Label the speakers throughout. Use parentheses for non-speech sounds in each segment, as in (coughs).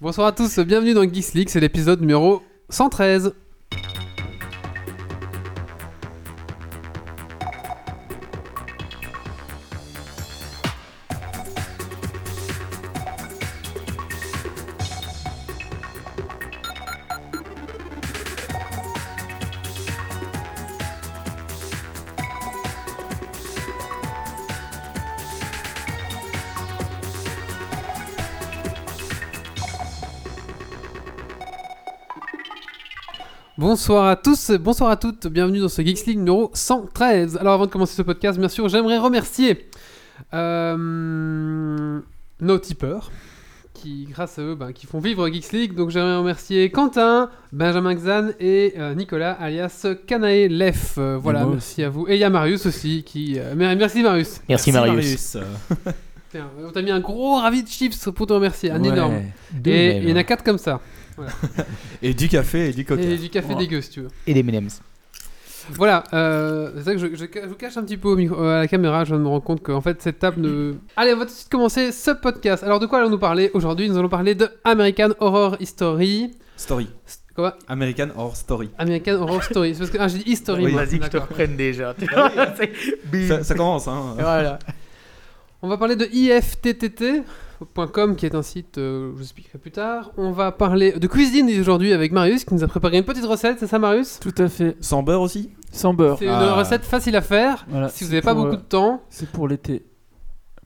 Speaker 1: Bonsoir à tous, bienvenue dans Geeks League, c'est l'épisode numéro 113. Bonsoir à tous, bonsoir à toutes, bienvenue dans ce Geeks League numéro 113. Alors avant de commencer ce podcast, bien sûr, j'aimerais remercier euh, nos tipeurs, qui grâce à eux, ben, qui font vivre Geeks League. Donc j'aimerais remercier Quentin, Benjamin Xan et euh, Nicolas, alias Kanae Lef. Euh, voilà,
Speaker 2: Et moi
Speaker 1: merci à vous. Et il y a Marius aussi, qui... euh, mer- merci Marius.
Speaker 3: Merci, Marius.
Speaker 2: Euh,
Speaker 1: Tiens, on t'a mis un gros ravi de chips pour te remercier, un
Speaker 2: Ouais.
Speaker 1: énorme. Et il y en a quatre comme ça.
Speaker 2: Et du café et du coca.
Speaker 1: Et du café
Speaker 2: Voilà.
Speaker 1: dégueu si tu veux.
Speaker 3: Et des M&M's.
Speaker 1: Voilà, euh, c'est ça que je, je ca- je vous cache un petit peu au micro- euh, à la caméra, je viens de me rendre compte qu'en fait cette table ne... Allez, on va tout de suite commencer ce podcast. Alors de quoi allons-nous parler aujourd'hui Nous allons parler de American Horror History.
Speaker 2: Story.
Speaker 1: Quoi
Speaker 2: American Horror Story.
Speaker 1: American Horror Story. C'est parce que ah, j'ai dit History.
Speaker 2: Oui,
Speaker 1: moi.
Speaker 3: Vas-y, que je te
Speaker 1: D'accord.
Speaker 3: reprenne (laughs) déjà. C'est- Bim.
Speaker 2: Ça, ça commence, hein.
Speaker 3: Voilà.
Speaker 1: On va parler de ifttt.com qui est un site, euh, je vous expliquerai plus tard. On va parler de cuisine aujourd'hui avec Marius qui nous a préparé une petite recette, c'est ça Marius
Speaker 4: Tout à fait,
Speaker 2: Sans beurre aussi
Speaker 4: sans beurre.
Speaker 1: C'est une
Speaker 2: Ah.
Speaker 1: recette facile à faire.
Speaker 4: Voilà,
Speaker 1: Si vous
Speaker 4: c'est
Speaker 1: n'avez pas
Speaker 4: pour,
Speaker 1: beaucoup
Speaker 4: euh,
Speaker 1: de temps,
Speaker 4: C'est pour l'été,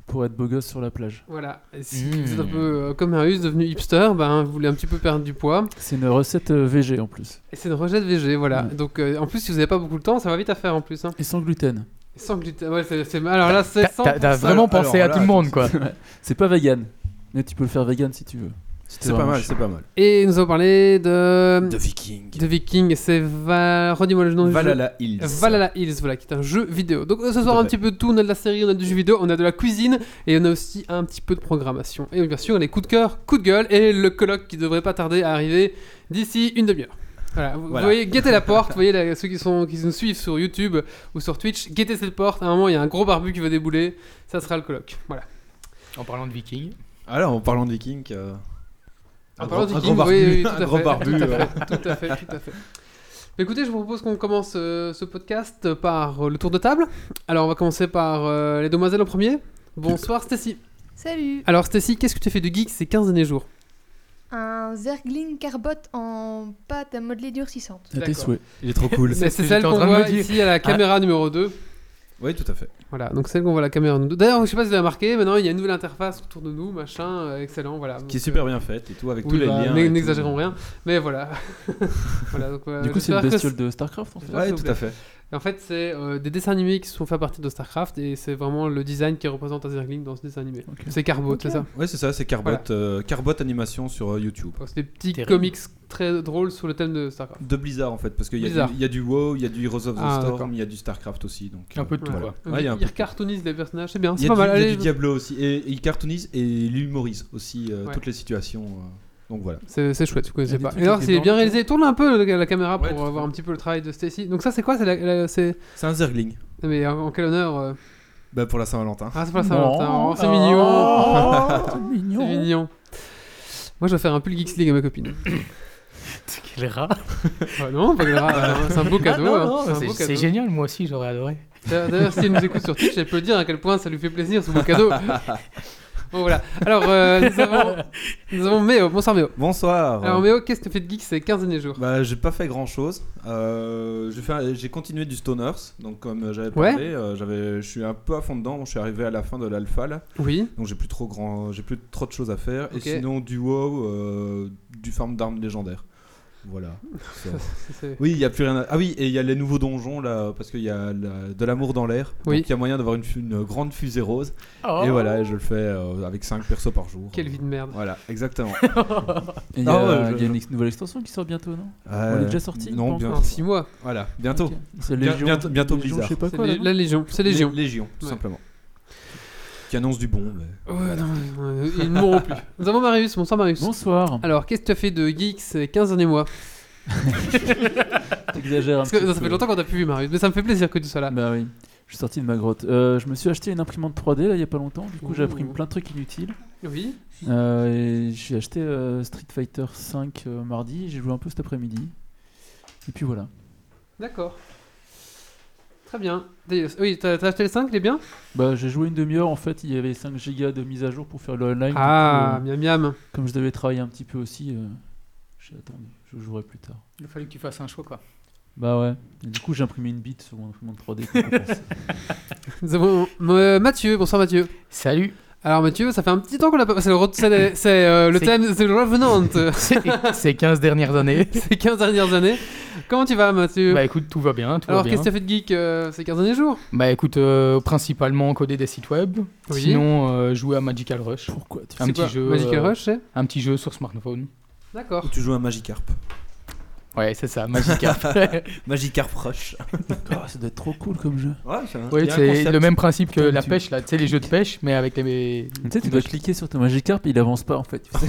Speaker 4: pour être beau gosse sur la plage.
Speaker 1: Voilà, Et si
Speaker 3: Mmh.
Speaker 1: vous êtes un peu euh, comme Marius, devenu hipster, ben, vous voulez un petit peu perdre du poids.
Speaker 4: C'est une recette euh, VG en plus,
Speaker 1: Et c'est une rejet de VG, voilà.
Speaker 4: Mmh.
Speaker 1: Donc euh, en plus, si vous n'avez pas beaucoup de temps, ça va vite à faire en plus. Hein.
Speaker 4: et sans gluten.
Speaker 1: Sans gluten. Ouais, c'est, c'est- Alors là, c'est sans.
Speaker 3: T'as t'as vraiment
Speaker 2: Alors,
Speaker 3: pensé
Speaker 2: alors
Speaker 3: à
Speaker 2: là,
Speaker 3: tout le monde, quoi.
Speaker 4: c'est pas vegan, mais tu peux le faire vegan si tu veux. Si t'es
Speaker 2: C'est pas
Speaker 4: vraiment
Speaker 2: mal,
Speaker 4: chaud.
Speaker 2: c'est pas mal.
Speaker 1: Et nous avons parlé de.
Speaker 2: The Viking.
Speaker 1: de Viking. C'est. Va... Redis-moi le nom du jeu.
Speaker 2: Valhalla Hills.
Speaker 1: Valhalla Hills, voilà, qui est un jeu vidéo. Donc euh, ce soir,
Speaker 2: à
Speaker 1: un
Speaker 2: fait.
Speaker 1: petit peu de tout. On a de la série, on a du jeu vidéo, on a de la cuisine et on a aussi un petit peu de programmation. Et bien sûr, les coups de cœur, coups de gueule et le colloque qui devrait pas tarder à arriver d'ici une demi-heure. Voilà, vous,
Speaker 2: Voilà.
Speaker 1: vous voyez, guettez la porte. Vous voyez, là, ceux qui, sont, qui nous suivent sur YouTube ou sur Twitch, guettez cette porte. À un moment, il y a un gros barbu qui va débouler. Ça sera le colloque. Voilà.
Speaker 3: En parlant de Viking.
Speaker 2: Alors, Ah, en parlant de Viking. euh,
Speaker 1: En
Speaker 2: un
Speaker 1: parlant
Speaker 2: gros-
Speaker 1: du
Speaker 2: un
Speaker 1: King,
Speaker 2: gros barbu- (laughs)
Speaker 1: oui, oui, tout à
Speaker 2: un gros
Speaker 1: fait,
Speaker 2: barbu,
Speaker 1: Tout à
Speaker 2: euh,
Speaker 1: fait, tout à fait, tout à fait. Mais Écoutez, je vous propose qu'on commence euh, ce podcast par euh, le tour de table. Alors, on va commencer par euh, les demoiselles en premier. Bonsoir, Stacy.
Speaker 5: Salut
Speaker 1: Alors, Stacy, qu'est-ce que tu as fait de geek ces 15 derniers jours
Speaker 5: Un Zergling Carbot en pâte à modeler durcissante.
Speaker 4: À tes
Speaker 1: D'accord.
Speaker 4: souhaits.
Speaker 2: Il est trop cool.
Speaker 1: Mais
Speaker 3: ce
Speaker 1: C'est
Speaker 3: que
Speaker 1: celle
Speaker 3: j'étais en
Speaker 1: qu'on
Speaker 3: train de me
Speaker 1: voit
Speaker 3: dire.
Speaker 1: ici à la caméra numéro 2.
Speaker 2: Oui, tout à fait.
Speaker 1: Voilà, donc celle qu'on voit à la caméra numéro 2. D'ailleurs, je sais pas si vous avez remarqué, maintenant il y a une nouvelle interface autour de nous, machin, euh, excellent, voilà.
Speaker 2: Qui est super bien faite et tout, avec
Speaker 1: Tous
Speaker 2: tous les liens. et tout.
Speaker 1: bah, N'exagérons rien, mais voilà. (laughs) voilà donc, euh,
Speaker 4: Du coup, c'est
Speaker 1: j'espère
Speaker 4: une
Speaker 1: que
Speaker 4: bestiole de StarCraft en fait.
Speaker 1: S'il
Speaker 2: Ouais,
Speaker 1: vous
Speaker 2: tout
Speaker 1: plaît.
Speaker 2: à fait.
Speaker 1: Et En fait, c'est euh, des dessins animés qui sont faits à partir de StarCraft et c'est vraiment le design qui représente un Zergling dans ce dessin animé.
Speaker 4: Ok.
Speaker 1: C'est Carbot, c'est ça
Speaker 2: Ouais, c'est ça, c'est Carbot,
Speaker 1: Voilà.
Speaker 2: euh, Carbot Animation sur euh, YouTube.
Speaker 1: Bon, C'est des petits
Speaker 3: Terrible.
Speaker 1: comics très drôles sur le thème de StarCraft.
Speaker 2: De Blizzard en fait, parce qu'il y, a
Speaker 1: Blizzard.
Speaker 2: du- il y a du WoW, il y a du Heroes of the
Speaker 1: Ah, d'accord.
Speaker 2: Storm, il y a du StarCraft aussi. Donc,
Speaker 3: Un
Speaker 2: euh,
Speaker 3: peu de tout,
Speaker 2: voilà.
Speaker 3: quoi.
Speaker 1: Donc,
Speaker 2: Ouais, il y a un
Speaker 1: ils
Speaker 2: peu de tout.
Speaker 1: recartoonisent les personnages, c'est bien,
Speaker 2: Il y
Speaker 1: c'est
Speaker 2: a
Speaker 1: pas
Speaker 2: du-
Speaker 1: mal.
Speaker 2: il y a
Speaker 1: Allez,
Speaker 2: du Diablo aussi. Et, et il cartoonise et il humorise aussi euh,
Speaker 1: Ouais.
Speaker 2: toutes les situations. euh, donc voilà.
Speaker 1: c'est c'est chouette, vous connaissez
Speaker 4: Il y a
Speaker 1: pas. Et
Speaker 4: des trucs
Speaker 1: alors,
Speaker 4: qui
Speaker 1: c'est
Speaker 4: dorment,
Speaker 1: bien
Speaker 4: tout.
Speaker 1: réalisé. Tourne un peu la, la caméra
Speaker 2: Ouais,
Speaker 1: pour
Speaker 2: tout
Speaker 1: euh,
Speaker 2: à
Speaker 1: voir
Speaker 2: fait.
Speaker 1: un petit peu le travail de Stacy. Donc, ça, c'est quoi C'est la- la- c'est-
Speaker 2: C'est un Zergling.
Speaker 1: Mais en en quel honneur euh
Speaker 2: Bah pour la Saint-Valentin.
Speaker 1: Ah, c'est pas ça,
Speaker 4: Non.
Speaker 1: Valentin. Oh, c'est
Speaker 4: Oh,
Speaker 1: mignon.
Speaker 3: Oh. (laughs)
Speaker 4: c'est
Speaker 1: (laughs) C'est
Speaker 4: mignon.
Speaker 1: mignon. Moi, je vais faire un pull Geeks League à
Speaker 3: (laughs)
Speaker 1: ma copine.
Speaker 3: Quel rat.
Speaker 1: Ah non, pas grave, hein, c'est un beau cadeau.
Speaker 3: Ah,
Speaker 1: hein,
Speaker 3: non, non,
Speaker 1: c'est un
Speaker 3: c'est-
Speaker 1: beau
Speaker 3: C'est
Speaker 1: cadeau.
Speaker 3: génial, moi aussi, j'aurais (laughs) adoré.
Speaker 1: D'ailleurs, d'ailleurs, si elle nous écoute sur Twitch, elle peut dire à quel point ça lui fait plaisir ce beau cadeau. bon, voilà. Alors, euh, nous, avons,
Speaker 3: (laughs)
Speaker 1: nous avons Méo. Bonsoir, Méo.
Speaker 2: Bonsoir.
Speaker 1: Alors, Méo, qu'est-ce que tu fais de geek ces 15 derniers jours
Speaker 2: Bah j'ai pas fait grand chose. j'ai fait- j'ai continué du Stoners. Donc comme j'avais
Speaker 1: Ouais.
Speaker 2: parlé, euh, j'avais, je suis un peu à fond dedans. Je suis arrivé à la fin de l'alpha là.
Speaker 1: Oui.
Speaker 2: Donc j'ai plus trop grand, j'ai plus trop de choses à faire.
Speaker 1: Ok.
Speaker 2: Et sinon du WoW, euh, du farm d'armes légendaires.
Speaker 1: (laughs)
Speaker 2: Voilà. Ça.
Speaker 1: C'est- c'est-
Speaker 2: Oui, il y a plus rien. à- Ah oui, et il y a les nouveaux donjons là, parce qu'il y a la- de l'amour dans l'air.
Speaker 1: Oui.
Speaker 2: Donc il y a moyen d'avoir une, fu- une grande fusée rose.
Speaker 3: Oh.
Speaker 2: Et voilà, et je le fais euh, avec 5 persos par jour.
Speaker 1: Quelle vie de merde.
Speaker 2: Voilà, exactement.
Speaker 4: Et Il y a,
Speaker 2: Ah ouais, je-
Speaker 4: il y a une ex- nouvelle extension qui sort bientôt, non
Speaker 2: Euh,
Speaker 4: On est déjà sorti, je
Speaker 2: Non,
Speaker 4: pense.
Speaker 2: bien.
Speaker 1: En 6 mois.
Speaker 2: Voilà, bientôt.
Speaker 4: Ok. C'est
Speaker 2: Bien-
Speaker 4: Légion.
Speaker 2: bientôt- bientôt
Speaker 4: Légion,
Speaker 2: Blizzard.
Speaker 4: Je sais pas
Speaker 1: C'est
Speaker 4: quoi.
Speaker 1: hein. les-
Speaker 4: là.
Speaker 1: la Légion. C'est Légion.
Speaker 2: Lé- Légion, tout
Speaker 1: Ouais.
Speaker 2: simplement. Qui annonce du bon. mais-
Speaker 1: Ouais, non, euh, ils ne mourront plus. Nous avons Marius. Bonsoir, Marius.
Speaker 4: Bonsoir.
Speaker 1: Alors, qu'est-ce que tu as fait de geek ces 15 derniers mois
Speaker 4: T'exagères un
Speaker 1: Parce que
Speaker 4: petit
Speaker 1: non, Ah, ça fait
Speaker 4: peu.
Speaker 1: longtemps qu'on t'a plus vu, Marius. Mais ça me fait plaisir que tu sois là.
Speaker 4: Bah oui. Je suis sorti de ma grotte. Euh, je me suis acheté une imprimante 3D là il y a pas longtemps. Du coup, j'ai
Speaker 1: Ouh.
Speaker 4: appris plein de trucs inutiles.
Speaker 1: Oui.
Speaker 4: Euh, et j'ai acheté euh, Street Fighter 5 mardi. J'ai joué un peu cet après-midi. Et puis voilà.
Speaker 1: D'accord. Très bien. D'ailleurs, Oui, t'as t'as acheté le 5, il est bien
Speaker 4: Bah, j'ai joué une demi-heure. En fait, il y avait 5 gigas de mise à jour pour faire le online. Du coup,
Speaker 1: Ah,
Speaker 4: euh,
Speaker 1: miam miam.
Speaker 4: comme je devais travailler un petit peu aussi, euh, j'ai attendu. Je jouerai plus tard.
Speaker 3: Il a fallu que tu fasses un choix, quoi.
Speaker 4: Bah ouais. Et du coup, j'ai imprimé une bite sur mon imprimante 3D. comme on pense.
Speaker 1: Nous avons euh, Mathieu. Bonsoir Mathieu.
Speaker 3: Salut.
Speaker 1: Alors Mathieu, ça fait un petit temps qu'on l'a pas... parce que le re- C'est c'est, euh, le
Speaker 3: C'est-
Speaker 1: thème, c'est le revenant.
Speaker 3: (laughs)
Speaker 1: Ces
Speaker 3: Ces 15 dernières années.
Speaker 1: 15 dernières années. Comment tu vas Mathieu
Speaker 3: Bah écoute, tout va bien. Tout va
Speaker 1: Alors
Speaker 3: bien.
Speaker 1: qu'est-ce que tu as fait de geek euh, ces 15 derniers jours
Speaker 3: Bah écoute, euh, principalement coder des sites web.
Speaker 1: Oui.
Speaker 3: Sinon, euh, jouer à Magical Rush.
Speaker 4: (laughs) Pourquoi tu
Speaker 3: Un
Speaker 1: C'est
Speaker 3: petit
Speaker 1: quoi
Speaker 3: jeu,
Speaker 1: Magical
Speaker 3: euh,
Speaker 1: Rush, c'est
Speaker 3: Un petit jeu sur smartphone.
Speaker 1: D'accord.
Speaker 3: (laughs)
Speaker 2: Tu joues à Magikarp.
Speaker 3: Ouais, c'est ça, Magical. (laughs)
Speaker 2: Magikarp Rush.
Speaker 4: Oh, ça doit être trop cool comme jeu.
Speaker 2: Ouais, c'est un- il
Speaker 3: ouais,
Speaker 2: y a un
Speaker 3: c'est
Speaker 2: concept.
Speaker 3: le même principe que
Speaker 4: Putain,
Speaker 3: la
Speaker 4: tu-
Speaker 3: pêche, là. Tu sais, les jeux de pêche, mais avec les.
Speaker 4: Tu sais, tu dois cliquer sur ton Magikarp et il avance pas en fait. Tu sais,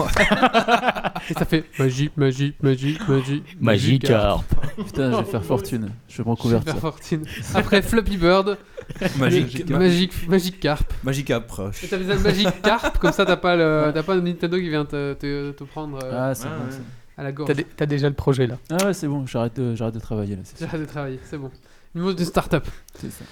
Speaker 1: Et ça fait magie, magie, magie, magie.
Speaker 3: Magikarp.
Speaker 4: Putain, je vais (laughs) faire fortune. Je vais me reconvertir.
Speaker 1: Super fortune. Après Fluffy Bird,
Speaker 2: (laughs)
Speaker 3: (laughs)
Speaker 2: Magic- Ma-
Speaker 1: Magic, Magic Carp.
Speaker 2: Magikarp
Speaker 1: Et
Speaker 2: Rush.
Speaker 1: t'as des Magic Carp, comme ça t'as pas, le, t'as pas le Nintendo qui vient te, te, te prendre euh,
Speaker 4: Ah, c'est
Speaker 2: Ouais,
Speaker 4: bon,
Speaker 2: ouais.
Speaker 4: ça.
Speaker 1: à la gorge.
Speaker 3: T'as dé- t'as déjà le projet, là.
Speaker 4: Ah ouais, c'est bon, j'arrête de, j'arrête de travailler là.
Speaker 1: (laughs)
Speaker 4: C'est,
Speaker 1: J'ai hâte de travailler, c'est bon. Une mode de start-up.
Speaker 4: c'est ça.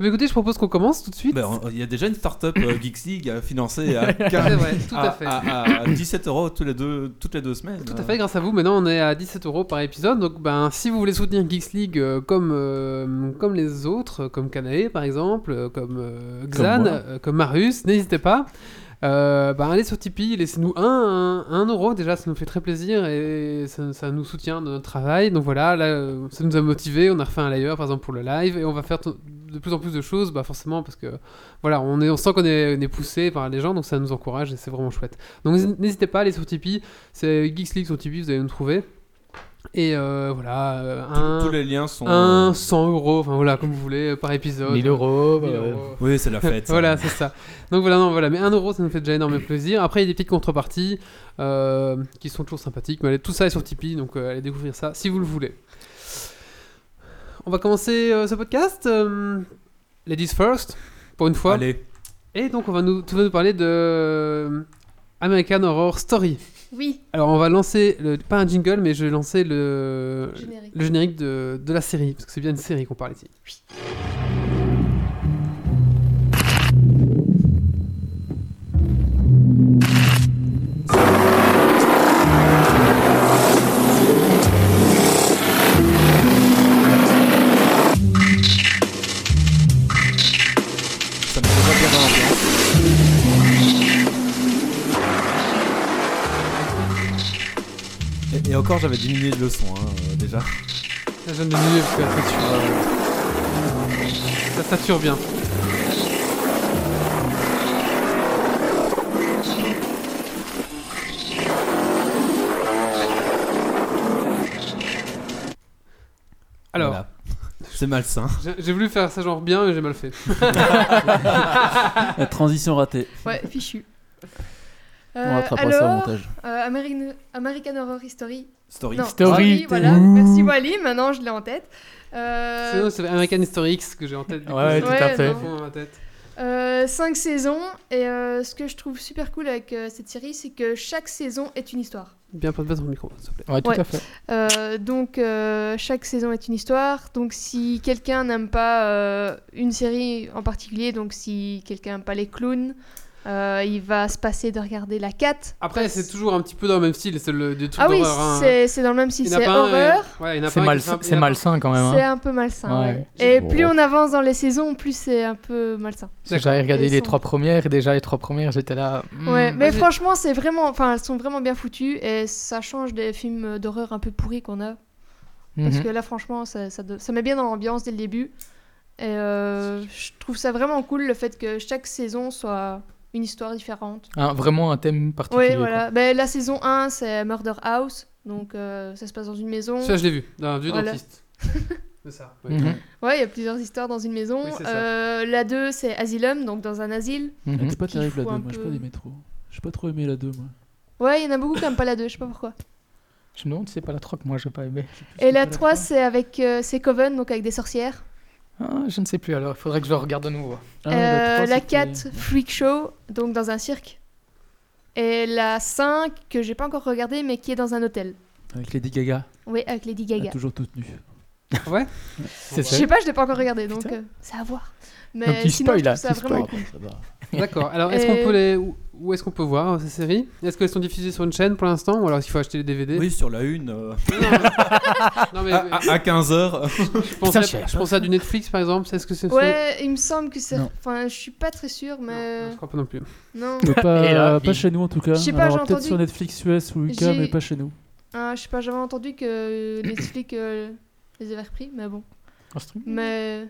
Speaker 1: Mais Bah, écoutez, je propose qu'on commence tout de suite.
Speaker 2: Ben, on- Il y a déjà une start-up euh, Geeks League euh, financée à,
Speaker 1: c'est
Speaker 2: 15
Speaker 1: vrai, (laughs) tout à, fait.
Speaker 2: à- à 17 euros tous les deux, toutes les deux semaines.
Speaker 1: Tout à fait, grâce à vous, maintenant on est à 17 euros par épisode. Donc, ben, si vous voulez soutenir Geeks League euh, comme, euh, comme les autres, euh, comme Kanae par exemple, euh, comme euh, Xan,
Speaker 4: moi.
Speaker 1: euh, comme Marius, n'hésitez pas. Euh, ben, allez sur Tipeee, laissez-nous 1 un, un euro déjà, ça nous fait très plaisir et ça, ça nous soutient dans notre travail. Donc voilà, là, euh, ça nous a motivés. On a refait un layer par exemple pour le live et on va faire t- de plus en plus de choses, bah forcément parce que voilà, on, est, on sent qu'on est, on est poussé par les gens, donc ça nous encourage et c'est vraiment chouette. Donc n'hésitez pas, allez sur Tipeee, c'est Geeks League sur Tipeee, vous allez nous trouver. Et euh, voilà, euh,
Speaker 2: Tous-
Speaker 1: un,
Speaker 2: Tous les euh. liens sont.
Speaker 1: un 100 euros, enfin voilà, comme vous voulez, euh, par épisode.
Speaker 3: 1000 euros.
Speaker 1: 1000
Speaker 3: euh,
Speaker 1: euros. bah,
Speaker 2: Oui,
Speaker 1: (laughs)
Speaker 2: c'est la fête. ça.
Speaker 1: Voilà, c'est ça. Donc voilà, non, voilà, mais 1 euro, ça nous fait déjà énormément plaisir. Après, il y a des petites contreparties euh, qui sont toujours sympathiques. Mais allez, tout ça est sur Tipeee, donc euh, allez découvrir ça si vous le voulez. On va commencer euh, ce podcast. euh, ladies first, pour une fois.
Speaker 2: Allez.
Speaker 1: Et donc, on va nous, tu vas nous parler de euh, American Horror Story.
Speaker 5: Oui,
Speaker 1: Alors, on va lancer, le, pas un jingle, mais je vais lancer le,
Speaker 5: générique.
Speaker 1: Euh, le générique de, de la série, parce que c'est bien une série qu'on parle ici.
Speaker 2: Ça me fait pas bien dans l'ambiance. Et, et encore, j'avais diminué le son hein, euh, déjà.
Speaker 1: La zone de milieu, parce que ça sature. Ça sature bien. Alors,
Speaker 2: Voilà. c'est malsain.
Speaker 1: j'ai- j'ai voulu faire ça genre bien, mais j'ai mal fait.
Speaker 4: La transition ratée.
Speaker 5: Ouais, fichu. Ah.
Speaker 4: On
Speaker 5: Euh,
Speaker 4: rattrapera ça au
Speaker 5: alors,
Speaker 4: montage.
Speaker 5: euh, American, American Horror History.
Speaker 2: Story.
Speaker 5: Non,
Speaker 3: Story.
Speaker 5: voilà. Merci Wally, maintenant je l'ai en tête. Euh,
Speaker 1: Sinon, c'est American History X que j'ai en tête. Du coup,
Speaker 3: Ouais,
Speaker 1: c'est
Speaker 3: tout
Speaker 5: Ouais,
Speaker 3: à fait.
Speaker 5: non.
Speaker 1: profond dans ma tête.
Speaker 5: Euh, cinq saisons et euh, ce que je trouve super cool avec euh, cette série c'est que chaque saison est une histoire.
Speaker 1: Bien, pas de battre mon micro, s'il te plaît.
Speaker 3: Ouais, tout
Speaker 5: Ouais.
Speaker 3: à fait.
Speaker 5: Euh, donc euh, chaque saison est une histoire. Donc si quelqu'un n'aime pas euh, une série en particulier, donc si quelqu'un n'aime pas les clowns, euh, il va se passer de regarder la 4.
Speaker 1: Après, c'est toujours un petit peu dans le même style, c'est le des trucs
Speaker 5: Ah oui,
Speaker 1: d'horreur, hein.
Speaker 5: c'est c'est dans le même
Speaker 1: Il
Speaker 5: style,
Speaker 1: y en a
Speaker 5: c'est
Speaker 1: pas un, euh,
Speaker 5: horreur.
Speaker 1: ouais, il y en a
Speaker 3: C'est
Speaker 1: pas un qui
Speaker 3: mal-
Speaker 1: fait un- il y
Speaker 3: c'est
Speaker 1: en a-
Speaker 3: malsain quand même.
Speaker 5: C'est
Speaker 3: Hein.
Speaker 5: un peu malsain.
Speaker 3: Ouais.
Speaker 5: ouais. Et plus on avance dans les saisons, plus c'est un peu malsain.
Speaker 3: Parce que J'avais regardé
Speaker 5: Ils
Speaker 3: les
Speaker 5: sont-
Speaker 3: trois premières et déjà les trois premières j'étais là. hmm,
Speaker 5: Ouais, mais
Speaker 1: j'ai-
Speaker 5: franchement, c'est vraiment, enfin, elles sont vraiment bien foutues et ça change des films d'horreur un peu pourris qu'on a.
Speaker 3: mhm.
Speaker 5: Parce que là, franchement, ça, ça, do- ça met bien dans l'ambiance dès le début. Et euh, je trouve ça vraiment cool le fait que chaque saison soit une histoire différente.
Speaker 3: Un- vraiment un thème particulier.
Speaker 5: ouais, voilà. Ben, la saison 1, c'est Murder House. Donc, euh, ça se passe dans une maison.
Speaker 1: Ça, je l'ai vu, dans un vieux
Speaker 5: Voilà.
Speaker 1: dentiste. c'est ça.
Speaker 3: quoi.
Speaker 1: ouais.
Speaker 3: Mhm,
Speaker 5: Ouais, il y a plusieurs histoires dans une maison.
Speaker 1: Oui, c'est ça.
Speaker 5: Euh, la 2, c'est Asylum, donc dans un asile.
Speaker 3: mhm.
Speaker 4: Elle était pas
Speaker 5: Qui
Speaker 4: terrible la
Speaker 5: fout
Speaker 4: 2,
Speaker 5: un
Speaker 4: moi, j'ai pas
Speaker 5: peu.
Speaker 4: aimé trop. J'ai pas trop aimé la 2, moi.
Speaker 5: Ouais, il y en a beaucoup qui n'aiment pas la 2, je sais pas
Speaker 1: (laughs)
Speaker 5: pourquoi.
Speaker 3: Je me demande si c'est pas la 3 que moi j'ai pas aimé.
Speaker 5: Et la 3, c'est avec euh, c'est Coven, donc avec des sorcières.
Speaker 3: Ah, je ne sais plus alors, il faudrait que je le regarde de nouveau.
Speaker 4: Ah,
Speaker 5: Euh,
Speaker 4: trois,
Speaker 5: la
Speaker 4: c'était-
Speaker 5: 4, Freak Show, donc dans un cirque. Et la 5, que j'ai pas encore regardée, mais qui est dans un hôtel.
Speaker 4: Avec Lady Gaga.
Speaker 5: Oui, avec Lady
Speaker 4: elle est
Speaker 5: Gaga.
Speaker 4: toujours toute nue.
Speaker 1: Ouais.
Speaker 3: C'est
Speaker 5: Je
Speaker 3: ça.
Speaker 5: sais pas, je l'ai pas encore regardé, donc
Speaker 3: Putain.
Speaker 5: euh, c'est à voir.
Speaker 3: Un
Speaker 5: Mais
Speaker 3: petit
Speaker 5: sinon,
Speaker 3: spoil,
Speaker 5: je trouve
Speaker 3: là,
Speaker 5: ça
Speaker 3: petit
Speaker 5: vraiment
Speaker 3: spoil.
Speaker 5: cool.
Speaker 4: Ça va.
Speaker 1: D'accord. Alors, est-ce
Speaker 5: Euh,
Speaker 1: qu'on peut les. Où où est-ce qu'on peut voir euh, ces séries Est-ce qu'elles sont diffusées sur une chaîne pour l'instant Ou alors est-ce qu'il faut acheter les DVD
Speaker 2: Oui, sur la une, euh,
Speaker 1: Non, mais
Speaker 2: à,
Speaker 3: Ah,
Speaker 2: à- à 15h.
Speaker 1: je, pensais,
Speaker 3: Putain,
Speaker 1: je pensais à du Netflix par exemple. Est-ce que c'est.
Speaker 5: Ouais, il me semble que c'est.
Speaker 4: Non.
Speaker 5: Enfin, je suis pas très sûre, mais.
Speaker 1: Je crois pas non plus.
Speaker 5: Non. (laughs)
Speaker 4: Mais pas,
Speaker 3: Et là,
Speaker 4: pas
Speaker 3: il-
Speaker 4: chez nous en tout cas.
Speaker 5: Je sais pas, j'ai
Speaker 4: Alors, peut-être
Speaker 5: entendu-
Speaker 4: sur Netflix US ou UK,
Speaker 5: J'ai-
Speaker 4: mais pas chez nous.
Speaker 5: Ah, je sais pas, j'avais entendu que les flics euh, les avaient repris, mais bon.
Speaker 3: En stream
Speaker 5: Mais.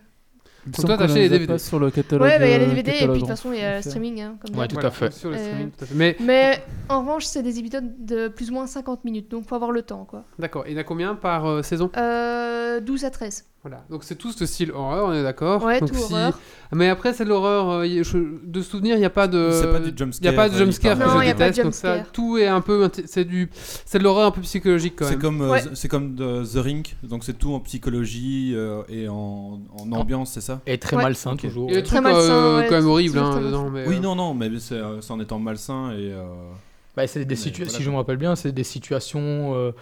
Speaker 4: Il me
Speaker 1: toi,
Speaker 4: semble
Speaker 1: t'as
Speaker 4: qu'on
Speaker 1: acheté les
Speaker 4: les a
Speaker 1: DVD.
Speaker 4: pas sur le catalogue.
Speaker 5: Ouais, bah il y a les
Speaker 4: euh,
Speaker 5: DVD et puis de
Speaker 4: catalogue
Speaker 5: toute façon, il y a le
Speaker 4: français.
Speaker 5: streaming, hein, comme
Speaker 3: Ouais,
Speaker 5: d'hab.
Speaker 3: tout à fait.
Speaker 1: Sur le
Speaker 5: Euh,
Speaker 1: streaming, tout à fait. Mais
Speaker 5: Mais en revanche, c'est des épisodes de plus ou moins 50 minutes, donc faut avoir le temps, quoi.
Speaker 1: d'accord. Il y en a combien par euh, saison
Speaker 5: Euh, 12 à 13.
Speaker 1: Voilà. Donc c'est tous de style horreur, on est d'accord
Speaker 5: Ouais,
Speaker 1: Oh, Donc
Speaker 5: tout
Speaker 1: si-
Speaker 5: horreur.
Speaker 1: Mais après, c'est de l'horreur. euh, y- je- De souvenir, il n'y a pas de.
Speaker 2: (laughs) C'est pas du jumpscare,
Speaker 1: Il n'y a pas de
Speaker 2: euh,
Speaker 1: jumpscare
Speaker 2: il
Speaker 1: que
Speaker 5: parle. Non,
Speaker 1: je
Speaker 5: y a pas de
Speaker 1: déteste. Donc ça,
Speaker 5: jumpscare.
Speaker 1: tout est un peu. inté- C'est du. C'est de l'horreur un peu psychologique quand
Speaker 2: C'est
Speaker 1: même.
Speaker 2: comme, euh,
Speaker 5: Ouais.
Speaker 2: The- c'est comme de The Ring, donc c'est tout en psychologie euh, et en, en ambiance, c'est ça
Speaker 3: Et très
Speaker 5: Ouais.
Speaker 3: malsain toujours.
Speaker 1: Il y a des
Speaker 5: Très
Speaker 1: trucs
Speaker 5: malsain,
Speaker 1: euh,
Speaker 5: ouais,
Speaker 1: quand même horribles.
Speaker 5: toujours
Speaker 1: hein,
Speaker 5: très malsain.
Speaker 1: dedans, mais,
Speaker 2: Oui,
Speaker 1: euh,
Speaker 2: non, non, mais c'est euh, c'est en étant malsain et. euh,
Speaker 3: Bah, c'est des
Speaker 2: Mais
Speaker 3: situa-
Speaker 2: voilà,
Speaker 3: si je me rappelle bien, c'est des situations euh,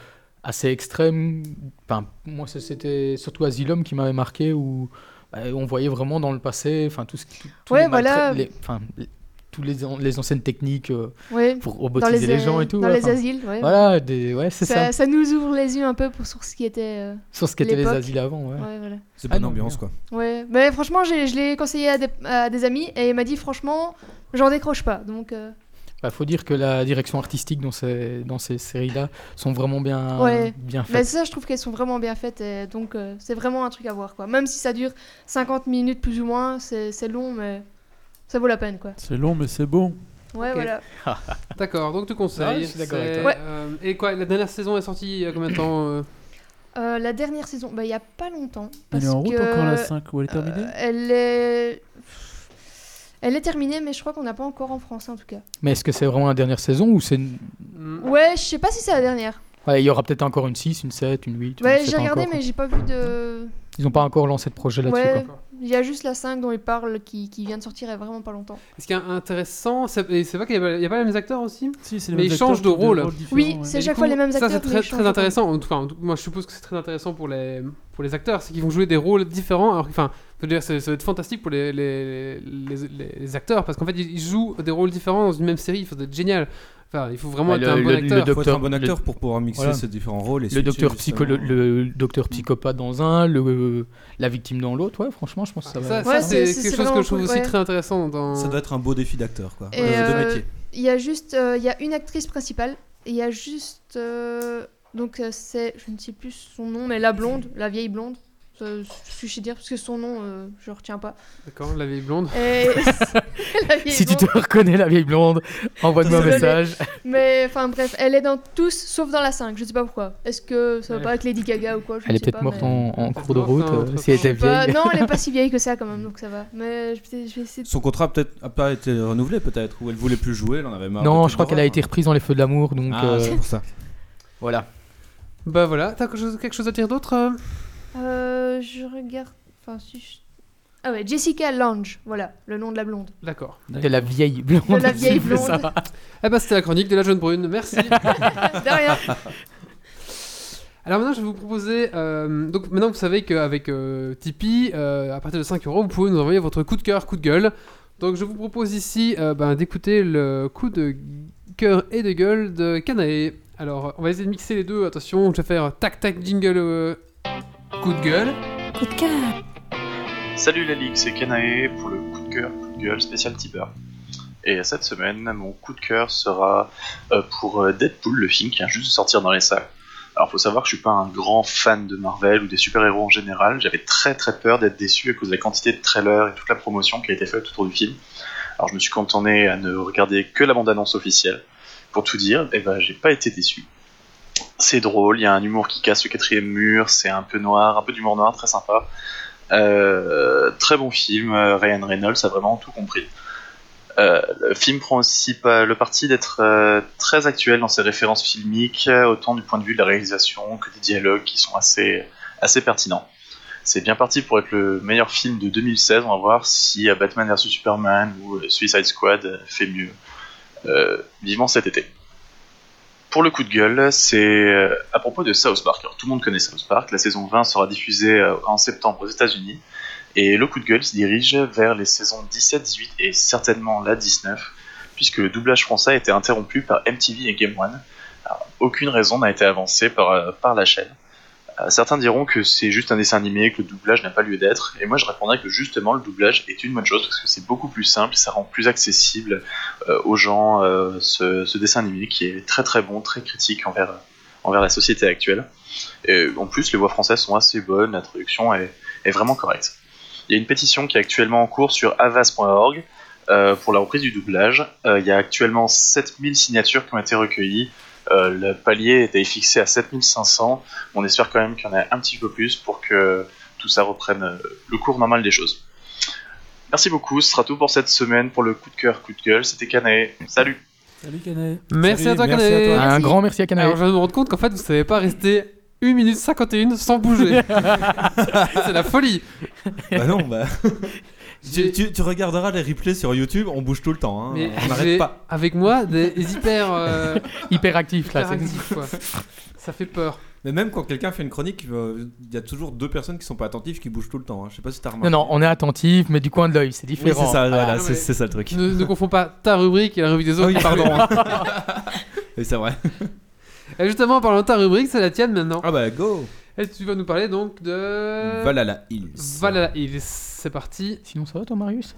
Speaker 3: assez extrêmes. Enfin, moi, ça, c'était surtout Asylum qui m'avait marqué où bah, on voyait vraiment dans le passé, enfin tout ce qui, tous
Speaker 5: Ouais,
Speaker 3: les maltra-
Speaker 5: voilà.
Speaker 3: les- enfin, les- tous les, an- les anciennes techniques euh,
Speaker 5: Ouais.
Speaker 3: pour robotiser les, gens et tout.
Speaker 5: Dans
Speaker 3: ouais,
Speaker 5: les
Speaker 3: enfin,
Speaker 5: asiles, ouais.
Speaker 3: Voilà, des- ouais, c'est ça.
Speaker 5: ça, ça nous ouvre les yeux un peu pour sur ce qui était. euh,
Speaker 3: Sur ce qu'étaient les
Speaker 5: l'époque.
Speaker 3: asiles avant, ouais.
Speaker 5: ouais, voilà.
Speaker 2: c'est
Speaker 3: Ah
Speaker 2: bonne
Speaker 3: non,
Speaker 2: ambiance, quoi.
Speaker 5: Ouais. Mais franchement, j'ai- je l'ai conseillé à des, à des amis et il m'a dit franchement, j'en décroche pas. Donc, euh,
Speaker 3: Bah, faut dire que la direction artistique dans ces, dans ces séries-là sont vraiment bien,
Speaker 5: Ouais.
Speaker 3: bien
Speaker 5: mais
Speaker 3: faites.
Speaker 5: ça, je trouve qu'elles sont vraiment bien faites. Et donc, euh, c'est vraiment un truc à voir, quoi. Même si ça dure 50 minutes plus ou moins, c'est c'est long, mais ça vaut la peine, quoi.
Speaker 4: C'est long, mais c'est bon.
Speaker 5: Ouais,
Speaker 1: Ok.
Speaker 5: voilà.
Speaker 1: D'accord, donc tu conseilles.
Speaker 3: Ouais, je suis d'accord avec
Speaker 1: c'est,
Speaker 5: toi.
Speaker 1: euh, et quoi, la dernière saison est sortie il y a combien de temps euh
Speaker 5: Euh, la dernière saison, bah, il y a pas longtemps.
Speaker 4: Elle
Speaker 5: Parce
Speaker 4: est en route
Speaker 5: que...
Speaker 4: encore la 5 ou elle est terminée
Speaker 5: Euh, Elle est. Elle est terminée, mais je crois qu'on n'a pas encore en France en tout cas.
Speaker 3: Mais est-ce que c'est vraiment la dernière saison ou c'est. une-
Speaker 1: Hmm.
Speaker 5: Ouais, je sais pas si c'est la dernière.
Speaker 3: Ouais, Il y aura peut-être encore une 6, une 7, une 8.
Speaker 5: Ouais, j'ai regardé, mais j'ai pas vu de.
Speaker 3: Ils n'ont pas encore lancé de projet là-dessus.
Speaker 5: Ouais,
Speaker 3: quoi.
Speaker 1: quoi.
Speaker 5: il y a juste la 5 dont il parle qui, qui vient de sortir il y a vraiment pas longtemps.
Speaker 1: Ce qui est intéressant, c'est, et c'est vrai qu'il n'y a, il y a pas les mêmes acteurs aussi
Speaker 4: Si, c'est
Speaker 1: mais
Speaker 4: mêmes
Speaker 1: ils changent
Speaker 4: acteurs,
Speaker 1: de
Speaker 4: tous des
Speaker 1: rôle.
Speaker 4: rôles différents,
Speaker 5: Oui,
Speaker 4: ouais.
Speaker 5: c'est
Speaker 1: Et du
Speaker 5: chaque
Speaker 1: coup,
Speaker 5: fois les mêmes
Speaker 1: Ça,
Speaker 5: acteurs.
Speaker 1: c'est
Speaker 5: mais
Speaker 1: très,
Speaker 5: ils changent
Speaker 1: très
Speaker 5: de
Speaker 1: intéressant. En tout cas, en tout- moi, je suppose que c'est très intéressant pour les, pour les acteurs. C'est qu'ils vont jouer des rôles différents. Alors, que- enfin, je veux dire, c'est- ça va être fantastique pour les, les, les- les- les acteurs parce qu'en fait, ils, ils jouent des rôles différents dans une même série. Il faut être génial. Enfin, il faut vraiment
Speaker 3: Ouais,
Speaker 1: être
Speaker 3: le-
Speaker 1: un bon
Speaker 3: le- le
Speaker 1: acteur.
Speaker 2: Il faut être
Speaker 3: docteur-
Speaker 2: un bon
Speaker 3: le-
Speaker 2: acteur pour pouvoir mixer
Speaker 3: voilà.
Speaker 2: ces différents rôles. Et
Speaker 3: le
Speaker 2: switcher,
Speaker 3: docteur,
Speaker 2: justement.
Speaker 3: psycholo- le docteur psychopathe dans un, le, la victime dans l'autre, ouais, franchement, je pense que ça
Speaker 1: Ça,
Speaker 3: va.
Speaker 1: ça,
Speaker 5: Ouais,
Speaker 1: c'est,
Speaker 5: c'est- c'est
Speaker 1: quelque chose que
Speaker 5: vraiment
Speaker 1: je trouve
Speaker 5: cool,
Speaker 1: aussi
Speaker 5: ouais.
Speaker 1: très intéressant dans.
Speaker 2: Ça doit être un beau défi d'acteur, quoi.
Speaker 5: Et
Speaker 2: de, de
Speaker 5: euh,
Speaker 2: métier.
Speaker 5: Il y a juste, euh, il y a une actrice principale. et Il y a juste, euh, donc euh, c'est, je ne sais plus son nom, mais la blonde, la vieille blonde. Je sais dire parce que son nom, euh, je retiens pas.
Speaker 1: D'accord, la vieille blonde.
Speaker 5: Et... (laughs) la vieille
Speaker 3: Si tu
Speaker 5: blonde.
Speaker 3: te reconnais, la vieille blonde, envoie-nous un
Speaker 5: Désolé.
Speaker 3: message.
Speaker 5: Mais enfin bref, elle est dans tous sauf dans la 5, je sais pas pourquoi. Est-ce que ça va
Speaker 1: Ouais.
Speaker 5: pas avec Lady Gaga ou quoi je
Speaker 3: Elle
Speaker 5: ne
Speaker 3: est
Speaker 5: sais
Speaker 3: peut-être
Speaker 5: pas,
Speaker 3: morte
Speaker 5: mais-
Speaker 3: en, en
Speaker 1: Elle est
Speaker 3: cours de
Speaker 1: morte,
Speaker 3: route,
Speaker 1: hein,
Speaker 3: euh,
Speaker 1: entre
Speaker 3: si elle était
Speaker 5: Bah,
Speaker 3: vieille.
Speaker 5: non, elle est pas si vieille que ça quand même, donc ça va. Mais je vais, je vais essayer de...
Speaker 2: Son contrat peut-être a pas été renouvelé, peut-être, ou elle voulait plus jouer, elle en avait marre. des
Speaker 3: Non,
Speaker 2: trucs
Speaker 3: je crois qu'elle a
Speaker 2: d'horreur.
Speaker 3: été reprise dans Les Feux de l'amour, donc
Speaker 2: Ah,
Speaker 3: euh,
Speaker 2: c'est pour ça.
Speaker 3: voilà.
Speaker 1: Bah voilà, t'as quelque chose, quelque chose à dire d'autre euh
Speaker 5: Euh, je regarde... Enfin, si je- Ah ouais, Jessica Lange, voilà, le nom de la blonde.
Speaker 1: D'accord.
Speaker 3: De la vieille blonde.
Speaker 5: De la vieille
Speaker 3: c'est ça.
Speaker 5: blonde.
Speaker 1: Eh bah, c'était la chronique de la jeune brune. Merci.
Speaker 5: De rien.
Speaker 1: Alors maintenant, je vais vous proposer. euh, donc maintenant, vous savez qu'avec euh, Tipeee, euh, à partir de 5 euros, vous pouvez nous envoyer votre coup de cœur, coup de gueule. Donc je vous propose ici euh, ben, d'écouter le coup de cœur et de gueule de Kanae. Alors, on va essayer de mixer les deux. Attention, je vais faire tac tac jingle. euh, Coup de gueule.
Speaker 6: Salut la Ligue, c'est Kenae pour le coup de cœur, coup de gueule spécial Tiber. Et cette semaine, mon coup de cœur sera euh, pour euh, Deadpool, le film qui vient juste de sortir dans les salles. Alors faut savoir que je suis pas un grand fan de Marvel ou des super-héros en général, j'avais très très peur d'être déçu à cause de la quantité de trailers et toute la promotion qui a été faite autour du film. Alors je me suis cantonné à ne regarder que la bande-annonce officielle. Pour tout dire, eh ben, j'ai pas été déçu. C'est drôle, il y a un humour qui casse le quatrième mur, c'est un peu noir, un peu d'humour noir, très sympa. Euh, très bon film, euh, Ryan Reynolds a vraiment tout compris. Euh, le film prend aussi pas- le parti d'être euh, très actuel dans ses références filmiques, euh, autant du point de vue de la réalisation que des dialogues qui sont assez, assez pertinents. C'est bien parti pour être le meilleur film de 2016. On va voir si euh, Batman vs Superman ou euh, Suicide Squad euh, fait mieux. Euh, vivement cet été. Pour le coup de gueule, c'est euh, à propos de South Park. Alors, tout le monde connaît South Park. La saison 20 sera diffusée euh, en septembre aux États-Unis. Et le coup de gueule se dirige vers les saisons 17, 18 et certainement la 19, puisque le doublage français a été interrompu par MTV et Game One. Alors, aucune raison n'a été avancée par, euh, par la chaîne. Euh, Certains diront que c'est juste un dessin animé, que le doublage n'a pas lieu d'être, et moi je répondrais que justement le doublage est une bonne chose parce que c'est beaucoup plus simple, et ça rend plus accessible euh, aux gens euh, ce, ce dessin animé qui est très très bon, très critique envers, envers la société actuelle. Et en plus, les voix françaises sont assez bonnes, la traduction est, est vraiment correcte. Il y a une pétition qui est actuellement en cours sur avas.org euh, pour la reprise du doublage. Euh, il y a actuellement 7000 signatures qui ont été recueillies. Euh, le palier était fixé à 7500. On espère quand même qu'il y en a un petit peu plus pour que tout ça reprenne euh, le cours normal des choses. Merci beaucoup, ce sera tout pour cette semaine pour le coup de cœur, coup de gueule. C'était Canae. Salut
Speaker 4: Salut Canet.
Speaker 1: Merci
Speaker 2: Salut,
Speaker 1: à toi,
Speaker 2: merci à
Speaker 1: Canet.
Speaker 2: toi.
Speaker 3: Un grand merci à Canal.
Speaker 2: Ah,
Speaker 1: Alors, je viens de me rendre compte qu'en fait, vous savez pas rester 1 minute 51
Speaker 2: (laughs)
Speaker 1: sans bouger. c'est la folie.
Speaker 2: Bah non,
Speaker 3: (laughs)
Speaker 2: bah.
Speaker 1: J'ai-
Speaker 2: tu, tu- tu regarderas les replays sur YouTube, on bouge tout le temps. hein.
Speaker 1: Mais
Speaker 2: on
Speaker 1: j'ai
Speaker 2: n'arrête pas.
Speaker 1: avec moi des des hyper, euh,
Speaker 3: Hyper actif là.
Speaker 1: hyper
Speaker 3: c'est-
Speaker 1: actifs, quoi. Ça fait peur.
Speaker 2: Mais même quand quelqu'un fait une chronique, euh, il y a toujours deux personnes qui sont pas attentives qui bougent tout le temps. hein. Je sais pas si t'as remarqué.
Speaker 3: Non, non, on est attentif, mais du coin de l'œil, c'est
Speaker 2: Oui, c'est
Speaker 3: différent.
Speaker 2: ça, voilà,
Speaker 1: Ah,
Speaker 2: c'est
Speaker 1: ouais.
Speaker 2: c'est ça le truc.
Speaker 1: Ne, ne confonds pas ta rubrique et la rubrique des autres.
Speaker 2: Ah oui,
Speaker 3: (laughs)
Speaker 2: (laughs)
Speaker 1: pardon.
Speaker 2: Et c'est vrai.
Speaker 1: et justement, en parlant de ta rubrique, c'est la tienne maintenant.
Speaker 2: Ah bah go
Speaker 1: Et tu vas nous parler donc
Speaker 3: Euh,
Speaker 1: de.
Speaker 2: Valhalla Hills.
Speaker 1: Valhalla Hills. C'est parti.
Speaker 3: Sinon, ça va toi, Marius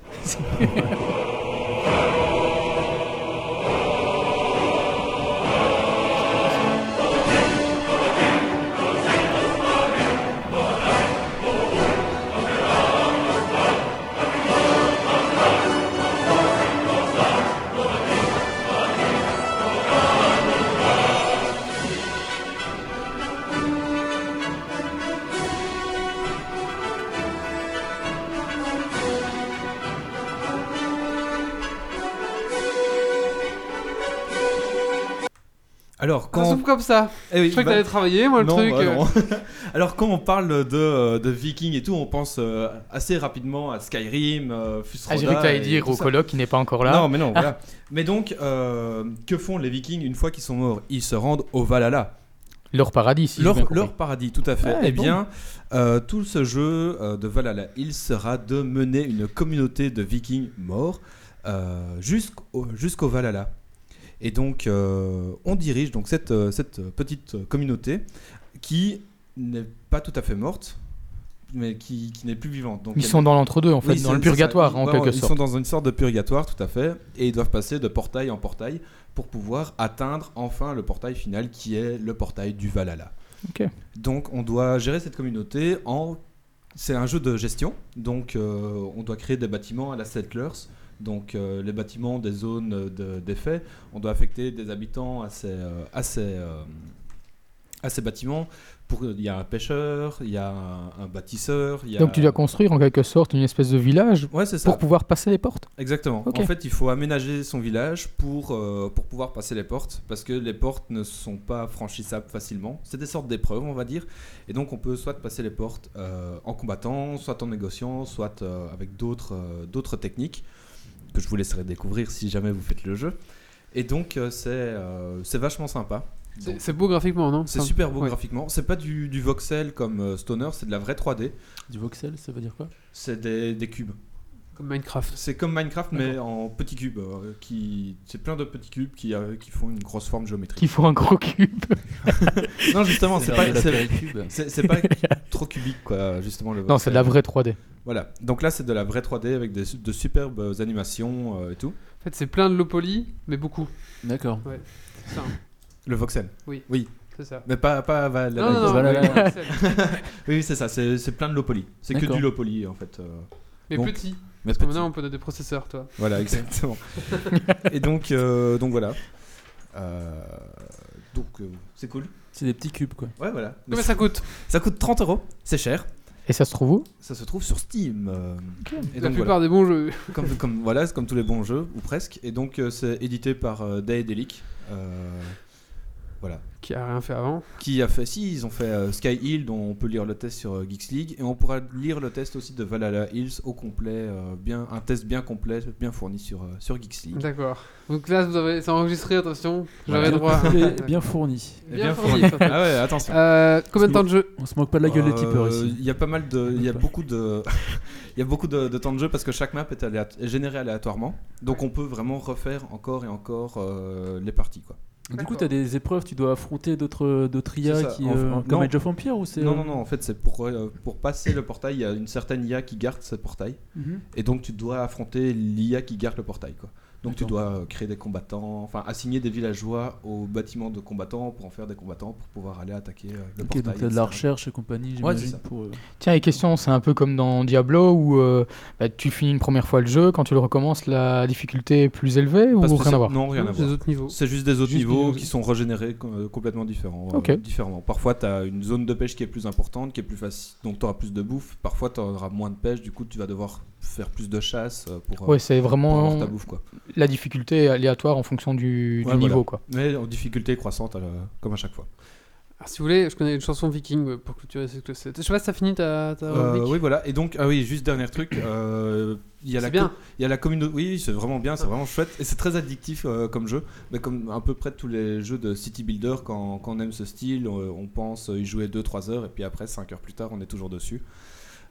Speaker 2: Alors
Speaker 1: Quand...
Speaker 3: Ah,
Speaker 2: quand...
Speaker 1: comme ça.
Speaker 2: Eh oui,
Speaker 1: Je crois que
Speaker 2: bah-
Speaker 1: t'avais travaillé, moi, le
Speaker 2: Non,
Speaker 1: truc.
Speaker 2: bah
Speaker 1: euh,
Speaker 2: non. (laughs) Alors quand on parle de, euh, de vikings et tout, on pense euh, assez rapidement à Skyrim, euh, Fusroda
Speaker 3: Ah, j'ai cru que t'allais
Speaker 2: et
Speaker 3: dire
Speaker 2: tout
Speaker 3: au
Speaker 2: ça.
Speaker 3: colloque qui n'est pas encore là.
Speaker 2: Non, mais
Speaker 3: (laughs)
Speaker 2: non, voilà. Mais donc, euh, que font les vikings une fois qu'ils sont morts Ils se rendent au Valhalla,
Speaker 3: Leur paradis, si j'ai
Speaker 2: leur,
Speaker 3: bien compris.
Speaker 2: leur paradis, tout à fait.
Speaker 3: Ouais,
Speaker 2: eh
Speaker 3: bon.
Speaker 2: bien, euh, tout ce jeu euh, de Valhalla, il sera de mener une communauté de vikings morts euh, jusqu'au jusqu'au Valhalla. Et donc, euh, on dirige donc cette, euh, cette petite communauté qui n'est pas tout à fait morte, mais qui, qui n'est plus vivante. Donc,
Speaker 3: Ils
Speaker 2: elle-
Speaker 3: sont dans l'entre-deux, en fait,
Speaker 2: oui, c'est-
Speaker 3: dans le
Speaker 2: c'est ça.
Speaker 3: purgatoire, en
Speaker 2: Ils-
Speaker 3: quelque
Speaker 2: ils
Speaker 3: sorte.
Speaker 2: sont dans une sorte de purgatoire, tout à fait, et ils doivent passer de portail en portail pour pouvoir atteindre enfin le portail final qui est le portail du Valhalla.
Speaker 3: Ok.
Speaker 2: Donc on doit gérer cette communauté en. C'est un jeu de gestion, donc euh, on doit créer des bâtiments à la Settlers. Donc euh, les bâtiments des zones de- d'effet, on doit affecter des habitants à ces, euh, à ces, euh, à ces bâtiments. Pour, il y a un pêcheur, il y a un, un bâtisseur. il Y a...
Speaker 3: Donc tu dois construire, en quelque sorte, une espèce de village
Speaker 2: Ouais, c'est ça.
Speaker 3: pour pouvoir passer les portes.
Speaker 2: Exactement.
Speaker 3: Ok.
Speaker 2: En fait, il faut aménager son village pour, euh, pour pouvoir passer les portes, parce que les portes ne sont pas franchissables facilement. C'est des sortes d'épreuves, on va dire. Et donc, on peut soit passer les portes euh, en combattant, soit en négociant, soit euh, avec d'autres euh, d'autres techniques, que je vous laisserai découvrir si jamais vous faites le jeu. Et donc, euh, c'est euh, c'est vachement sympa.
Speaker 1: C'est c'est beau graphiquement, non
Speaker 2: C'est
Speaker 1: Enfin,
Speaker 2: super beau
Speaker 1: ouais.
Speaker 2: graphiquement. C'est pas du, du voxel comme euh, Stoner, c'est de la vraie 3D.
Speaker 4: Du voxel, ça veut dire quoi
Speaker 2: C'est des, des cubes.
Speaker 1: Comme Minecraft.
Speaker 2: C'est comme Minecraft mais en petits cubes. euh, qui... C'est plein de petits cubes qui, euh, qui font une grosse forme géométrique.
Speaker 3: Qu'il faut un gros cube.
Speaker 2: Non justement, c'est pas, c'est-
Speaker 4: Cube.
Speaker 2: c'est- c'est
Speaker 3: (laughs)
Speaker 2: pas trop cubique quoi, justement. Le
Speaker 3: Non, c'est de la vraie 3D.
Speaker 2: Voilà, donc là c'est de la vraie 3D avec des, de superbes animations euh, et tout.
Speaker 1: En fait, c'est plein de low poly, mais beaucoup.
Speaker 4: D'accord.
Speaker 1: Ça,
Speaker 2: Le voxel.
Speaker 1: c'est ça.
Speaker 2: Mais pas, pas Valhalla.
Speaker 1: non, non, non, (laughs)
Speaker 4: Voilà,
Speaker 1: mais-
Speaker 4: là, là.
Speaker 2: (laughs) Oui oui, c'est ça, c'est c'est plein de Lopoli. C'est que
Speaker 4: D'accord.
Speaker 2: du Lopoli en fait. euh,
Speaker 1: mais
Speaker 2: Donc,
Speaker 1: petit.
Speaker 2: mais
Speaker 1: Parce que
Speaker 2: petit.
Speaker 1: maintenant, on peut donner des processeurs, toi.
Speaker 2: Voilà, exactement.
Speaker 3: (laughs)
Speaker 2: et donc, euh, donc voilà. Euh, donc euh, c'est cool.
Speaker 4: C'est des petits cubes quoi.
Speaker 2: Ouais voilà.
Speaker 1: Combien ça coûte
Speaker 2: Ça coûte 30 euros, c'est cher.
Speaker 3: Et ça se trouve où
Speaker 2: Ça se trouve sur Steam. euh, Et
Speaker 1: La
Speaker 2: donc
Speaker 1: plupart
Speaker 2: voilà,
Speaker 1: des bons jeux. (laughs)
Speaker 2: comme, comme- voilà, c'est comme tous les bons jeux, ou presque. Et donc euh, c'est édité par euh, Daedalic, euh, Voilà.
Speaker 1: qui a rien fait avant.
Speaker 2: Qui a fait Si, ils ont fait euh, Sky Hill, dont on peut lire le test sur euh, Geeks League. Et on pourra lire le test aussi de Valhalla Hills au complet. euh, bien, un test bien complet, bien fourni sur, euh, sur Geeks
Speaker 4: (laughs)
Speaker 2: League.
Speaker 1: D'accord. Donc là, vous avez... c'est enregistré, attention. J'aurai
Speaker 2: Voilà. (laughs)
Speaker 1: droit. à-
Speaker 4: Bien, bien fourni.
Speaker 2: Et
Speaker 1: Eh Bien fourni,
Speaker 2: fourni.
Speaker 1: surtout.
Speaker 2: ah ouais, attention.
Speaker 1: (laughs) Euh, combien de temps de jeu
Speaker 4: On se moque pas de la gueule des tipeurs
Speaker 2: Euh,
Speaker 4: ici.
Speaker 2: Il y a pas mal de, il y a
Speaker 4: D'accord.
Speaker 2: beaucoup de, (laughs) il y a beaucoup de, de temps de jeu parce que chaque map est, aléat- est générée aléatoirement, donc on peut vraiment refaire encore et encore euh, les parties quoi.
Speaker 4: Du coup, t'as des épreuves, tu dois affronter d'autres d'autres
Speaker 2: C'est
Speaker 4: IA
Speaker 2: ça,
Speaker 4: qui,
Speaker 2: en-
Speaker 4: euh,
Speaker 2: en-
Speaker 4: comme
Speaker 2: non.
Speaker 4: Age of Empire ou c'est
Speaker 2: Non
Speaker 4: euh,
Speaker 2: non non, en fait c'est pour euh, pour passer le portail, il y a une certaine IA qui garde ce portail
Speaker 4: mhm.
Speaker 2: et donc tu dois affronter l'IA qui garde le portail quoi. Donc tu
Speaker 4: D'accord.
Speaker 2: dois euh, créer des combattants, enfin assigner des villageois aux bâtiments de combattants pour en faire des combattants pour pouvoir aller attaquer euh, le
Speaker 4: Ok,
Speaker 2: portail.
Speaker 4: donc t'as de
Speaker 2: etc.
Speaker 4: la recherche et compagnie,
Speaker 2: Ouais, c'est
Speaker 4: j'imagine.
Speaker 2: ça.
Speaker 4: pour, euh,
Speaker 3: Tiens, les questions, c'est un peu comme dans Diablo où euh, bah, tu finis une première fois le jeu, quand tu le recommences, la difficulté est plus élevée ou
Speaker 2: Pas
Speaker 3: rien à
Speaker 2: spécial-
Speaker 3: voir
Speaker 2: Non rien à
Speaker 1: Des
Speaker 2: voir.
Speaker 1: autres niveaux.
Speaker 2: C'est juste des autres
Speaker 1: Juste
Speaker 2: niveaux
Speaker 1: des-
Speaker 2: qui sont régénérés com- euh, complètement différents. euh,
Speaker 3: Ok.
Speaker 2: différemment. Parfois, tu as une zone de pêche qui est plus importante, qui est plus facile, donc tu auras plus de bouffe. Parfois, tu auras moins de pêche, du coup, tu vas devoir faire plus de chasse euh, pour, euh,
Speaker 3: Ouais, c'est
Speaker 2: pour avoir
Speaker 3: vraiment
Speaker 2: ta bouffe. Quoi.
Speaker 3: la difficulté est aléatoire en fonction du, du
Speaker 2: Ouais, voilà.
Speaker 3: niveau. Quoi.
Speaker 2: Mais en difficulté croissante, euh, comme à chaque fois.
Speaker 1: Alors, Ah, si vous voulez, je connais une chanson viking euh, pour clôturer cette. cette- Je sais pas si ça finit ta, ta
Speaker 2: Euh,
Speaker 1: rubrique.
Speaker 2: oui, voilà. Et donc, ah oui, juste dernier truc. euh, Il y a
Speaker 1: C'est
Speaker 2: la
Speaker 1: bien.
Speaker 2: co- Il y a la communauté. Oui, c'est vraiment bien, c'est vraiment chouette. Et c'est très addictif euh, comme jeu. Mais comme à peu près tous les jeux de City Builder, quand, quand on aime ce style, on, on pense euh, y jouer 2-3 heures. Et puis après, 5 heures plus tard, on est toujours dessus.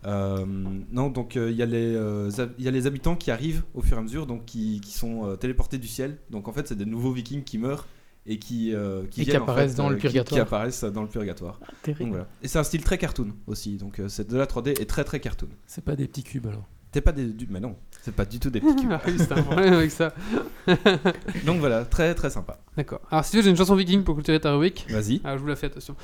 Speaker 2: Euh, non, donc euh, il y, a les, euh, hab- il y a les habitants qui arrivent au fur et à mesure, donc qui, qui sont euh, téléportés du ciel. Donc en fait, c'est des nouveaux vikings qui meurent et qui, euh,
Speaker 3: Et qui
Speaker 2: viennent, en
Speaker 3: apparaissent
Speaker 2: fait,
Speaker 3: dans le
Speaker 2: qui- qui
Speaker 3: purgatoire.
Speaker 2: apparaissent dans le purgatoire. Donc voilà. Et c'est un style très cartoon aussi, donc euh, c'est de la 3D et très très cartoon.
Speaker 4: C'est pas des petits cubes alors.
Speaker 2: T'es pas des, du, mais non, c'est pas du tout des petits cubes.
Speaker 1: (laughs) Ah oui, c'est un problème avec ça.
Speaker 2: donc voilà, très très sympa.
Speaker 1: D'accord. Alors, si tu veux, j'ai une chanson viking pour clôturer ta rubrique.
Speaker 2: Vas-y.
Speaker 1: Ah, je vous la fais, attention.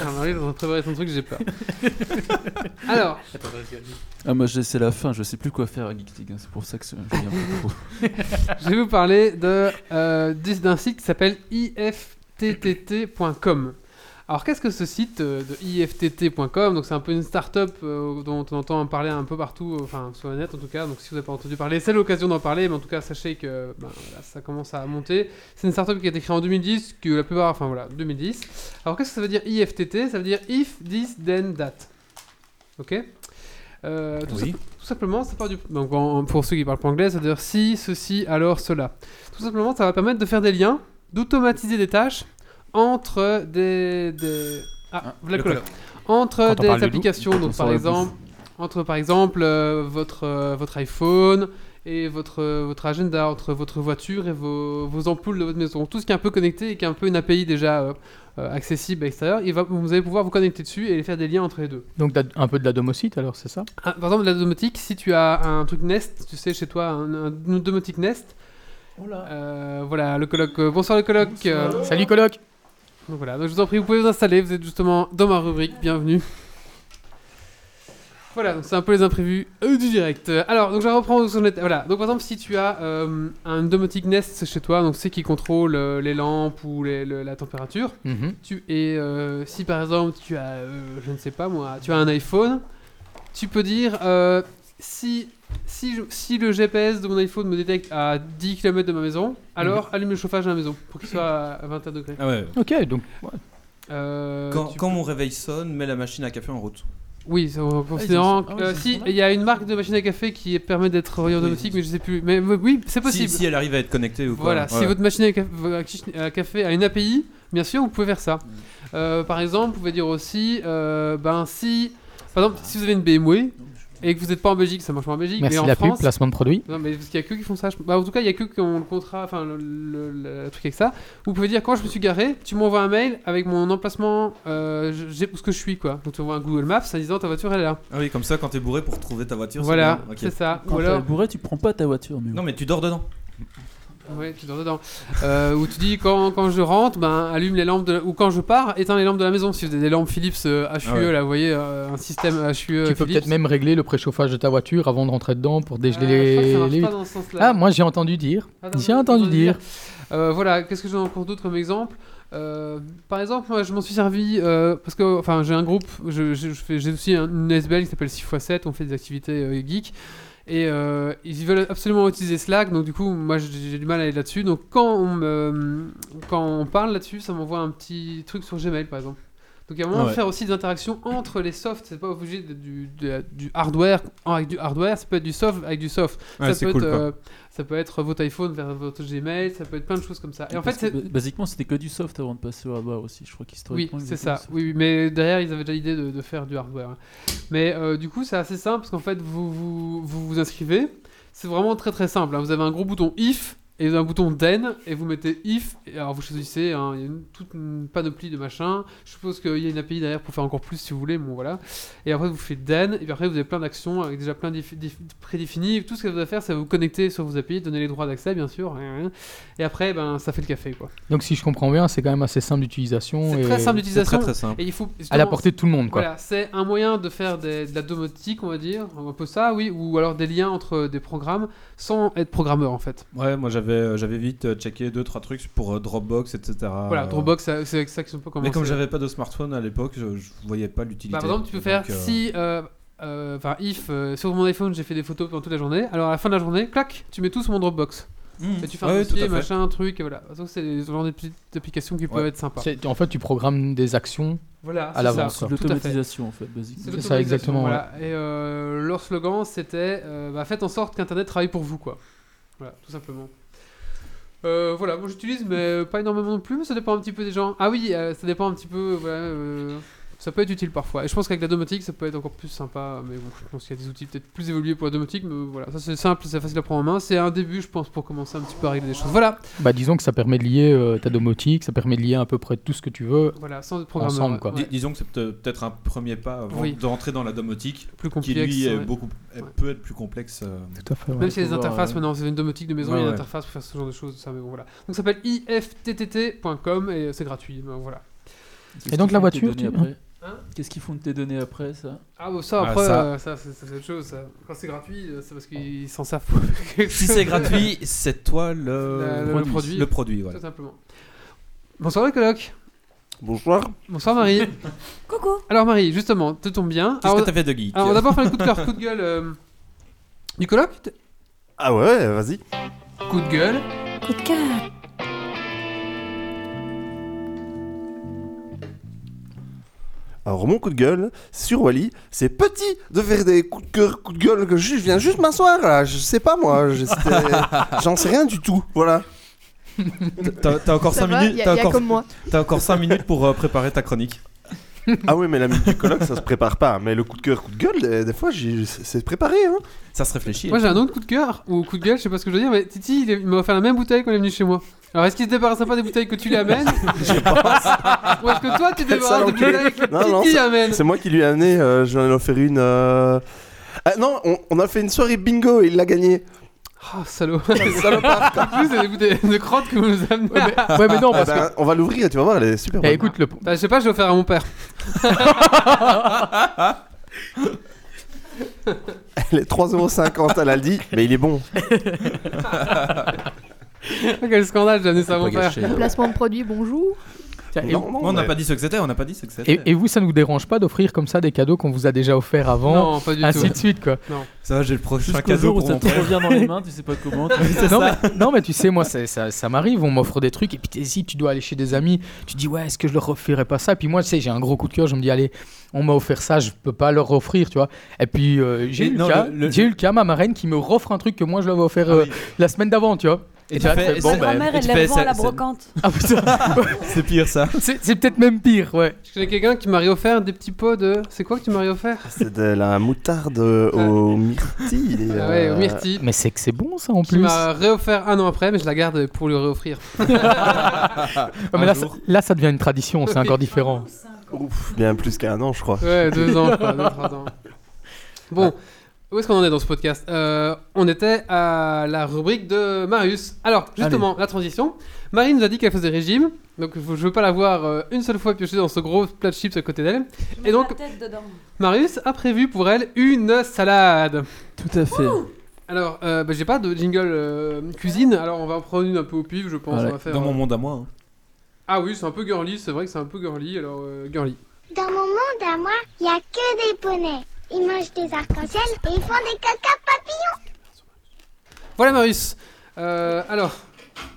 Speaker 1: Ah, Marie, en train de préparer son truc, j'ai peur. Alors,
Speaker 4: Ah, moi, je- c'est la fin, je sais plus quoi faire à Geek League, hein, c'est pour ça que c'est- (laughs) je viens pas trop.
Speaker 1: je vais vous parler de, euh, du- d'un site qui s'appelle ifttt.com. Alors, qu'est-ce que ce site euh, de ifttt.com Donc, c'est un peu une start-up euh, dont on entend parler un peu partout, euh, enfin, sur le net en tout cas. Donc, si vous n'avez pas entendu parler, c'est l'occasion d'en parler, mais en tout cas, sachez que ben, voilà, ça commence à monter. C'est une start-up qui a été créée en 2010, que la plupart, enfin voilà, 2010. Alors, qu'est-ce que ça veut dire IFTT Ça veut dire if, this, then, that. Ok Euh, tout,
Speaker 4: Oui.
Speaker 1: simple- tout simplement, ça part du. Donc, en- pour ceux qui parlent pas anglais, ça veut dire si, ceci, alors, cela. Tout simplement, ça va permettre de faire des liens, d'automatiser des tâches entre des. des- Ah, voilà
Speaker 2: le
Speaker 1: le colloque. Entre
Speaker 3: Quand on parle
Speaker 1: des
Speaker 3: du loup,
Speaker 1: applications, donc
Speaker 4: on
Speaker 1: par
Speaker 4: sent la
Speaker 1: exemple, entre par exemple euh, votre, euh, votre iPhone et votre, euh, votre agenda, entre votre voiture et vos, vos ampoules de votre maison, tout ce qui est un peu connecté et qui est un peu une API déjà euh, euh, accessible à l'extérieur, il va- vous allez pouvoir vous connecter dessus et faire des liens entre les deux.
Speaker 3: Donc t'as un peu de la domotique alors, c'est ça
Speaker 1: Ah, par exemple, la domotique, si tu as un truc Nest, tu sais, chez toi, un, un- une domotique Nest, euh, voilà, le colloque. euh, bonsoir le colloque. euh,
Speaker 3: Salut colloque
Speaker 1: donc voilà, donc je vous en prie, vous pouvez vous installer, vous êtes justement dans ma rubrique, bienvenue. Voilà, donc c'est un peu les imprévus euh, du direct. Euh, Alors, donc je reprends où on était. Voilà, donc par exemple, si tu as euh, un domotique Nest chez toi, donc c'est qui contrôle euh, les lampes ou les- le- la température,
Speaker 3: Mhm.
Speaker 1: tu, et euh, si par exemple tu as, euh, je ne sais pas moi, tu as un iPhone, tu peux dire euh, si si, je- si le GPS de mon iPhone me détecte à 10 km de ma maison, alors
Speaker 2: Mm.
Speaker 1: allume le chauffage à la maison pour qu'il soit à 21 degrés.
Speaker 2: Ah ouais.
Speaker 3: Ok, donc
Speaker 1: Euh,
Speaker 2: Quand,
Speaker 1: tu
Speaker 2: quand
Speaker 1: peux-
Speaker 2: mon réveil sonne, mets la machine à café en route.
Speaker 1: Oui, ça, en
Speaker 4: ils
Speaker 1: considérant.
Speaker 4: ont- ah
Speaker 1: que-
Speaker 4: ouais,
Speaker 1: euh,
Speaker 4: ils ont
Speaker 1: si,
Speaker 4: ça.
Speaker 1: il y a une marque de machine à café qui permet d'être reliée
Speaker 2: Oui,
Speaker 1: automatique,
Speaker 2: oui.
Speaker 1: mais je sais plus. Mais mais oui,
Speaker 2: Si,
Speaker 1: c'est possible.
Speaker 2: si elle arrive à être connectée ou quoi.
Speaker 1: Voilà, si
Speaker 2: Ouais.
Speaker 1: votre machine euh, à café, à café a une API, bien sûr, vous pouvez faire ça.
Speaker 2: Mm.
Speaker 1: Euh, par exemple, vous pouvez dire aussi, euh, ben si, par exemple, si vous avez une BMW et que vous n'êtes pas en Belgique, ça marche pas en Belgique,
Speaker 3: merci
Speaker 1: mais en
Speaker 3: la
Speaker 1: France,
Speaker 3: pub, placement de produit.
Speaker 1: non, mais parce qu'il y a que qui font ça. je- Bah, en tout cas, il y a que qui ont le contrat, enfin, le, le- le- le truc avec ça. Vous pouvez dire quand je me suis garé, tu m'envoies un mail avec mon emplacement, euh, je- j'ai où ce que je suis, quoi. Donc tu envoies un Google Maps en disant ta voiture elle est là.
Speaker 2: Ah oui, comme ça, quand t'es bourré pour retrouver ta voiture, c'est
Speaker 1: voilà,
Speaker 2: bien. Ok.
Speaker 1: c'est ça.
Speaker 4: Quand
Speaker 1: Ou alors,
Speaker 4: t'es bourré, tu prends pas ta voiture. Mais
Speaker 2: Non, mais tu dors dedans.
Speaker 1: ouais, tu dors dedans. Euh, ou tu dis quand, quand je rentre, ben allume les lampes de la- ou quand je pars, éteins les lampes de la maison. Si vous avez des lampes Philips euh, HUE,
Speaker 2: Ah ouais.
Speaker 1: là, vous voyez euh, un système HUE.
Speaker 3: tu peux
Speaker 1: Philips.
Speaker 3: peut-être même régler le préchauffage de ta voiture avant de rentrer dedans pour
Speaker 1: Euh,
Speaker 3: dégeler
Speaker 1: je crois que ça
Speaker 3: les,
Speaker 1: marche
Speaker 3: les
Speaker 1: pas
Speaker 3: vitres.
Speaker 1: dans ce sens-là.
Speaker 3: Ah, moi j'ai entendu dire.
Speaker 1: Ah, non,
Speaker 3: J'ai
Speaker 1: non,
Speaker 3: entendu dire.
Speaker 1: Euh, voilà, qu'est-ce que j'ai encore d'autre comme exemple Euh, Par exemple, moi, je m'en suis servi euh, parce que, enfin, j'ai un groupe, je- je- je fais- j'ai aussi un- une SBL qui s'appelle 6x7, on fait des activités euh, geeks. Et euh, ils veulent absolument utiliser Slack, donc du coup, moi j'ai j'ai du mal à aller là-dessus. Donc quand on, me- quand on parle là-dessus, ça m'envoie un petit truc sur Gmail par exemple. Donc il y a moyen
Speaker 2: Ah ouais.
Speaker 1: de faire aussi des interactions entre les softs, c'est pas obligé d'être du, de- du hardware avec du hardware, ça peut être du soft avec du soft
Speaker 2: Ouais,
Speaker 1: ça,
Speaker 2: c'est
Speaker 1: peut
Speaker 2: cool
Speaker 1: être,
Speaker 2: quoi.
Speaker 1: euh, ça peut être votre iPhone vers votre Gmail, ça peut être plein de choses comme ça. Et en fait, c'est...
Speaker 4: basiquement, c'était que du soft avant de passer au hardware aussi. Je crois
Speaker 1: Oui,
Speaker 4: qu'historiquement. ils
Speaker 1: c'est
Speaker 4: étaient au
Speaker 1: ça.
Speaker 4: soft.
Speaker 1: Oui, oui, mais derrière, ils avaient déjà l'idée de, de faire du hardware. hein. Mais euh, du coup, c'est assez simple parce qu'en fait, vous vous, vous vous inscrivez. C'est vraiment très très simple. hein. Vous avez un gros bouton if et un bouton then et vous mettez if. Et alors vous choisissez. hein, il y a une- toute une panoplie de machins. Je suppose qu'il y a une API derrière pour faire encore plus si vous voulez. Bon voilà. Et après, vous faites then. Et puis après, vous avez plein d'actions avec déjà plein défi- défi- prédéfinies. Tout ce que vous avez à faire, c'est vous connecter sur vos API, donner les droits d'accès, bien sûr. Et après, ben, ça fait le café quoi.
Speaker 3: Donc si je comprends bien, c'est quand même assez simple d'utilisation.
Speaker 1: C'est
Speaker 3: et
Speaker 1: très simple
Speaker 2: C'est
Speaker 1: d'utilisation.
Speaker 2: très très simple.
Speaker 1: Et il faut
Speaker 3: À la
Speaker 1: justement-
Speaker 3: portée de tout le monde, quoi.
Speaker 1: voilà, c'est un moyen de faire des- de la domotique, on va dire, un peu ça, oui, ou alors des liens entre des programmes sans être programmeur en fait.
Speaker 2: Ouais, moi j'avais euh, j'avais vite euh, checké deux trois trucs pour euh, Dropbox, etc.
Speaker 1: Voilà,
Speaker 2: Euh,
Speaker 1: Dropbox, ça- c'est avec ça qu'ils sont pas
Speaker 2: Mais
Speaker 1: commencé.
Speaker 2: comme j'avais pas de smartphone à l'époque, je, je voyais pas l'utilité.
Speaker 1: Bah, par exemple, tu peux
Speaker 2: Donc,
Speaker 1: faire
Speaker 2: euh,
Speaker 1: si. euh, euh, Enfin, if euh, sur mon iPhone j'ai fait des photos pendant toute la journée, alors à la fin de la journée, clac, tu mets tout sur mon Dropbox.
Speaker 2: hmm,
Speaker 1: Et tu fais
Speaker 2: ouais,
Speaker 1: un
Speaker 2: ouais, tout à
Speaker 1: dossier,
Speaker 2: fait.
Speaker 1: machin, un truc, et voilà. Donc, c'est le genre de petites applications qui peuvent
Speaker 2: Ouais.
Speaker 1: être sympas.
Speaker 3: C'est- En fait, tu programmes des actions.
Speaker 1: Voilà,
Speaker 3: à
Speaker 1: c'est
Speaker 3: l'avance,
Speaker 1: ça,
Speaker 4: C'est de
Speaker 1: tout à fait.
Speaker 4: l'automatisation en fait, basiquement.
Speaker 3: C'est ça, exactement,
Speaker 1: Voilà. Et euh, leur slogan, c'était euh, bah, Faites en sorte qu'Internet travaille pour vous, quoi. Voilà, tout simplement. Euh, voilà, moi j'utilise, mais pas énormément non plus, mais ça dépend un petit peu des gens. Ah oui, euh, ça dépend un petit peu. voilà, euh, ça peut être utile parfois. Et je pense qu'avec la domotique, ça peut être encore plus sympa. Mais bon, je pense qu'il y a des outils peut-être plus évolués pour la domotique, mais voilà, ça c'est simple, c'est facile à prendre en main. C'est un début, je pense, pour commencer un petit peu à régler des choses. Voilà,
Speaker 3: Bah, disons que ça permet de lier euh, ta domotique, ça permet de lier à peu près tout ce que tu veux.
Speaker 1: voilà, sans programme.
Speaker 3: Ensemble, quoi.
Speaker 2: Dis- disons que c'est peut- peut-être un premier pas avant
Speaker 1: Oui.
Speaker 2: d'entrer dans la domotique,
Speaker 1: plus
Speaker 2: qui
Speaker 1: complexe.
Speaker 2: lui est
Speaker 1: ouais.
Speaker 2: beaucoup, elle
Speaker 1: Ouais.
Speaker 2: peut être plus complexe. euh,
Speaker 3: Tout à fait.
Speaker 1: Même
Speaker 4: Ouais,
Speaker 1: si les
Speaker 4: faut voir,
Speaker 1: interfaces,
Speaker 4: ouais.
Speaker 1: maintenant, vous avez une domotique de maison,
Speaker 2: Ouais,
Speaker 1: il y a une
Speaker 2: ouais.
Speaker 1: interface pour faire ce genre de choses, ça, mais bon, voilà. Donc ça s'appelle ifttt.com et c'est gratuit, ben, voilà.
Speaker 4: Qu'est-ce
Speaker 3: Et donc,
Speaker 4: qu'ils
Speaker 3: la
Speaker 4: font de tes
Speaker 3: voiture, tu-
Speaker 4: données après
Speaker 1: Hein
Speaker 4: Qu'est-ce qu'ils font de tes données après ça
Speaker 1: Ah, bon, ça,
Speaker 2: Ah,
Speaker 1: après,
Speaker 2: ça.
Speaker 1: euh, ça, c'est- c'est autre chose, ça. Quand c'est gratuit, euh, c'est parce qu'ils s'en savent pour quelque
Speaker 2: Si
Speaker 1: chose.
Speaker 2: c'est gratuit, c'est toi le,
Speaker 1: Le- le produit. Ah,
Speaker 2: Le produit, voilà.
Speaker 1: (laughs) Tout simplement. Bonsoir, le coloc.
Speaker 7: Bonsoir.
Speaker 1: Bonsoir, Marie.
Speaker 8: Coucou
Speaker 1: Alors, Marie, justement, te tombe bien.
Speaker 2: Qu'est-ce
Speaker 1: Alors,
Speaker 2: que t'as fait de geek
Speaker 1: alors, on va d'abord faire le coup de cœur, coup de gueule euh, du coloc.
Speaker 7: Ah ouais, vas-y.
Speaker 1: Coup de gueule.
Speaker 8: Coup de cœur
Speaker 7: Alors mon coup de gueule sur Wally, c'est petit de faire des coups de cœur, coups de gueule que je je viens juste m'asseoir là, je sais pas moi, je- (laughs) c'était- j'en sais rien du tout, voilà.
Speaker 2: T'as t'as encore
Speaker 5: Ça
Speaker 2: 5
Speaker 5: va, il y
Speaker 2: minutes,
Speaker 5: a,
Speaker 2: t'as
Speaker 5: y a
Speaker 2: encore,
Speaker 5: comme moi.
Speaker 2: (laughs) t'as encore cinq minutes pour euh, préparer ta chronique.
Speaker 7: Ah oui, mais la minute du colloque ça se prépare pas, mais le coup de cœur, coup de gueule, des, des fois j'ai- c'est c'est préparé hein.
Speaker 2: Ça se réfléchit.
Speaker 1: (laughs)
Speaker 2: hein.
Speaker 1: Moi, j'ai un autre coup de cœur, ou coup de gueule, je sais pas ce que je veux dire, mais Titi, il est- il m'a offert la même bouteille quand il est venu chez moi. Alors, est-ce qu'il se débarrasse pas des bouteilles que tu lui
Speaker 7: (laughs)
Speaker 1: amènes (laughs) Ou est-ce que toi, tu te débarrasses
Speaker 7: Quel
Speaker 1: des
Speaker 7: sale enculé.
Speaker 1: bouteilles que
Speaker 7: Non, non,
Speaker 1: Titi amène
Speaker 7: C'est moi qui lui ai amené, euh, je lui en ai offert une... euh, Ah non, on, on a fait une soirée bingo et il l'a gagné.
Speaker 1: Oh,
Speaker 7: (laughs)
Speaker 1: salaud.
Speaker 7: Salopard.
Speaker 1: En plus, c'est des bouteilles de crotte que vous nous amenez.
Speaker 3: Ouais, mais, ouais, mais non,
Speaker 7: Eh
Speaker 3: Ah, parce que.
Speaker 7: ben, on va l'ouvrir, tu vas voir, elle est super
Speaker 3: Eh,
Speaker 7: bonne.
Speaker 3: écoute, le...
Speaker 1: Bah, je sais pas, j'ai offert à mon père. (laughs)
Speaker 7: Elle est 3,50€ à l'Aldi, mais il est bon.
Speaker 1: Quel scandale, j'ai amené ça à mon père.
Speaker 5: Placement de produit, bonjour.
Speaker 3: Tiens, Bah, et,
Speaker 7: Non, non,
Speaker 2: on n'a
Speaker 7: mais-
Speaker 2: pas dit ce que c'était, on n'a pas dit ce que c'était.
Speaker 3: et- et vous, ça nous dérange pas d'offrir comme ça des cadeaux qu'on vous a déjà offerts avant
Speaker 1: non, pas du
Speaker 3: Ainsi
Speaker 1: tout.
Speaker 3: de suite, quoi.
Speaker 2: Ça va, j'ai le prochain
Speaker 4: Jusqu'au jour
Speaker 2: cadeau
Speaker 4: où
Speaker 2: pour
Speaker 4: ça
Speaker 2: mon
Speaker 4: te
Speaker 2: frère.
Speaker 4: revient dans les (laughs) mains, tu sais pas
Speaker 3: (laughs)
Speaker 4: comment. tu-
Speaker 3: non, mais, non, mais tu sais, moi, c'est- ça, ça m'arrive, on m'offre des trucs, et puis t'es- si tu dois aller chez des amis, tu dis, ouais, est-ce que je leur offrirais pas ça Et puis moi, tu sais, j'ai un gros coup de cœur, je me dis, allez, on m'a offert ça, je peux pas leur offrir, tu vois. Et puis euh, j'ai
Speaker 2: Et
Speaker 3: eu, le
Speaker 2: non,
Speaker 3: cas-
Speaker 2: le- le-
Speaker 3: j'ai eu le cas, ma marraine qui me refre un truc que moi, je lui avais offert
Speaker 2: Ah
Speaker 3: euh,
Speaker 2: oui.
Speaker 3: la semaine d'avant, tu vois.
Speaker 2: Et tu
Speaker 3: Tiens,
Speaker 2: fais,
Speaker 3: c'est
Speaker 2: bon,
Speaker 3: bon,
Speaker 8: Sa
Speaker 2: bah,
Speaker 8: grand-mère,
Speaker 2: et
Speaker 8: elle
Speaker 2: tu
Speaker 8: la
Speaker 2: fais,
Speaker 8: vend à
Speaker 2: c'est-
Speaker 8: la
Speaker 2: c'est-
Speaker 1: (laughs)
Speaker 8: brocante.
Speaker 2: (laughs)
Speaker 3: Ah, putain,
Speaker 2: C'est pire ça.
Speaker 3: c'est c'est peut-être même pire, ouais.
Speaker 1: Je connais quelqu'un qui m'a réoffert des petits pots de. C'est quoi que tu m'as réoffert
Speaker 7: C'est de la moutarde euh, au myrtille. et,
Speaker 1: Ah Ouais,
Speaker 7: euh,
Speaker 1: au myrtille.
Speaker 3: Mais c'est que c'est bon, ça, en
Speaker 1: Qui
Speaker 3: plus.
Speaker 2: Bah,
Speaker 1: m'a réoffert un an après, mais je la garde pour lui réoffrir.
Speaker 3: Ah, mais
Speaker 2: un
Speaker 3: là, ça-
Speaker 2: jour.
Speaker 3: là, ça devient une tradition, c'est encore différent.
Speaker 7: euh, Ouf, bien plus qu'un an, je crois.
Speaker 2: (laughs)
Speaker 1: Ouais, deux ans, je crois, deux, trois ans. Bon, où est-ce qu'on en est dans ce podcast Euh, On était à la rubrique de Marius. Alors, justement, la transition. Marie nous a dit qu'elle faisait régime, donc je je veux pas la voir euh, une seule fois piocher dans ce gros plat de chips à côté d'elle.
Speaker 8: Je
Speaker 1: Et
Speaker 8: mets
Speaker 1: donc-
Speaker 8: la tête dedans.
Speaker 1: Marius a prévu pour elle une salade.
Speaker 4: Tout à fait.
Speaker 1: Alors, euh, bah, j'ai pas de jingle euh, cuisine, alors on va en prendre une un peu au pif, je pense.
Speaker 4: Voilà,
Speaker 1: on va faire,
Speaker 2: Dans mon
Speaker 1: euh,
Speaker 2: monde à moi. hein.
Speaker 1: Ah oui, c'est un peu girly, c'est vrai que c'est un peu girly, alors euh, girly.
Speaker 9: Dans mon monde à moi, il n'y a que des poneys. Ils mangent des arcs-en-ciel et ils font des caca
Speaker 1: Voilà Marius. Euh, alors,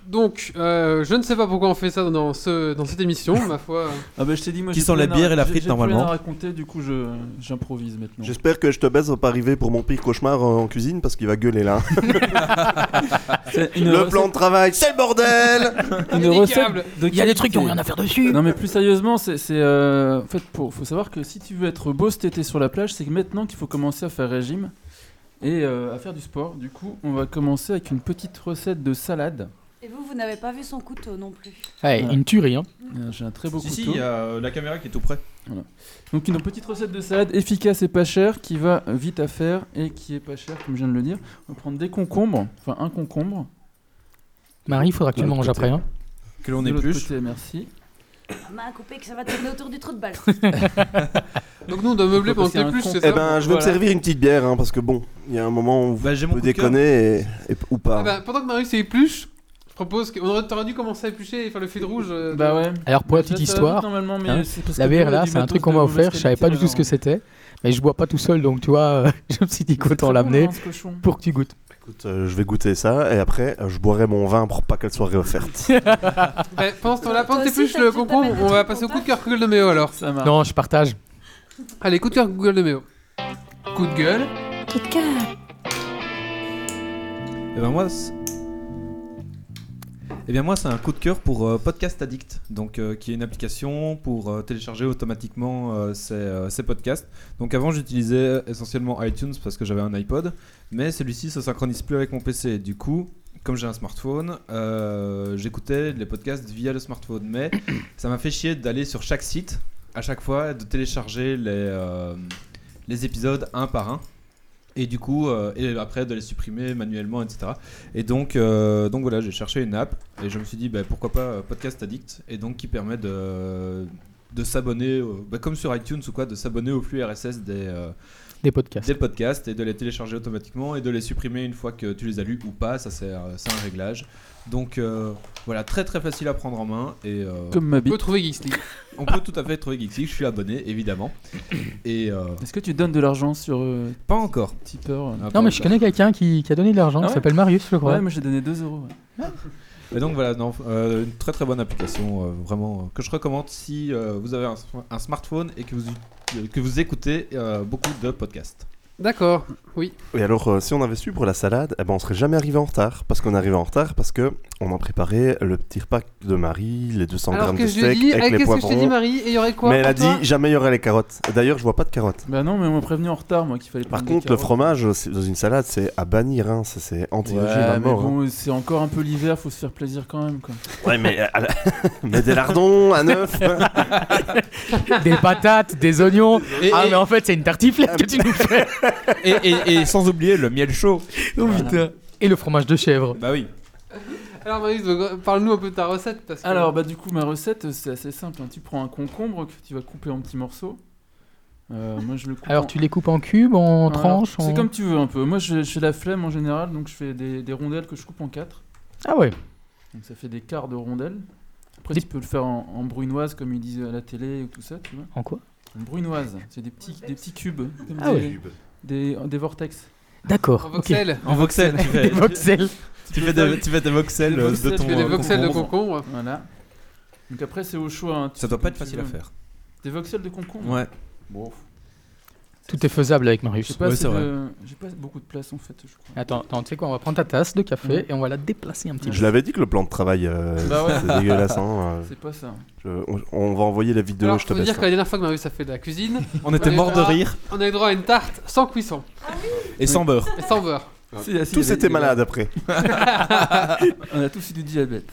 Speaker 1: donc, euh, je ne sais pas pourquoi on fait ça dans, ce, dans cette émission, ma
Speaker 4: (laughs)
Speaker 1: foi.
Speaker 4: Ah bah je t'ai dit, moi,
Speaker 2: Qui
Speaker 4: j'ai
Speaker 2: sont
Speaker 4: plus
Speaker 2: la
Speaker 4: rien
Speaker 2: bière
Speaker 4: à-
Speaker 2: et la
Speaker 4: j'ai-
Speaker 2: frite,
Speaker 4: j'ai plus rien
Speaker 2: normalement.
Speaker 4: à raconter, du coup, je- j'improvise maintenant.
Speaker 7: J'espère que je te baise va pas arriver pour mon pire cauchemar euh, en cuisine parce qu'il va
Speaker 1: (laughs)
Speaker 7: gueuler là.
Speaker 4: Ah, C'est une
Speaker 7: Le
Speaker 4: recette-
Speaker 7: plan de travail, c'est le bordel
Speaker 4: une
Speaker 1: Indéniable.
Speaker 4: recette
Speaker 3: Il y
Speaker 4: de
Speaker 3: a des
Speaker 4: qualité.
Speaker 3: trucs qui ont rien à faire dessus.
Speaker 4: Non mais plus sérieusement, c'est c'est, euh, en fait pour faut savoir que si tu veux être beau cet été sur la plage, c'est que maintenant qu'il faut commencer à faire régime et euh, à faire du sport. Du coup, on va commencer avec une petite recette de salade.
Speaker 8: Et vous, vous n'avez pas vu son couteau non plus.
Speaker 3: Ouais, une tuerie, hein.
Speaker 4: Euh, J'ai un très beau
Speaker 2: Si, si,
Speaker 4: couteau.
Speaker 2: il y a euh, la caméra qui est tout près.
Speaker 4: Donc une petite recette de salade efficace et pas chère qui va vite à faire et qui est pas chère comme je viens de le dire. On va prendre des concombres, enfin un concombre.
Speaker 3: Marie, il faudra que tu
Speaker 2: De
Speaker 3: le
Speaker 2: l'autre
Speaker 3: manges
Speaker 2: côté.
Speaker 3: après, hein.
Speaker 2: Que l'on
Speaker 4: de l'autre
Speaker 2: épluche.
Speaker 4: côté, merci.
Speaker 8: Main coupée que ça va tourner autour du trou de balle.
Speaker 1: Donc nous, on doit meubler
Speaker 4: Faut pas
Speaker 1: pendant que t'es plus,
Speaker 4: passer
Speaker 1: (laughs)
Speaker 4: un
Speaker 1: c'est ça
Speaker 7: Eh ben, je vais
Speaker 4: Voilà.
Speaker 7: me servir une petite bière hein, parce que bon, il y a un moment où vous
Speaker 2: Bah, j'ai mon
Speaker 7: pouvez
Speaker 2: coup de cœur.
Speaker 7: déconner et- et- ou pas.
Speaker 1: Ah ben, Pendant que Marius est épluche, je propose qu'on aurait, t'aurais dû commencer à éplucher et faire le fil rouge. euh,
Speaker 4: Bah ouais.
Speaker 3: Alors pour la
Speaker 4: Ça,
Speaker 3: petite
Speaker 4: ça va
Speaker 3: histoire,
Speaker 4: vite, normalement, mais
Speaker 3: hein,
Speaker 4: c'est parce
Speaker 3: la
Speaker 4: que
Speaker 3: bière
Speaker 4: nous, on a
Speaker 3: là,
Speaker 4: du
Speaker 3: c'est un
Speaker 4: matos
Speaker 3: truc qu'on
Speaker 4: de
Speaker 3: m'a
Speaker 4: mauvaise
Speaker 3: offert, je savais pas du
Speaker 4: qualité,
Speaker 3: tout ce que
Speaker 4: alors.
Speaker 3: c'était, mais je bois pas tout seul donc tu vois, euh, (laughs) je me suis dit
Speaker 4: C'est très
Speaker 3: autant
Speaker 4: bon,
Speaker 3: l'amener
Speaker 4: hein, ce cochon.
Speaker 3: pour que tu goûtes.
Speaker 7: Écoute, euh, je vais goûter ça et après, euh, je boirai mon vin pour pas qu'elle soit réofferte.
Speaker 1: eh, pendant ce temps-là, pendant que
Speaker 8: Toi aussi,
Speaker 1: t'épluches
Speaker 8: t'as-
Speaker 1: le
Speaker 8: tu t'as
Speaker 1: concombre,
Speaker 8: pas des
Speaker 1: on va
Speaker 8: trucs
Speaker 1: passer au
Speaker 8: en
Speaker 1: coup de cœur Google de Méo alors.
Speaker 4: Ça marche.
Speaker 3: Non, je partage.
Speaker 1: Allez, coup de cœur Google de Méo. Coup de gueule.
Speaker 8: Kit Kat.
Speaker 2: Et ben moi, c'est- Eh bien moi, c'est un coup de cœur pour euh, Podcast Addict, donc euh, qui est une application pour euh, télécharger automatiquement euh, ses, euh, ses podcasts. Donc avant, j'utilisais essentiellement iTunes parce que j'avais un iPod, mais celui-ci se synchronise plus avec mon PC. Du coup, comme j'ai un smartphone, euh, j'écoutais les podcasts via le smartphone, mais (coughs) ça m'a fait chier d'aller sur chaque site à chaque fois, de télécharger les euh, les épisodes un par un. Et du coup, euh, et après de les supprimer manuellement, etc. Et donc, euh, donc voilà, j'ai cherché une app et je me suis dit bah, pourquoi pas euh, Podcast Addict et donc qui permet de, de s'abonner, au- bah, comme sur iTunes ou quoi, de s'abonner au flux RSS des, euh,
Speaker 3: Des podcasts.
Speaker 2: des podcasts et de les télécharger automatiquement et de les supprimer une fois que tu les as lus ou pas. Ça, c'est euh, c'est un réglage. Donc euh, voilà, très très facile à prendre en main et euh,
Speaker 4: Comme ma
Speaker 1: On
Speaker 4: bite.
Speaker 1: peut trouver Geeks League.
Speaker 2: on peut tout à fait trouver Geeksy. Je suis abonné évidemment et euh,
Speaker 4: Est-ce que tu donnes de l'argent sur euh,
Speaker 2: pas encore. Ah,
Speaker 4: Tipeur
Speaker 2: pas
Speaker 3: Non mais
Speaker 2: encore.
Speaker 3: je connais quelqu'un qui, qui a donné de l'argent,
Speaker 4: Ah
Speaker 3: il
Speaker 4: ouais
Speaker 3: s'appelle Marius je
Speaker 4: Ouais,
Speaker 3: crois.
Speaker 4: moi j'ai donné 2 euros. ouais.
Speaker 2: Et donc voilà, non, euh, une très très bonne application, euh, vraiment, euh, que je recommande si euh, vous avez un, un smartphone et que vous, euh, que vous écoutez euh, beaucoup de podcasts.
Speaker 1: D'accord.
Speaker 7: Et alors, euh, si on avait su pour la salade, eh ben, on serait jamais arrivé en retard. Parce qu'on arrivait en retard parce que on en préparait le petit repas de Marie, les 200
Speaker 1: Alors
Speaker 7: grammes
Speaker 1: que
Speaker 7: de
Speaker 1: je lui ai
Speaker 7: steak
Speaker 1: dit, eh,
Speaker 7: avec
Speaker 1: qu'est-ce
Speaker 7: les
Speaker 1: que je
Speaker 7: poivrons.
Speaker 1: t'ai dit Marie Et il y aurait quoi
Speaker 7: mais elle a
Speaker 1: Antoine
Speaker 7: dit jamais il y aurait les carottes. D'ailleurs, je vois pas de carottes.
Speaker 4: Bah non, mais on m'a prévenu en retard, moi, qu'il fallait
Speaker 7: Par
Speaker 4: prendre des
Speaker 7: contre, le
Speaker 4: carottes.
Speaker 7: fromage euh, c'est- dans une salade, c'est à bannir. Hein. Ça, C'est anti
Speaker 4: Ouais,
Speaker 7: à
Speaker 4: mais
Speaker 7: mort. hein.
Speaker 4: bon, c'est encore un peu l'hiver, faut se faire plaisir quand même. Quoi.
Speaker 7: Ouais, mais, euh, à la- (laughs) mais des lardons,
Speaker 4: (laughs)
Speaker 7: un œuf.
Speaker 3: Des patates, des oignons.
Speaker 2: Et,
Speaker 3: Ah mais en fait c'est une tartiflette que tu nous
Speaker 4: (laughs)
Speaker 3: fais.
Speaker 2: sans oublier le miel chaud.
Speaker 3: Oh putain. Et le fromage de chèvre.
Speaker 2: Bah oui.
Speaker 1: Alors Marius, donc, parle-nous un peu de ta recette. Parce que...
Speaker 4: Alors, bah du coup, ma recette, euh, c'est assez simple. hein. Tu prends un concombre que tu vas couper en petits morceaux. Euh, moi, je le coupe
Speaker 3: Alors
Speaker 4: en-
Speaker 3: tu les coupes en cubes, en
Speaker 4: Alors,
Speaker 3: tranches en-
Speaker 4: C'est comme tu veux un peu. Moi, j'ai j'ai la flemme en général, donc je fais des, des rondelles que je coupe en quatre.
Speaker 3: Ah ouais.
Speaker 4: Donc ça fait des quarts de rondelles. Après, tu peux le faire en, en brunoise, comme ils disent à la télé ou tout ça, tu vois.
Speaker 3: En quoi
Speaker 4: Une brunoise, c'est des petits, des petits cubes, comme
Speaker 3: Ah
Speaker 4: des,
Speaker 3: ouais.
Speaker 4: des, des vortex.
Speaker 1: En
Speaker 3: D'accord. ok. (laughs)
Speaker 1: voxel.
Speaker 2: En voxel, tu fais,
Speaker 3: Des voxels.
Speaker 2: (laughs) tu fais des, tu fais des voxels
Speaker 4: Des
Speaker 2: euh,
Speaker 4: voxels,
Speaker 2: de ton.
Speaker 1: Tu
Speaker 4: tu
Speaker 1: fais des
Speaker 2: euh,
Speaker 1: voxels de
Speaker 2: concombre.
Speaker 1: concombre.
Speaker 4: Voilà. Donc après, c'est au choix. hein, tu
Speaker 2: Ça
Speaker 4: fais
Speaker 2: doit
Speaker 4: comme
Speaker 2: pas être
Speaker 4: tu
Speaker 2: facile à
Speaker 4: veux.
Speaker 2: faire.
Speaker 4: Des voxels de concombre
Speaker 2: Ouais.
Speaker 4: Bon.
Speaker 3: Tout est faisable avec
Speaker 4: J'ai
Speaker 3: Marius.
Speaker 4: pas,
Speaker 2: Ouais,
Speaker 4: assez
Speaker 2: c'est
Speaker 4: de- j'ai pas beaucoup de place en fait, je crois.
Speaker 3: Attends, attends, tu sais quoi On va prendre ta tasse de café
Speaker 4: Ouais.
Speaker 3: et on va la déplacer un petit peu.
Speaker 7: Je l'avais dit que le plan de travail, euh,
Speaker 4: Bah ouais.
Speaker 7: c'est dégueulasse. hein, euh,
Speaker 4: C'est pas ça.
Speaker 7: je- on, on va envoyer la vidéo,
Speaker 1: Alors,
Speaker 7: je te
Speaker 1: faut
Speaker 7: baisse.
Speaker 1: dire que la dernière fois que Marius a fait de la cuisine,
Speaker 2: On était
Speaker 1: Ouais,
Speaker 2: mort de
Speaker 1: bah.
Speaker 2: rire
Speaker 1: on avait droit à une tarte sans cuisson
Speaker 2: et sans beurre.
Speaker 1: et sans beurre.
Speaker 7: Ah, Tous étaient malades après.
Speaker 4: On a tous eu du diabète.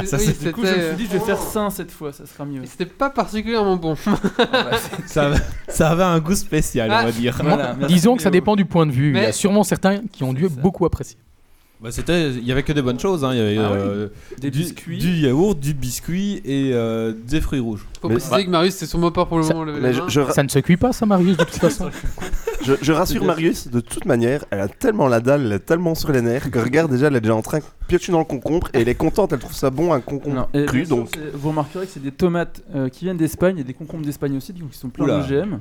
Speaker 1: C'est-
Speaker 2: Ça,
Speaker 1: oui,
Speaker 2: c'est-
Speaker 4: Du coup, je me suis
Speaker 1: c'était. euh,
Speaker 4: dit, je vais faire sain cette fois, ça sera (laughs) mieux.
Speaker 1: C'était pas particulièrement bon.
Speaker 4: Ah bah,
Speaker 2: ça, avait- ça avait un goût spécial,
Speaker 1: Ah.
Speaker 2: on va dire.
Speaker 3: Moi,
Speaker 4: Voilà, merci
Speaker 3: disons que ça
Speaker 4: Léo.
Speaker 3: dépend du point de vue. Il y
Speaker 1: Mais-
Speaker 3: a sûrement certains qui ont dû
Speaker 4: C'est ça.
Speaker 3: beaucoup apprécier.
Speaker 2: Bah, c'était, il y avait que des bonnes choses. Hein. Il y avait,
Speaker 4: Ah oui.
Speaker 2: euh,
Speaker 4: Des
Speaker 2: du,
Speaker 4: biscuits.
Speaker 2: du yaourt, du biscuit et euh, des fruits rouges.
Speaker 1: Faut
Speaker 7: Mais-
Speaker 1: préciser que Marius, c'est son mot pas pour le
Speaker 3: Ça-
Speaker 1: moment. lever la
Speaker 7: Mais je,
Speaker 1: main.
Speaker 7: je-
Speaker 3: Ça ne se cuit pas, ça, Marius,
Speaker 4: (laughs)
Speaker 3: de toute façon.
Speaker 7: je-
Speaker 1: (laughs)
Speaker 7: je rassure Marius, de toute manière, elle a tellement la dalle, elle est tellement sur les nerfs que regarde déjà, elle est déjà en train de piocher dans le concombre et elle est contente, elle trouve ça bon, un concombre
Speaker 4: Non, et
Speaker 7: cru
Speaker 4: bien sûr,
Speaker 7: donc.
Speaker 4: c'est- Vous remarquerez que c'est des tomates euh, qui viennent d'Espagne et des concombres d'Espagne aussi, donc ils sont pleins
Speaker 2: Oula.
Speaker 7: (laughs)
Speaker 4: d'OGM.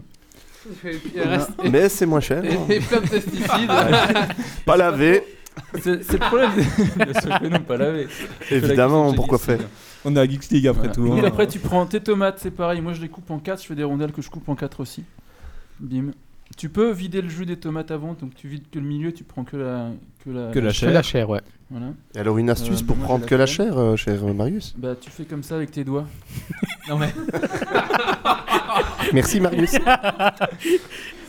Speaker 1: Et puis, il reste- et-
Speaker 7: Mais c'est moins cher.
Speaker 1: Et et plein de pesticides.
Speaker 7: Pas lavé,
Speaker 4: C'est c'est le problème. (laughs) de se fait non pas laver.
Speaker 7: évidemment, pourquoi faire
Speaker 2: On est à Geeks League après
Speaker 4: Voilà.
Speaker 2: tout.
Speaker 4: Et
Speaker 2: hein.
Speaker 4: après, tu prends tes tomates, c'est pareil. Moi, je les coupe en 4, je fais des rondelles que je coupe en 4 aussi. Bim. Tu peux vider le jus des tomates avant, donc tu vides que le milieu, tu prends que la. Que la,
Speaker 2: que la
Speaker 3: Que
Speaker 2: chair.
Speaker 3: la chair, ouais.
Speaker 4: Voilà.
Speaker 7: Et alors une astuce
Speaker 4: Euh,
Speaker 7: pour
Speaker 4: moi,
Speaker 7: prendre
Speaker 4: j'ai
Speaker 7: que
Speaker 4: la
Speaker 7: la
Speaker 4: flemme.
Speaker 7: chair, euh, cher
Speaker 4: (laughs)
Speaker 7: euh, Marius
Speaker 4: Bah, tu fais comme ça avec tes doigts.
Speaker 2: Non, mais-
Speaker 7: Merci Marius.
Speaker 4: (laughs)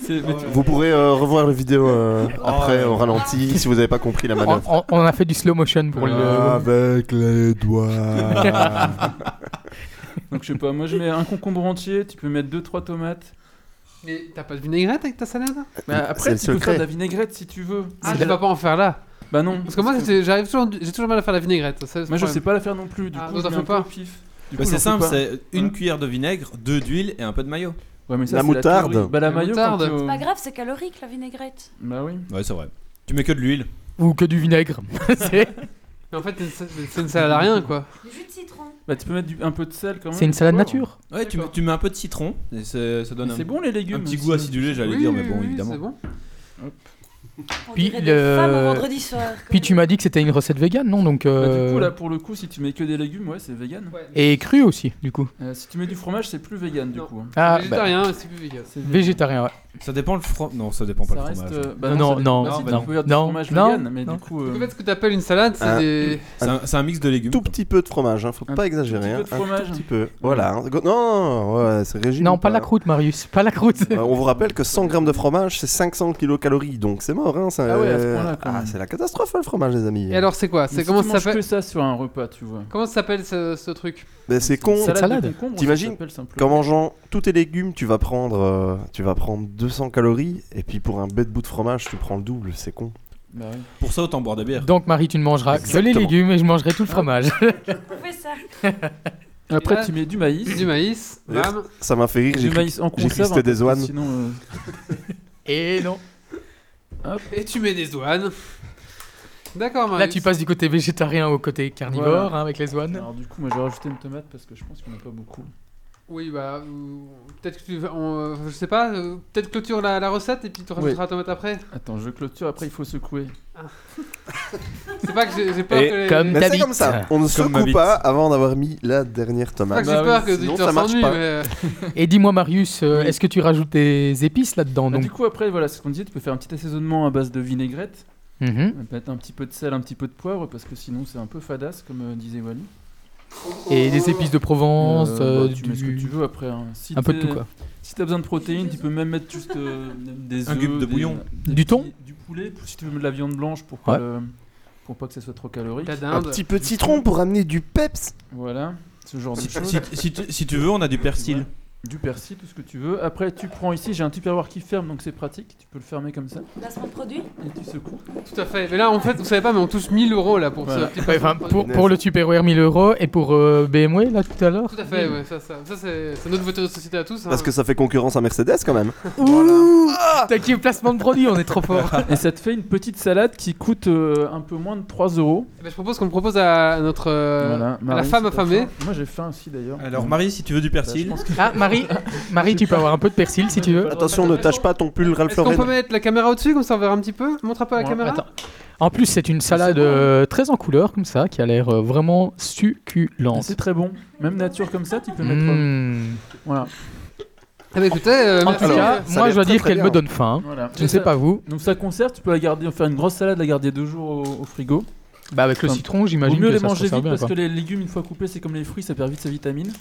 Speaker 4: C'est- Oh, mais tu-
Speaker 7: vous pourrez euh, revoir la vidéo euh, après au ralenti si vous n'avez pas compris
Speaker 4: Oh.
Speaker 7: la
Speaker 3: On,
Speaker 7: manœuvre.
Speaker 3: on- on a fait du slow motion pour
Speaker 4: Ah.
Speaker 3: le.
Speaker 4: (laughs)
Speaker 7: Avec les doigts.
Speaker 4: Donc, je sais pas, moi, je mets un concombre entier, tu peux mettre 2-3 tomates.
Speaker 1: Mais t'as pas de vinaigrette avec ta salade
Speaker 4: Mais après,
Speaker 7: le
Speaker 4: tu peux faire
Speaker 7: secret.
Speaker 4: de la vinaigrette si tu veux.
Speaker 1: Ah, tu vas pas en faire là.
Speaker 4: Bah, non.
Speaker 1: Parce que moi, c'était- j'arrive toujours, j'ai toujours mal à faire la vinaigrette. ça, c'est le
Speaker 4: Moi, je
Speaker 1: problème.
Speaker 4: sais pas la faire non plus. Du
Speaker 1: Ah,
Speaker 4: coup,
Speaker 1: vous
Speaker 4: je
Speaker 1: en
Speaker 4: mets
Speaker 1: faites
Speaker 4: un
Speaker 1: pas
Speaker 4: peu au pif. Du
Speaker 2: Bah,
Speaker 4: coup, j'en
Speaker 2: c'est
Speaker 4: fais
Speaker 2: simple,
Speaker 4: pas.
Speaker 2: c'est une
Speaker 4: Ouais.
Speaker 2: cuillère de vinaigre, deux d'huile et un peu de mayo.
Speaker 4: Ouais, mais ça,
Speaker 7: La
Speaker 4: c'est
Speaker 7: moutarde.
Speaker 4: théorie. Bah, la
Speaker 1: La
Speaker 4: mayo, quand
Speaker 1: moutarde.
Speaker 4: tu-
Speaker 8: C'est pas grave, c'est calorique la vinaigrette.
Speaker 4: Bah, oui.
Speaker 2: Ouais, c'est vrai. Tu mets que de l'huile.
Speaker 3: Ou que du vinaigre. (laughs) C'est-
Speaker 1: Mais en fait, c'est une sa- c'est une salade à rien quoi.
Speaker 8: Du jus de citron.
Speaker 4: Bah, tu peux mettre du- un peu de sel quand même.
Speaker 3: C'est une salade
Speaker 4: D'accord.
Speaker 3: nature.
Speaker 2: Ouais, tu,
Speaker 1: D'accord.
Speaker 2: tu mets un peu de citron et c'est- ça donne
Speaker 4: Mais
Speaker 2: un,
Speaker 4: C'est bon, les légumes.
Speaker 2: un petit
Speaker 4: aussi.
Speaker 2: goût acidulé, j'allais
Speaker 1: Oui,
Speaker 2: dire, mais
Speaker 1: oui,
Speaker 2: bon,
Speaker 1: oui,
Speaker 2: évidemment.
Speaker 1: C'est bon.
Speaker 8: On
Speaker 3: Puis
Speaker 8: dirait
Speaker 3: le-
Speaker 8: des femmes au vendredi soir. quoi.
Speaker 3: Puis tu m'as dit que c'était une recette végane, non Donc.
Speaker 4: Bah, du
Speaker 3: euh,
Speaker 4: coup, là, pour le coup, si tu mets que des légumes, ouais, c'est vegan.
Speaker 3: Et cru aussi, du coup.
Speaker 4: Euh, si tu mets du fromage, c'est plus vegan du
Speaker 1: Non.
Speaker 4: coup. hein.
Speaker 3: Ah, bah,
Speaker 1: végétarien, mais c'est plus vegan.
Speaker 4: C'est
Speaker 3: végétarien, ouais.
Speaker 2: Ça dépend le fromage. Non, ça dépend pas
Speaker 4: ça
Speaker 2: le
Speaker 4: reste.
Speaker 2: fromage.
Speaker 4: euh, bah
Speaker 3: non,
Speaker 4: ça
Speaker 3: non,
Speaker 4: dépend.
Speaker 2: non,
Speaker 4: Si
Speaker 2: non,
Speaker 4: tu peux faire du
Speaker 3: non,
Speaker 4: fromage
Speaker 3: non,
Speaker 4: vegan, mais
Speaker 3: non.
Speaker 4: du coup.
Speaker 1: Donc,
Speaker 4: euh,
Speaker 1: en fait, ce que t'appelles une salade, c'est
Speaker 7: Ah.
Speaker 1: des.
Speaker 2: C'est un, c'est un mix de légumes.
Speaker 7: tout petit peu de fromage, hein, faut
Speaker 4: Un
Speaker 7: pas exagérer.
Speaker 4: petit peu
Speaker 7: hein,
Speaker 4: de
Speaker 7: un
Speaker 4: fromage.
Speaker 7: tout petit peu. Voilà. hein. Go- Non, ouais, c'est régime.
Speaker 3: Non, pas la croûte, Marius. Pas la
Speaker 4: (laughs)
Speaker 3: croûte.
Speaker 7: Euh, on vous rappelle que 100 grammes de fromage, c'est 500 kilocalories, donc c'est mort. Hein, ça-
Speaker 4: Ah ouais, à ce point-là, quand
Speaker 7: Ah,
Speaker 4: même.
Speaker 7: c'est la catastrophe, hein, le fromage, les amis.
Speaker 1: Et alors, c'est quoi
Speaker 4: mais
Speaker 1: C'est
Speaker 4: si
Speaker 1: comment
Speaker 4: tu
Speaker 1: ça
Speaker 4: manges que
Speaker 1: s'appelle
Speaker 4: ça sur un repas, tu vois.
Speaker 1: Comment ça s'appelle ce, ce truc
Speaker 7: Mais c'est con.
Speaker 3: Cette salade.
Speaker 4: de concombre,
Speaker 7: T'imagines
Speaker 4: ça s'appelle simplement.
Speaker 7: Qu'en mangeant tous tes légumes, tu vas prendre, euh, tu vas prendre 200 calories, et puis pour un bête bout de fromage, tu prends le double. C'est con.
Speaker 4: Bah oui.
Speaker 2: Pour ça, autant boire de bière.
Speaker 3: Donc, Marie, tu ne mangeras que les
Speaker 7: Exactement.
Speaker 3: légumes et je mangerai tout le fromage.
Speaker 4: (laughs)
Speaker 8: On fait ça.
Speaker 4: Après,
Speaker 1: là-
Speaker 4: tu mets du maïs.
Speaker 1: Du maïs,
Speaker 7: D'ailleurs,
Speaker 1: bam.
Speaker 7: Ça m'a fait rire.
Speaker 4: Du
Speaker 7: j'ai cru-
Speaker 4: maïs en
Speaker 7: j'ai cru que
Speaker 4: conserve.
Speaker 7: c'était
Speaker 4: hein,
Speaker 7: des
Speaker 4: parce que
Speaker 7: oines.
Speaker 4: Sinon, euh,
Speaker 3: Et non.
Speaker 1: Et tu mets des oines. D'accord, Marius.
Speaker 3: (laughs) Là, tu passes du côté végétarien au côté carnivore
Speaker 4: Voilà.
Speaker 3: hein, avec les oines.
Speaker 4: alors du coup, moi, j'ai rajouté une tomate parce que je pense qu'on a pas beaucoup.
Speaker 1: Oui, bah. euh, Peut-être que tu. on, euh, je sais pas, euh, peut-être clôture la, la recette et puis tu rajouteras la tomate après.
Speaker 4: Attends, je clôture. Après, il faut secouer.
Speaker 3: Ah,
Speaker 1: C'est pas que j'ai j'ai peur
Speaker 7: Et
Speaker 1: que. les-
Speaker 3: comme-
Speaker 7: Mais c'est
Speaker 3: T'habites.
Speaker 7: Ah, comme ça. On ne se
Speaker 2: ma
Speaker 7: coupe
Speaker 2: bite.
Speaker 7: pas avant d'avoir mis la dernière
Speaker 1: C'est pas
Speaker 7: tomate.
Speaker 1: que
Speaker 4: Bah
Speaker 1: j'ai
Speaker 4: oui,
Speaker 1: peur Ah, que
Speaker 7: sinon,
Speaker 1: Twitter
Speaker 7: ça marche
Speaker 1: s'ennuie,
Speaker 7: pas.
Speaker 1: mais. euh,
Speaker 3: Et dis-moi, Marius, euh,
Speaker 4: Oui.
Speaker 3: est-ce que tu rajoutes des épices là-dedans
Speaker 4: Bah,
Speaker 3: donc
Speaker 4: du coup, après, voilà, c'est ce qu'on disait. Tu peux faire un petit assaisonnement à base de vinaigrette.
Speaker 3: Mhm.
Speaker 4: On peut Mettre un petit peu de sel, un petit peu de poivre, parce que sinon c'est un peu fadasse, comme euh, disait Wally.
Speaker 3: Et des épices de Provence,
Speaker 4: Euh,
Speaker 3: euh,
Speaker 4: bah, tu mets ce que
Speaker 3: du-
Speaker 4: tu veux après. hein. Si
Speaker 3: un peu de
Speaker 4: t'es-
Speaker 3: tout quoi.
Speaker 4: Si t'as besoin de protéines, tu peux même mettre juste euh, des
Speaker 2: Un
Speaker 4: œufs,
Speaker 2: cube de
Speaker 4: des-
Speaker 2: bouillon.
Speaker 4: des
Speaker 3: Du
Speaker 4: petits-
Speaker 3: thon
Speaker 4: du poulet, pour- si tu veux de la viande blanche pour pas
Speaker 3: Ouais.
Speaker 4: le- pour pas que ça soit trop calorique.
Speaker 1: La
Speaker 7: Un
Speaker 1: dinde.
Speaker 7: petit peu de citron pour amener du peps.
Speaker 4: Voilà, ce genre de
Speaker 2: Si,
Speaker 4: choses.
Speaker 2: si- si tu, si tu veux, on a du persil.
Speaker 4: du persil, tout ce que tu veux. Après, tu prends ici, j'ai un tupperware qui ferme, donc c'est pratique. Tu peux le fermer comme ça
Speaker 8: Placement de produit
Speaker 4: et tu secoues.
Speaker 1: Tout à fait. Mais là, en fait, vous savez pas, mais on touche 1000 euros là pour
Speaker 4: Voilà.
Speaker 1: ce petit
Speaker 3: Ouais, enfin, pour,
Speaker 7: Punaise.
Speaker 3: pour le Tupperware 1000 euros et pour euh, BMW là tout à l'heure.
Speaker 1: Tout à fait, ouais, ça, ça, ça c'est c'est notre voiture de société à tous. hein.
Speaker 7: Parce que ça fait concurrence à Mercedes quand même.
Speaker 3: Ouh T'as qui placement de produit, on est trop fort.
Speaker 1: (laughs)
Speaker 4: Et ça te fait une petite salade qui coûte euh, un peu moins de 3 euros.
Speaker 1: Eh ben, je propose qu'on propose à notre euh, à
Speaker 4: Voilà,
Speaker 1: la
Speaker 4: Marie,
Speaker 1: femme
Speaker 4: si t'as
Speaker 1: affamée.
Speaker 4: faim. Moi j'ai faim aussi d'ailleurs.
Speaker 2: Alors, Marie, si tu veux du persil.
Speaker 3: Ah Marie, (laughs) Marie, tu peux avoir un peu de persil si tu veux.
Speaker 7: Attention, ne tâche pas ton pull Ralph
Speaker 1: Est-ce qu'on
Speaker 7: Lauren.
Speaker 1: peut mettre la caméra au-dessus comme ça on verra un petit peu Montre un peu à la
Speaker 4: Ouais,
Speaker 1: caméra.
Speaker 3: Attends. En plus, c'est une salade euh, très en couleur comme ça, qui a l'air euh, vraiment succulente.
Speaker 4: C'est très bon. Même nature comme ça, tu peux mettre.
Speaker 3: Mmh.
Speaker 4: Voilà.
Speaker 1: Eh ben, écoutez, euh,
Speaker 3: En
Speaker 1: merci.
Speaker 3: tout
Speaker 7: Alors,
Speaker 3: cas,
Speaker 7: ça a
Speaker 3: moi
Speaker 7: l'air
Speaker 3: je dois
Speaker 7: très,
Speaker 3: dire
Speaker 7: très
Speaker 3: qu'elle
Speaker 7: bien.
Speaker 3: me donne faim.
Speaker 4: voilà.
Speaker 3: Je ne sais pas vous.
Speaker 4: Donc ça conserve, tu peux la garder, faire une grosse salade, la garder deux jours au, au frigo.
Speaker 3: Bah avec le
Speaker 4: Enfin,
Speaker 3: citron,
Speaker 4: Vaut
Speaker 3: j'imagine
Speaker 4: mieux
Speaker 3: que
Speaker 4: les
Speaker 3: ça se
Speaker 4: manger
Speaker 3: sert
Speaker 4: vite
Speaker 3: bien.
Speaker 4: parce
Speaker 3: quoi.
Speaker 4: que les légumes, une fois coupés, c'est comme les fruits, ça perd vite sa vitamine.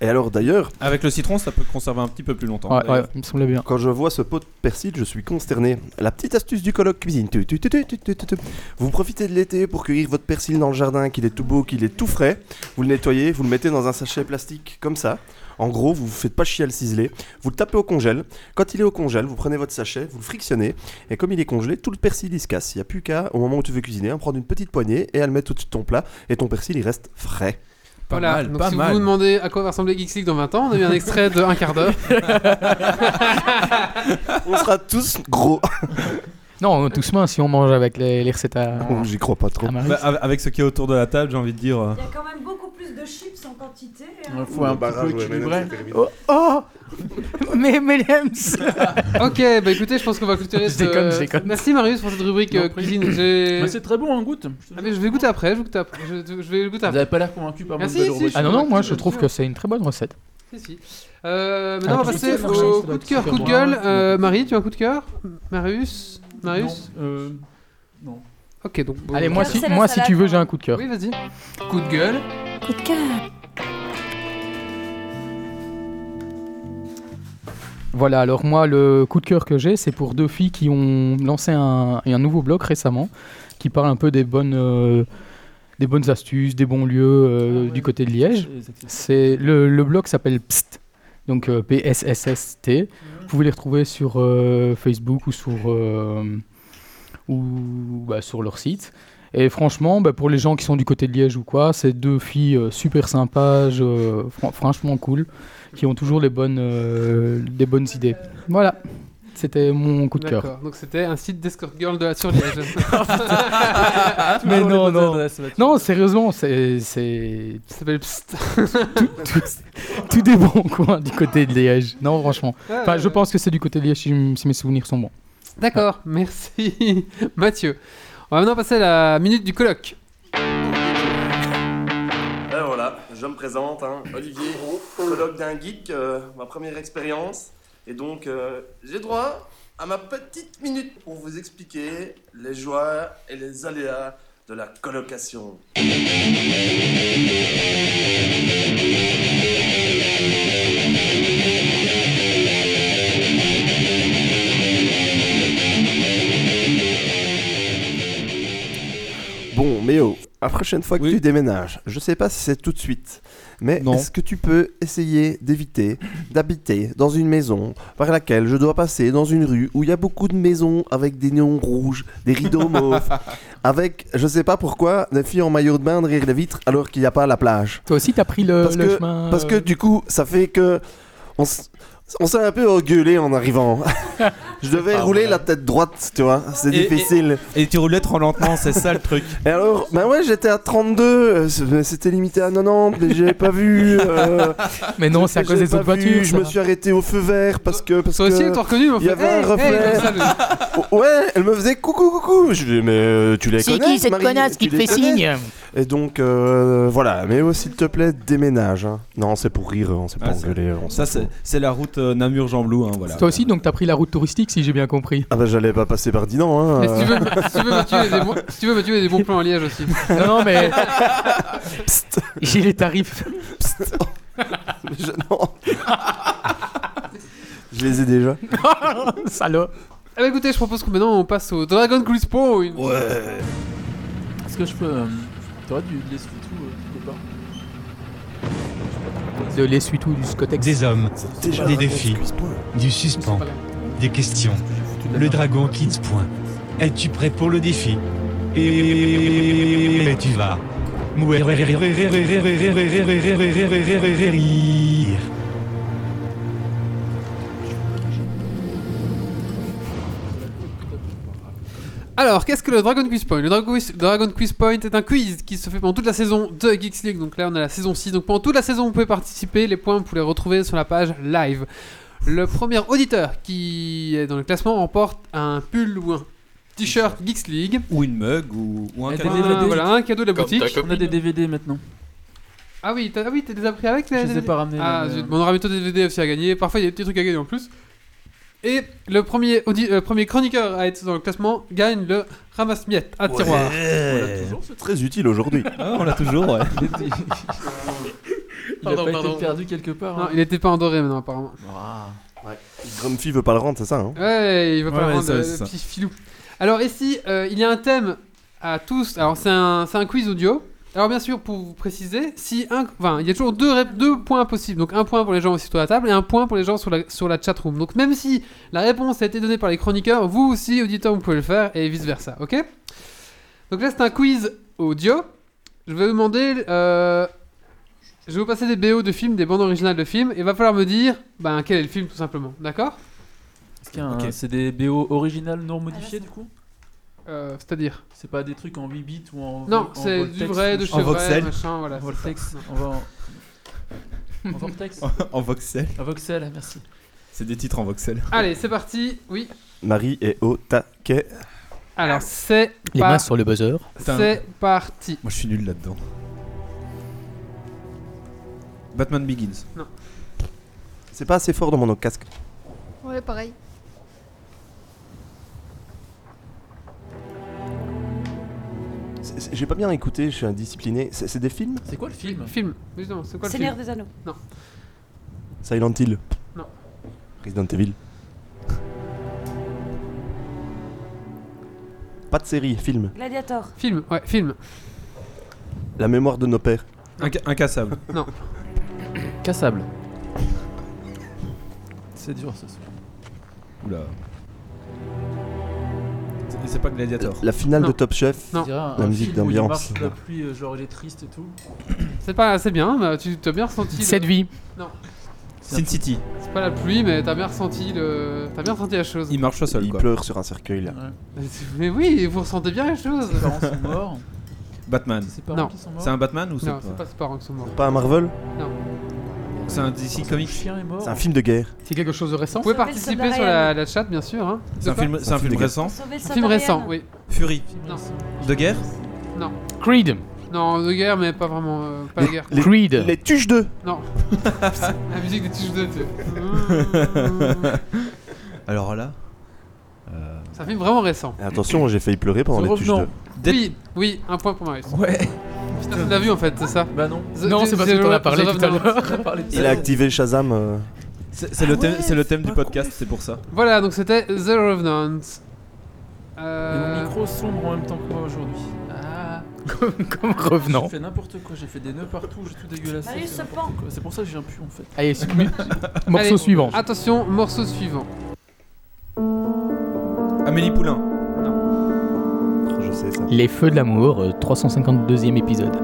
Speaker 7: Et alors d'ailleurs,
Speaker 2: Avec le citron, ça peut conserver un petit peu plus longtemps.
Speaker 3: Ouais, ouais, il me semblait bien.
Speaker 7: Quand je vois ce pot de persil, je suis consterné. La petite astuce du colloque cuisine. Tu, tu, tu, tu, tu, tu, tu, tu. Vous profitez de l'été pour cueillir votre persil dans le jardin, qu'il est tout beau, qu'il est tout frais. Vous le nettoyez, vous le mettez dans un sachet plastique comme ça. En gros, vous vous faites pas chier à le ciseler. Vous le tapez au congèle. Quand il est au congèle, vous prenez votre sachet, vous le frictionnez. Et comme il est congelé, tout le persil il se casse. Il n'y a plus qu'à, au moment où tu veux cuisiner, en prendre une petite poignée et à le mettre au-dessus de ton plat. Et ton persil il reste
Speaker 4: (laughs)
Speaker 7: frais.
Speaker 2: Pas
Speaker 1: voilà,
Speaker 2: mal,
Speaker 1: donc
Speaker 2: pas
Speaker 1: si
Speaker 2: mal.
Speaker 1: vous vous demandez à quoi va ressembler Geeks League dans 20 ans, on a eu un extrait de un quart d'heure.
Speaker 7: On sera tous gros.
Speaker 3: Non, on est tous minces si on mange avec les, les recettes à,
Speaker 4: Ah.
Speaker 7: J'y crois pas trop.
Speaker 3: à Marie.
Speaker 2: Bah, av- avec ce qu'il y a autour de la table, j'ai envie de dire. euh,
Speaker 8: Il y a quand même beaucoup plus de chips en quantité. hein.
Speaker 4: Il faut un petit peu équilibrer.
Speaker 3: Oh, oh (laughs) Mais M&M's
Speaker 1: ok, bah écoutez, je pense qu'on va clôturer.
Speaker 3: Je
Speaker 1: ce-
Speaker 3: déconne, je déconne.
Speaker 1: Merci Marius pour cette rubrique
Speaker 4: Non,
Speaker 1: euh,
Speaker 4: pris.
Speaker 1: cuisine. J'ai-
Speaker 4: Mais c'est très bon en goutte.
Speaker 1: Ah, mais je vais goûter après, je vais goûter après. Je, je vais goûter
Speaker 4: Vous
Speaker 1: après.
Speaker 4: avez pas l'air convaincu par mon
Speaker 1: Ah, si, si,
Speaker 4: nouvelle rubrique.
Speaker 3: Ah non, non, moi je
Speaker 1: Bien
Speaker 3: trouve
Speaker 1: sûr.
Speaker 4: hein.
Speaker 3: que c'est une très bonne recette.
Speaker 1: Si, si. Euh, maintenant,
Speaker 3: Ah,
Speaker 1: on va
Speaker 3: tout
Speaker 1: passer
Speaker 3: ça, ça doit
Speaker 1: au
Speaker 3: être
Speaker 1: coup de cœur,
Speaker 3: super
Speaker 1: coup de
Speaker 4: bon.
Speaker 1: gueule. Euh, Marie, tu as un coup de cœur Marius Marius
Speaker 4: Non, euh,
Speaker 1: Ok, donc. bon.
Speaker 3: Allez, moi,
Speaker 8: Cœur,
Speaker 3: si,
Speaker 8: c'est la
Speaker 3: moi si
Speaker 8: salade,
Speaker 3: tu veux,
Speaker 8: hein.
Speaker 3: j'ai un coup de cœur.
Speaker 1: Oui, vas-y. Coup de gueule.
Speaker 8: Coup de cœur.
Speaker 3: Voilà, alors moi, le coup de cœur que j'ai, c'est pour deux filles qui ont lancé un, un nouveau blog récemment, qui parle un peu des bonnes, euh, des bonnes astuces, des bons lieux euh,
Speaker 4: Ah ouais.
Speaker 3: du côté de Liège.
Speaker 4: c'est- c'est- c'est-
Speaker 3: C'est le, le blog s'appelle Pst, donc euh, P-S-S-S-T. Vous pouvez les retrouver sur euh, Facebook ou sur, euh, ou, bah, sur leur site. Et franchement, bah, pour les gens qui sont du côté de Liège ou quoi, c'est deux filles euh, super sympas, je- euh, fran- franchement cool, qui ont toujours les bonnes, euh, des bonnes idées. Voilà, c'était mon coup de cœur.
Speaker 1: D'accord, donc c'était un site d'escort girl de la
Speaker 3: (laughs)
Speaker 1: sur Liège.
Speaker 3: Mais
Speaker 4: Toujours Ah, les
Speaker 3: non,
Speaker 4: bonnes
Speaker 3: non.
Speaker 4: adresses, là-dessus.
Speaker 3: Non, sérieusement, c'est- c'est
Speaker 1: Ça s'appelle Psst.
Speaker 3: tout des bons coins du côté de Liège. Non, franchement. Enfin, je
Speaker 1: Euh,
Speaker 3: pense que c'est du côté de Liège si je- si mes souvenirs sont bons.
Speaker 1: D'accord, merci (laughs) Mathieu. On va maintenant passer à la minute du colloque.
Speaker 7: Ben voilà, je me présente, hein, Olivier, colloque d'un geek, euh, ma première expérience. Et donc, euh, j'ai droit à ma petite minute pour vous expliquer les joies et les aléas de la colocation. Bon, Méo, la prochaine fois que
Speaker 2: Oui.
Speaker 7: tu déménages, je sais pas si c'est tout de suite, mais
Speaker 2: Non.
Speaker 7: est-ce que tu peux essayer d'éviter d'habiter dans une maison par laquelle je dois passer dans une rue où il y a beaucoup de maisons avec des néons rouges,
Speaker 2: (laughs)
Speaker 7: des rideaux mauves, avec, je sais pas pourquoi, des filles en maillot de bain derrière les vitres alors qu'il n'y a pas la plage.
Speaker 3: Toi aussi, t'as pris le,
Speaker 7: Parce
Speaker 3: le
Speaker 7: que-
Speaker 3: chemin.
Speaker 7: Parce que
Speaker 3: euh,
Speaker 7: du coup, ça fait que on s- on s'est un peu engueulé en arrivant.
Speaker 3: (laughs)
Speaker 7: je devais
Speaker 3: Ah
Speaker 2: pas
Speaker 7: rouler
Speaker 2: vrai.
Speaker 7: la tête droite, tu vois, c'est
Speaker 2: Et- et-
Speaker 7: difficile.
Speaker 2: Et tu roulettes trop lentement, c'est ça le truc.
Speaker 7: Et alors, ben ouais, j'étais à 32, euh, c- mais c'était limité à 90, mais j'avais pas vu.
Speaker 3: (laughs)
Speaker 7: euh,
Speaker 3: Ah, Mais non, c'est à cause
Speaker 7: j'ai
Speaker 3: des
Speaker 7: pas
Speaker 3: autres
Speaker 7: vu,
Speaker 3: voitures.
Speaker 7: Je
Speaker 3: ça.
Speaker 7: me suis arrêté au feu vert parce que. Parce
Speaker 1: Toi aussi,
Speaker 7: que...
Speaker 1: t'as reconnu, mais on
Speaker 7: il y
Speaker 1: fait,
Speaker 7: avait un
Speaker 1: hey,
Speaker 7: reflet.
Speaker 1: hey, comme ça, le-
Speaker 7: Oh, Ouais, elle me faisait coucou, coucou. Je lui ai dit, mais euh, tu les
Speaker 3: C'est
Speaker 7: connais
Speaker 3: qui cette
Speaker 7: Marie
Speaker 3: connasse qui
Speaker 7: Tu
Speaker 3: te
Speaker 7: les
Speaker 3: fait
Speaker 7: connais
Speaker 3: signe
Speaker 7: Et donc, euh, voilà, mais oh, s'il te plaît, déménage. hein. Non, c'est pour rire, on s'est pas
Speaker 2: Ah, c'est-
Speaker 7: engueulé. on
Speaker 2: Ça,
Speaker 7: s'en
Speaker 2: c'est
Speaker 7: fout.
Speaker 2: c'est la route euh, Namur-Jean-Blou. Hein, voilà.
Speaker 3: Toi aussi, donc t'as pris la route touristique, si j'ai bien compris.
Speaker 7: Ah bah j'allais pas passer par Dinan, hein.
Speaker 1: Mais si tu
Speaker 7: (laughs)
Speaker 1: veux, si tu veux, Mathieu, il y a des bons- si tu veux, Mathieu, il y a des bons plans à Liège aussi.
Speaker 3: Non, non, (laughs) mais. J'ai les tarifs.
Speaker 7: euh, je... non. (laughs) je les ai déjà.
Speaker 3: Salaud.
Speaker 1: Ah bah écoutez, je propose que maintenant on passe au Dragon Quiz Point.
Speaker 4: Est-ce que je peux. euh, T'aurais dû laisser tout euh, au départ.
Speaker 3: de l'essuie-tout du scotex.
Speaker 10: Des hommes,
Speaker 7: Déjà
Speaker 10: Des
Speaker 7: raconte,
Speaker 10: défis.
Speaker 7: excuse-moi.
Speaker 10: du
Speaker 1: Ils sont
Speaker 10: suspens,
Speaker 1: pas là.
Speaker 10: des questions. Le dragon quitte point. Es-tu prêt pour le défi Et tu vas. Mourir.
Speaker 1: Alors, qu'est-ce que le Dragon Quiz Point Le Dragon Quiz, Dragon Quiz Point est un quiz qui se fait pendant toute la saison de Geeks League. Donc là, on a la saison 6. Donc pendant toute la saison, vous pouvez participer. Les points, vous pouvez les retrouver sur la page live. Le premier auditeur qui est dans le classement remporte un pull ou un t-shirt Geeks League.
Speaker 2: Ou une mug, ou, ou un
Speaker 4: Et des-
Speaker 2: cadeau.
Speaker 4: des-
Speaker 1: Un-
Speaker 4: des-
Speaker 1: voilà, un cadeau de la
Speaker 11: Comme ta
Speaker 1: boutique.
Speaker 4: On a des DVD maintenant.
Speaker 1: Ah oui, t'as ah oui, t'as déjà pris avec
Speaker 4: Je
Speaker 1: les
Speaker 4: les ai
Speaker 1: DVD?
Speaker 4: pas ramenés.
Speaker 1: Ah,
Speaker 4: mais,
Speaker 1: zut,
Speaker 4: euh,
Speaker 1: bon, on aura bientôt des DVD aussi à gagner. Parfois, il y a des petits trucs à gagner en plus. Et le premier, audi- euh, premier chroniqueur à être dans le classement gagne le ramasse-miettes à tiroir.
Speaker 7: C'est très utile
Speaker 2: (laughs)
Speaker 7: aujourd'hui.
Speaker 2: Ah, on l'a toujours, ouais.
Speaker 4: (laughs) Il était- Il a
Speaker 11: Pardon,
Speaker 4: pas
Speaker 11: pardon.
Speaker 4: été perdu quelque part.
Speaker 1: Non,
Speaker 4: hein.
Speaker 1: il était pas endoré maintenant, apparemment.
Speaker 4: Ah.
Speaker 7: Grumpy veut pas le rendre, c'est ça hein
Speaker 1: Ouais, il va pas
Speaker 2: Ouais,
Speaker 1: le rendre
Speaker 2: ça,
Speaker 1: euh,
Speaker 2: c'est ça.
Speaker 1: petit filou. Alors ici, euh, il y a un thème à tous. Alors c'est un, c'est un quiz audio. Alors bien sûr, pour vous préciser, si un, enfin, il y a toujours deux, rép- deux points possibles. Donc un point pour les gens aussi autour de la table et un point pour les gens sur la, sur la chat room. Donc même si la réponse a été donnée par les chroniqueurs, vous aussi, auditeurs, vous pouvez le faire et vice versa. Ok Donc là, c'est un quiz audio. Je vais vous demander. euh, je vais vous passer des BO de films, des bandes originales de films, et il va falloir me dire ben, quel est le film tout simplement, d'accord
Speaker 4: Est-ce qu'il y a un-
Speaker 2: Ok.
Speaker 4: C'est des BO originales non
Speaker 8: Ah, là,
Speaker 4: modifiées du coup
Speaker 1: Euh, C'est-à-dire
Speaker 4: C'est pas des trucs en 8 bits ou en.
Speaker 1: Non,
Speaker 4: en
Speaker 1: c'est
Speaker 4: Voltex
Speaker 1: du vrai, de
Speaker 4: ou-
Speaker 1: chez vrai,
Speaker 2: voxel.
Speaker 1: machin, voilà.
Speaker 4: En Voltex. On va en.
Speaker 1: (laughs)
Speaker 4: En Vortex
Speaker 2: (laughs) en voxel.
Speaker 4: En voxel, merci.
Speaker 2: C'est des titres en voxel.
Speaker 1: Allez, c'est parti, oui.
Speaker 7: Marie est au taquet.
Speaker 1: Alors, c'est
Speaker 3: Les
Speaker 1: par-
Speaker 3: mains sur le (laughs) buzzer.
Speaker 2: Putain.
Speaker 1: c'est parti.
Speaker 2: Moi, je suis nul là-dedans. Batman Begins.
Speaker 7: C'est pas assez fort dans mon autre casque.
Speaker 5: Ouais, pareil.
Speaker 7: C'est- c'est- J'ai pas bien écouté, je suis indiscipliné. C'est c'est des films
Speaker 4: C'est quoi le film
Speaker 1: Film, justement, c'est quoi le
Speaker 8: Seigneur
Speaker 1: film
Speaker 8: des Anneaux.
Speaker 7: Silent Hill
Speaker 1: Non.
Speaker 7: Resident Evil Pas de série, film.
Speaker 8: Gladiator.
Speaker 1: Film, ouais, film.
Speaker 7: La mémoire de nos pères.
Speaker 2: Inca- incassable.
Speaker 4: Cassable. C'est dur ce soir.
Speaker 2: Oula. C'est- C'est pas Gladiator.
Speaker 7: La finale
Speaker 1: Non.
Speaker 7: de Top Chef.
Speaker 1: Non.
Speaker 4: On dirait un-
Speaker 7: La
Speaker 4: un
Speaker 7: musique
Speaker 4: film où il
Speaker 7: d'ambiance.
Speaker 4: marche sous la pluie, euh, genre il est triste et tout.
Speaker 1: C'est pas assez bien, mais tu t'as bien ressenti. le-
Speaker 3: Cette vie.
Speaker 2: Sin City.
Speaker 1: C'est pas la pluie, mais t'as bien ressenti le. T'as bien ressenti la chose.
Speaker 2: Il marche seul,
Speaker 7: Il
Speaker 2: quoi.
Speaker 7: pleure sur un cercueil là.
Speaker 1: Mais oui, vous ressentez bien les choses.
Speaker 4: Ses parents sont morts.
Speaker 2: Batman.
Speaker 4: Ses
Speaker 1: Non.
Speaker 4: parents qui sont morts.
Speaker 2: C'est un Batman ou c'est
Speaker 1: Non,
Speaker 2: pas
Speaker 1: c'est pas ses parents qui sont morts.
Speaker 7: Pas un Marvel
Speaker 2: C'est un DC
Speaker 4: Son
Speaker 2: Comics.
Speaker 4: chien est mort.
Speaker 7: C'est un film de guerre.
Speaker 3: C'est quelque chose de récent.
Speaker 1: Vous pouvez
Speaker 8: s'appelle
Speaker 1: participer
Speaker 8: Soldat
Speaker 1: sur la,
Speaker 8: Ryan.
Speaker 1: la chat, bien sûr. Hein.
Speaker 2: C'est un
Speaker 1: De quoi
Speaker 2: film, c'est un film
Speaker 7: de
Speaker 2: récent.
Speaker 8: Sauver le
Speaker 1: Hein Un film
Speaker 8: soldat
Speaker 1: récent,
Speaker 8: Ryan.
Speaker 1: oui.
Speaker 2: Fury.
Speaker 1: Non.
Speaker 2: De guerre
Speaker 3: Creed.
Speaker 1: Non, de guerre, mais pas vraiment. euh, pas de guerre.
Speaker 7: Les-
Speaker 3: Creed.
Speaker 7: Les Tuches 2
Speaker 1: Non. la musique des tiges de
Speaker 2: (laughs)
Speaker 1: Dieu.
Speaker 2: Alors là. euh,
Speaker 1: C'est un film vraiment récent.
Speaker 7: Et Attention, j'ai failli pleurer pendant
Speaker 4: Son
Speaker 7: les Tuches 2.
Speaker 4: revenant.
Speaker 2: Dead-
Speaker 1: Oui, oui, un point pour Marius.
Speaker 2: Ouais.
Speaker 1: Putain, tu l'as vu en fait, c'est ça
Speaker 4: Bah non.
Speaker 1: The-
Speaker 3: Non,
Speaker 1: The-
Speaker 3: c'est parce
Speaker 1: The
Speaker 3: que t'en as
Speaker 1: Revenant-
Speaker 3: parlé tout
Speaker 1: The
Speaker 3: à
Speaker 1: Revenant.
Speaker 3: l'heure.
Speaker 4: On a parlé de
Speaker 7: Il a
Speaker 4: ça.
Speaker 7: activé Shazam. euh,
Speaker 2: C'est
Speaker 4: Ah
Speaker 2: c'est le thème, c'est le thème du podcast, c'est pour ça.
Speaker 1: Voilà, donc c'était The Revenant.
Speaker 4: Et
Speaker 1: Euh...
Speaker 4: Mon micro sombre en même temps que moi aujourd'hui. Ah.
Speaker 3: Comme revenant.
Speaker 4: J'ai fait n'importe quoi, j'ai fait des nœuds partout, j'ai tout dégueulasse.
Speaker 8: Marius
Speaker 4: c'est
Speaker 8: se
Speaker 4: n'importe
Speaker 8: pend.
Speaker 4: quoi. C'est pour ça que j'ai un pu en fait.
Speaker 3: Allez, Ah. su- morceau
Speaker 1: Allez.
Speaker 3: suivant.
Speaker 1: Attention, morceau suivant.
Speaker 2: Amélie Poulain.
Speaker 7: oh, Je sais ça.
Speaker 3: Les Feux de l'amour, euh, 352e épisode.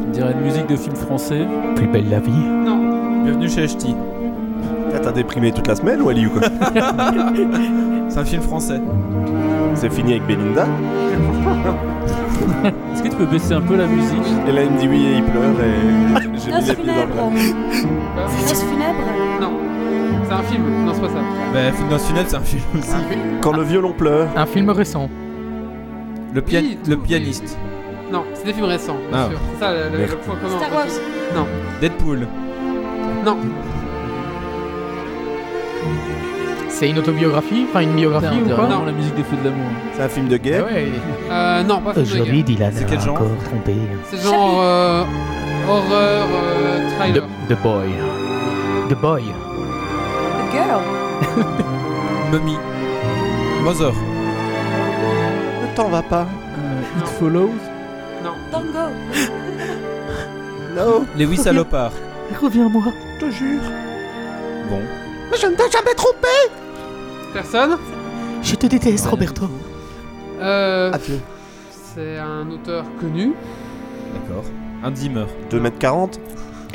Speaker 4: On dirait une musique de film français.
Speaker 3: Plus belle la vie.
Speaker 1: Non,
Speaker 2: Bienvenue chez HT.
Speaker 7: Ah, T'as déprimé toute la semaine, Wally ou quoi
Speaker 2: C'est un film français.
Speaker 7: C'est fini avec Belinda.
Speaker 4: Est-ce que tu peux baisser un peu la musique
Speaker 7: Et là, il me dit oui et il pleure et j'ai mis
Speaker 8: Noce
Speaker 7: les pieds dans le bras.
Speaker 8: funèbre.
Speaker 1: pas-
Speaker 8: Noce funèbre.
Speaker 1: non. C'est un film, non, c'est pas ça.
Speaker 2: Bah, Fitness Tunnel, c'est un film aussi.
Speaker 7: Quand le violon pleure.
Speaker 3: Un film récent.
Speaker 2: Le, pian-
Speaker 1: Oui,
Speaker 2: le
Speaker 1: tout-
Speaker 2: pianiste.
Speaker 1: Non, c'est des films récents, bien
Speaker 2: Ah.
Speaker 1: sûr. C'est ça le, le- le point commun.
Speaker 8: Star Wars.
Speaker 2: Deadpool.
Speaker 3: C'est une autobiographie Enfin, une
Speaker 4: Putain,
Speaker 3: biographie
Speaker 4: on
Speaker 3: ou
Speaker 4: dirait
Speaker 3: quoi
Speaker 4: vraiment la musique des feux de l'amour.
Speaker 7: C'est un film de
Speaker 3: Ah
Speaker 7: guerre.
Speaker 3: ouais.
Speaker 1: Euh, non, pas film de guerre.
Speaker 3: Dylan
Speaker 2: C'est quel a genre encore
Speaker 3: trompé.
Speaker 1: C'est genre euh, horreur, euh,
Speaker 3: The,
Speaker 1: trailer.
Speaker 3: The Boy. The Boy.
Speaker 8: The Girl.
Speaker 2: Mummy. Mother.
Speaker 7: Ne t'en va pas.
Speaker 4: Euh, It Follows
Speaker 1: Non,
Speaker 8: Tango.
Speaker 7: Non,
Speaker 2: Les huit salopards.
Speaker 8: Reviens-moi.
Speaker 7: je te jure.
Speaker 2: Bon.
Speaker 7: Mais je ne t'ai jamais trompé
Speaker 1: Personne
Speaker 8: Je te déteste, Roberto.
Speaker 1: Euh,
Speaker 7: Attends,
Speaker 1: C'est un auteur connu.
Speaker 2: D'accord. Un dimmer.
Speaker 7: 2m40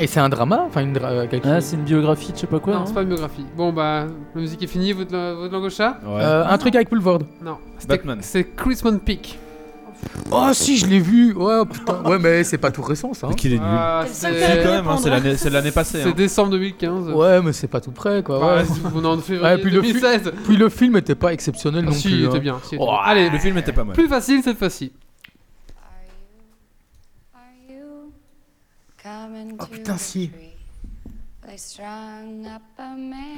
Speaker 3: Et c'est un drama Enfin, une dra- euh, quelque
Speaker 4: Ah,
Speaker 3: chose-
Speaker 4: c'est une biographie de je sais pas quoi.
Speaker 1: non,
Speaker 4: hein.
Speaker 1: c'est pas une biographie. Bon, bah, la musique est finie, votre, votre langue au chat
Speaker 2: Ouais.
Speaker 3: Euh, un truc avec Boulevard.
Speaker 1: Non. C'était-
Speaker 2: Batman.
Speaker 1: C'est Christmas Peak.
Speaker 3: Oh si, je l'ai vu. (laughs) Ouais, putain. Ouais, mais c'est pas tout récent ça. hein.
Speaker 2: qu'il est nul.
Speaker 1: Ah,
Speaker 8: Quel
Speaker 2: Si,
Speaker 8: Euh,
Speaker 2: quand
Speaker 1: c'est
Speaker 2: même, hein, c'est l'année- c'est l'année passée.
Speaker 1: c'est
Speaker 2: hein.
Speaker 1: décembre 2015.
Speaker 3: Ouais, mais c'est pas tout près quoi.
Speaker 1: Bah,
Speaker 3: ouais.
Speaker 1: c'est- on est en février
Speaker 3: Ouais, puis le
Speaker 1: 2016.
Speaker 3: Puis le film était pas exceptionnel non
Speaker 1: si,
Speaker 3: plus.
Speaker 1: il
Speaker 3: hein.
Speaker 1: était bien. si, il était
Speaker 3: Oh,
Speaker 1: bien.
Speaker 2: Allez,
Speaker 1: Allez,
Speaker 2: le film était pas mal.
Speaker 1: plus facile cette fois-ci.
Speaker 3: Oh putain si.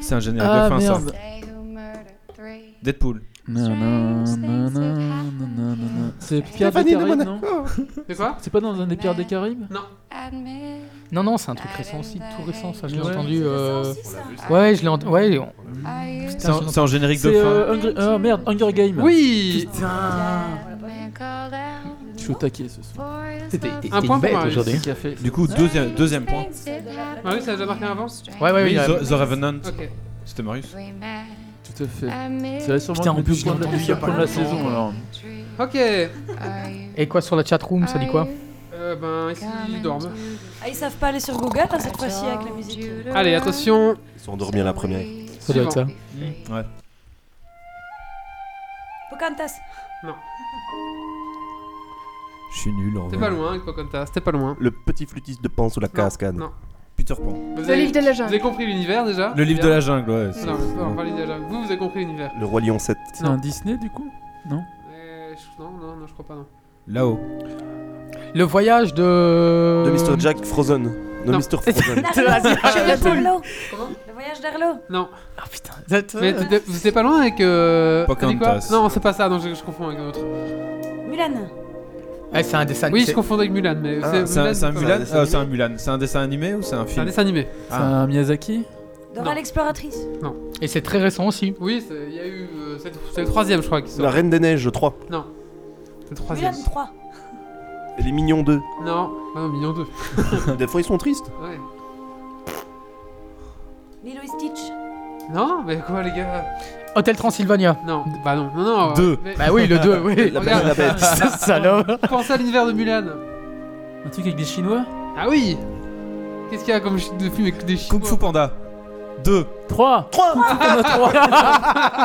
Speaker 2: C'est un générique
Speaker 4: Ah,
Speaker 2: de fin,
Speaker 4: merde.
Speaker 2: ça. Deadpool.
Speaker 4: Nanana, nanana, nanana. C'est Pierre des
Speaker 7: Stéphanie de
Speaker 4: Caraïbes, non
Speaker 7: Monaco.
Speaker 1: C'est quoi
Speaker 4: C'est pas dans un des Pierres des Caraïbes
Speaker 3: Non non, c'est un truc récent aussi, tout récent ça. Je l'ai
Speaker 4: Ouais.
Speaker 3: entendu. euh,
Speaker 1: Ah,
Speaker 3: Ouais, je l'ai entendu. Ouais. on-
Speaker 2: C'est en- c'est en générique de
Speaker 4: C'est
Speaker 2: fin.
Speaker 4: euh, Hungry- euh, merde, Hunger Game.
Speaker 1: Oui
Speaker 4: Je suis au taquet ce soir.
Speaker 3: C'était
Speaker 1: Un
Speaker 3: c'était
Speaker 1: point
Speaker 3: une
Speaker 1: pour
Speaker 3: bête
Speaker 1: Marius.
Speaker 3: aujourd'hui.
Speaker 4: Café.
Speaker 2: Du coup, deuxième, deuxième point.
Speaker 1: Marius, Ah ça a déjà marqué un avance
Speaker 3: Ouais ouais.
Speaker 2: Oui,
Speaker 3: oui, il a-
Speaker 2: The, The Revenant.
Speaker 1: Ok.
Speaker 2: C'était Marius.
Speaker 4: Tout à
Speaker 5: Euh,
Speaker 4: fait. Ça va sûrement
Speaker 3: Putain, en
Speaker 4: me
Speaker 3: plus, je l'ai
Speaker 4: prendre la
Speaker 3: entendu il y a pas
Speaker 4: prendre la
Speaker 3: longtemps.
Speaker 4: saison alors.
Speaker 1: Ok.
Speaker 3: Et quoi sur la chatroom, ça dit quoi
Speaker 1: Euh, ben, ici, ils dorment.
Speaker 8: Ah, ils savent pas aller sur Google hein, cette fois-ci avec la musique.
Speaker 1: Allez, attention.
Speaker 7: Ils sont endormis à la première.
Speaker 3: Ça doit être ça.
Speaker 2: Ouais.
Speaker 4: (laughs)
Speaker 8: Pocahontas.
Speaker 2: Je suis nul en
Speaker 1: C'était pas loin, avec Pocahontas. C'était pas loin.
Speaker 7: Le petit flûtiste de pan sous la
Speaker 1: Non,
Speaker 7: cascade.
Speaker 1: Non.
Speaker 2: Peter Pan.
Speaker 1: Vous
Speaker 5: Le livre de la
Speaker 1: Vous
Speaker 5: jungle.
Speaker 1: avez compris l'univers déjà
Speaker 2: Le livre de la jungle, ouais. c'est-
Speaker 1: Ah, Non, non, pas le livre de la jungle. Vous, vous avez compris l'univers.
Speaker 7: Le roi lion 7.
Speaker 4: C'est un Disney du coup
Speaker 1: Euh, je- Non, non, non, je crois pas, non.
Speaker 2: Là-haut.
Speaker 3: Le voyage de.
Speaker 7: De Mr. Jack Frozen. De
Speaker 1: Non.
Speaker 7: Mr.
Speaker 1: (laughs)
Speaker 7: Frozen.
Speaker 8: Chez Polo.
Speaker 1: Comment
Speaker 8: Le voyage d'Arlo.
Speaker 1: Non.
Speaker 3: Ah putain.
Speaker 1: Mais t'étais- vous étiez pas loin avec. Euh... t'as dit quoi
Speaker 2: Pocahontas.
Speaker 1: Non, c'est pas ça, non, je, je confonds avec l'autre.
Speaker 8: Mulan.
Speaker 3: Eh, c'est un dessin.
Speaker 1: Oui, je
Speaker 3: c'est-
Speaker 1: confonds avec Mulan, mais.
Speaker 7: Ah,
Speaker 2: C'est un, c'est un
Speaker 1: pas
Speaker 2: Mulan
Speaker 1: mal.
Speaker 2: euh, C'est un Mulan. C'est un dessin animé ou c'est un
Speaker 1: C'est un
Speaker 2: film Ah.
Speaker 1: dessin animé.
Speaker 4: C'est un Miyazaki
Speaker 1: Non.
Speaker 8: Dora l'exploratrice.
Speaker 3: Et c'est très récent aussi.
Speaker 1: Oui, c'est- il y a eu. euh, c'est c'est le troisième, je crois, qui
Speaker 7: La
Speaker 1: sort.
Speaker 7: Reine des Neiges 3.
Speaker 1: C'est le troisième.
Speaker 8: Mulan 3.
Speaker 7: Et les Mignons (laughs) 2.
Speaker 1: Non, ah non, million deux.
Speaker 7: Des fois ils sont tristes.
Speaker 1: Ouais.
Speaker 8: Lilo et Stitch.
Speaker 1: Non, mais quoi, les gars
Speaker 3: Hôtel Transylvania.
Speaker 1: Non, bah non, non, non. euh,
Speaker 2: Deux.
Speaker 1: mais-
Speaker 3: Bah oui, le 2,
Speaker 1: (laughs)
Speaker 3: oui.
Speaker 7: La Belle et la
Speaker 3: (laughs)
Speaker 7: Bête.
Speaker 3: Ça, Salaud.
Speaker 1: Pensez à l'univers de Mulan.
Speaker 4: Un truc avec des Chinois
Speaker 1: Ah oui Qu'est-ce qu'il y a comme ch- de film avec des chiens
Speaker 2: Kung Fu Panda. 2.
Speaker 4: 3 Ah,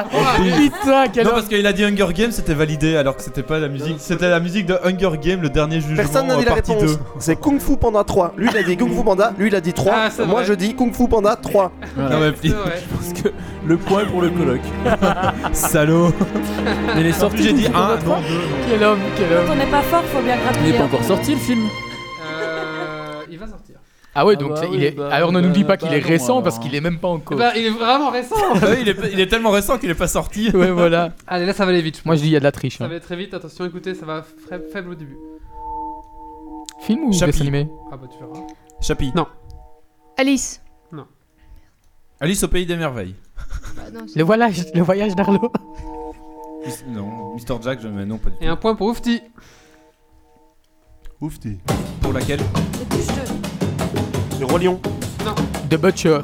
Speaker 3: Putain, quel
Speaker 2: Non,
Speaker 3: homme.
Speaker 2: parce qu'il a dit Hunger Games, c'était validé alors que c'était pas la musique. C'était la musique de Hunger Games, le dernier jugement.
Speaker 7: Personne n'a
Speaker 2: euh,
Speaker 7: dit la
Speaker 2: partie
Speaker 7: réponse.
Speaker 2: 2.
Speaker 7: C'est Kung Fu Panda 3. Lui il a dit Kung Fu Panda, lui il a dit 3.
Speaker 1: Ah, c'est
Speaker 7: Moi
Speaker 1: vrai.
Speaker 7: je dis Kung Fu Panda 3.
Speaker 2: Non, mais
Speaker 1: C'est
Speaker 2: please.
Speaker 1: vrai.
Speaker 4: Parce que le point est pour le coloc.
Speaker 2: (laughs) Salaud.
Speaker 4: Mais il est
Speaker 2: En plus,
Speaker 4: sorti.
Speaker 2: J'ai dit
Speaker 4: le film
Speaker 2: 1,
Speaker 4: de
Speaker 2: non
Speaker 4: trois
Speaker 2: 2.
Speaker 3: Quel homme, quel homme.
Speaker 8: Quand on n'est pas fort, faut bien
Speaker 4: Il
Speaker 8: grappiller.
Speaker 4: est pas encore sorti le film
Speaker 1: Euh, il va sortir.
Speaker 3: Ah ouais,
Speaker 4: Ah
Speaker 3: donc
Speaker 4: bah
Speaker 3: c'est-
Speaker 4: oui,
Speaker 3: il est.
Speaker 4: bah,
Speaker 3: alors ne
Speaker 4: bah,
Speaker 3: nous dis pas
Speaker 4: bah,
Speaker 3: qu'il est
Speaker 4: non,
Speaker 3: récent
Speaker 4: alors,
Speaker 3: parce
Speaker 4: hein.
Speaker 3: qu'il est même pas encore. (laughs)
Speaker 1: Bah, il est vraiment récent
Speaker 2: Ouais, Ah il, est, il est tellement récent qu'il est pas sorti.
Speaker 3: Ouais, voilà.
Speaker 1: Allez, là, ça va aller vite. je
Speaker 3: Moi je dis il y a de la triche.
Speaker 1: Ça
Speaker 3: hein.
Speaker 1: va aller très vite, attention, écoutez, ça va fra- faible au début.
Speaker 3: Film ou
Speaker 2: Chapi.
Speaker 3: dessin animé
Speaker 1: Ah bah tu verras.
Speaker 2: Chapi.
Speaker 5: Alice.
Speaker 2: Alice au pays des merveilles.
Speaker 5: Bah, non, c'est-
Speaker 3: Le voyage, le voyage d'Arlo.
Speaker 2: Mis- Non, Mr. Jack, je mais non pas du tout.
Speaker 1: Et un point pour Oufti.
Speaker 7: Ouf t'es.
Speaker 2: Pour laquelle
Speaker 8: Le plus de.
Speaker 7: Le roi lion.
Speaker 3: The Butcher.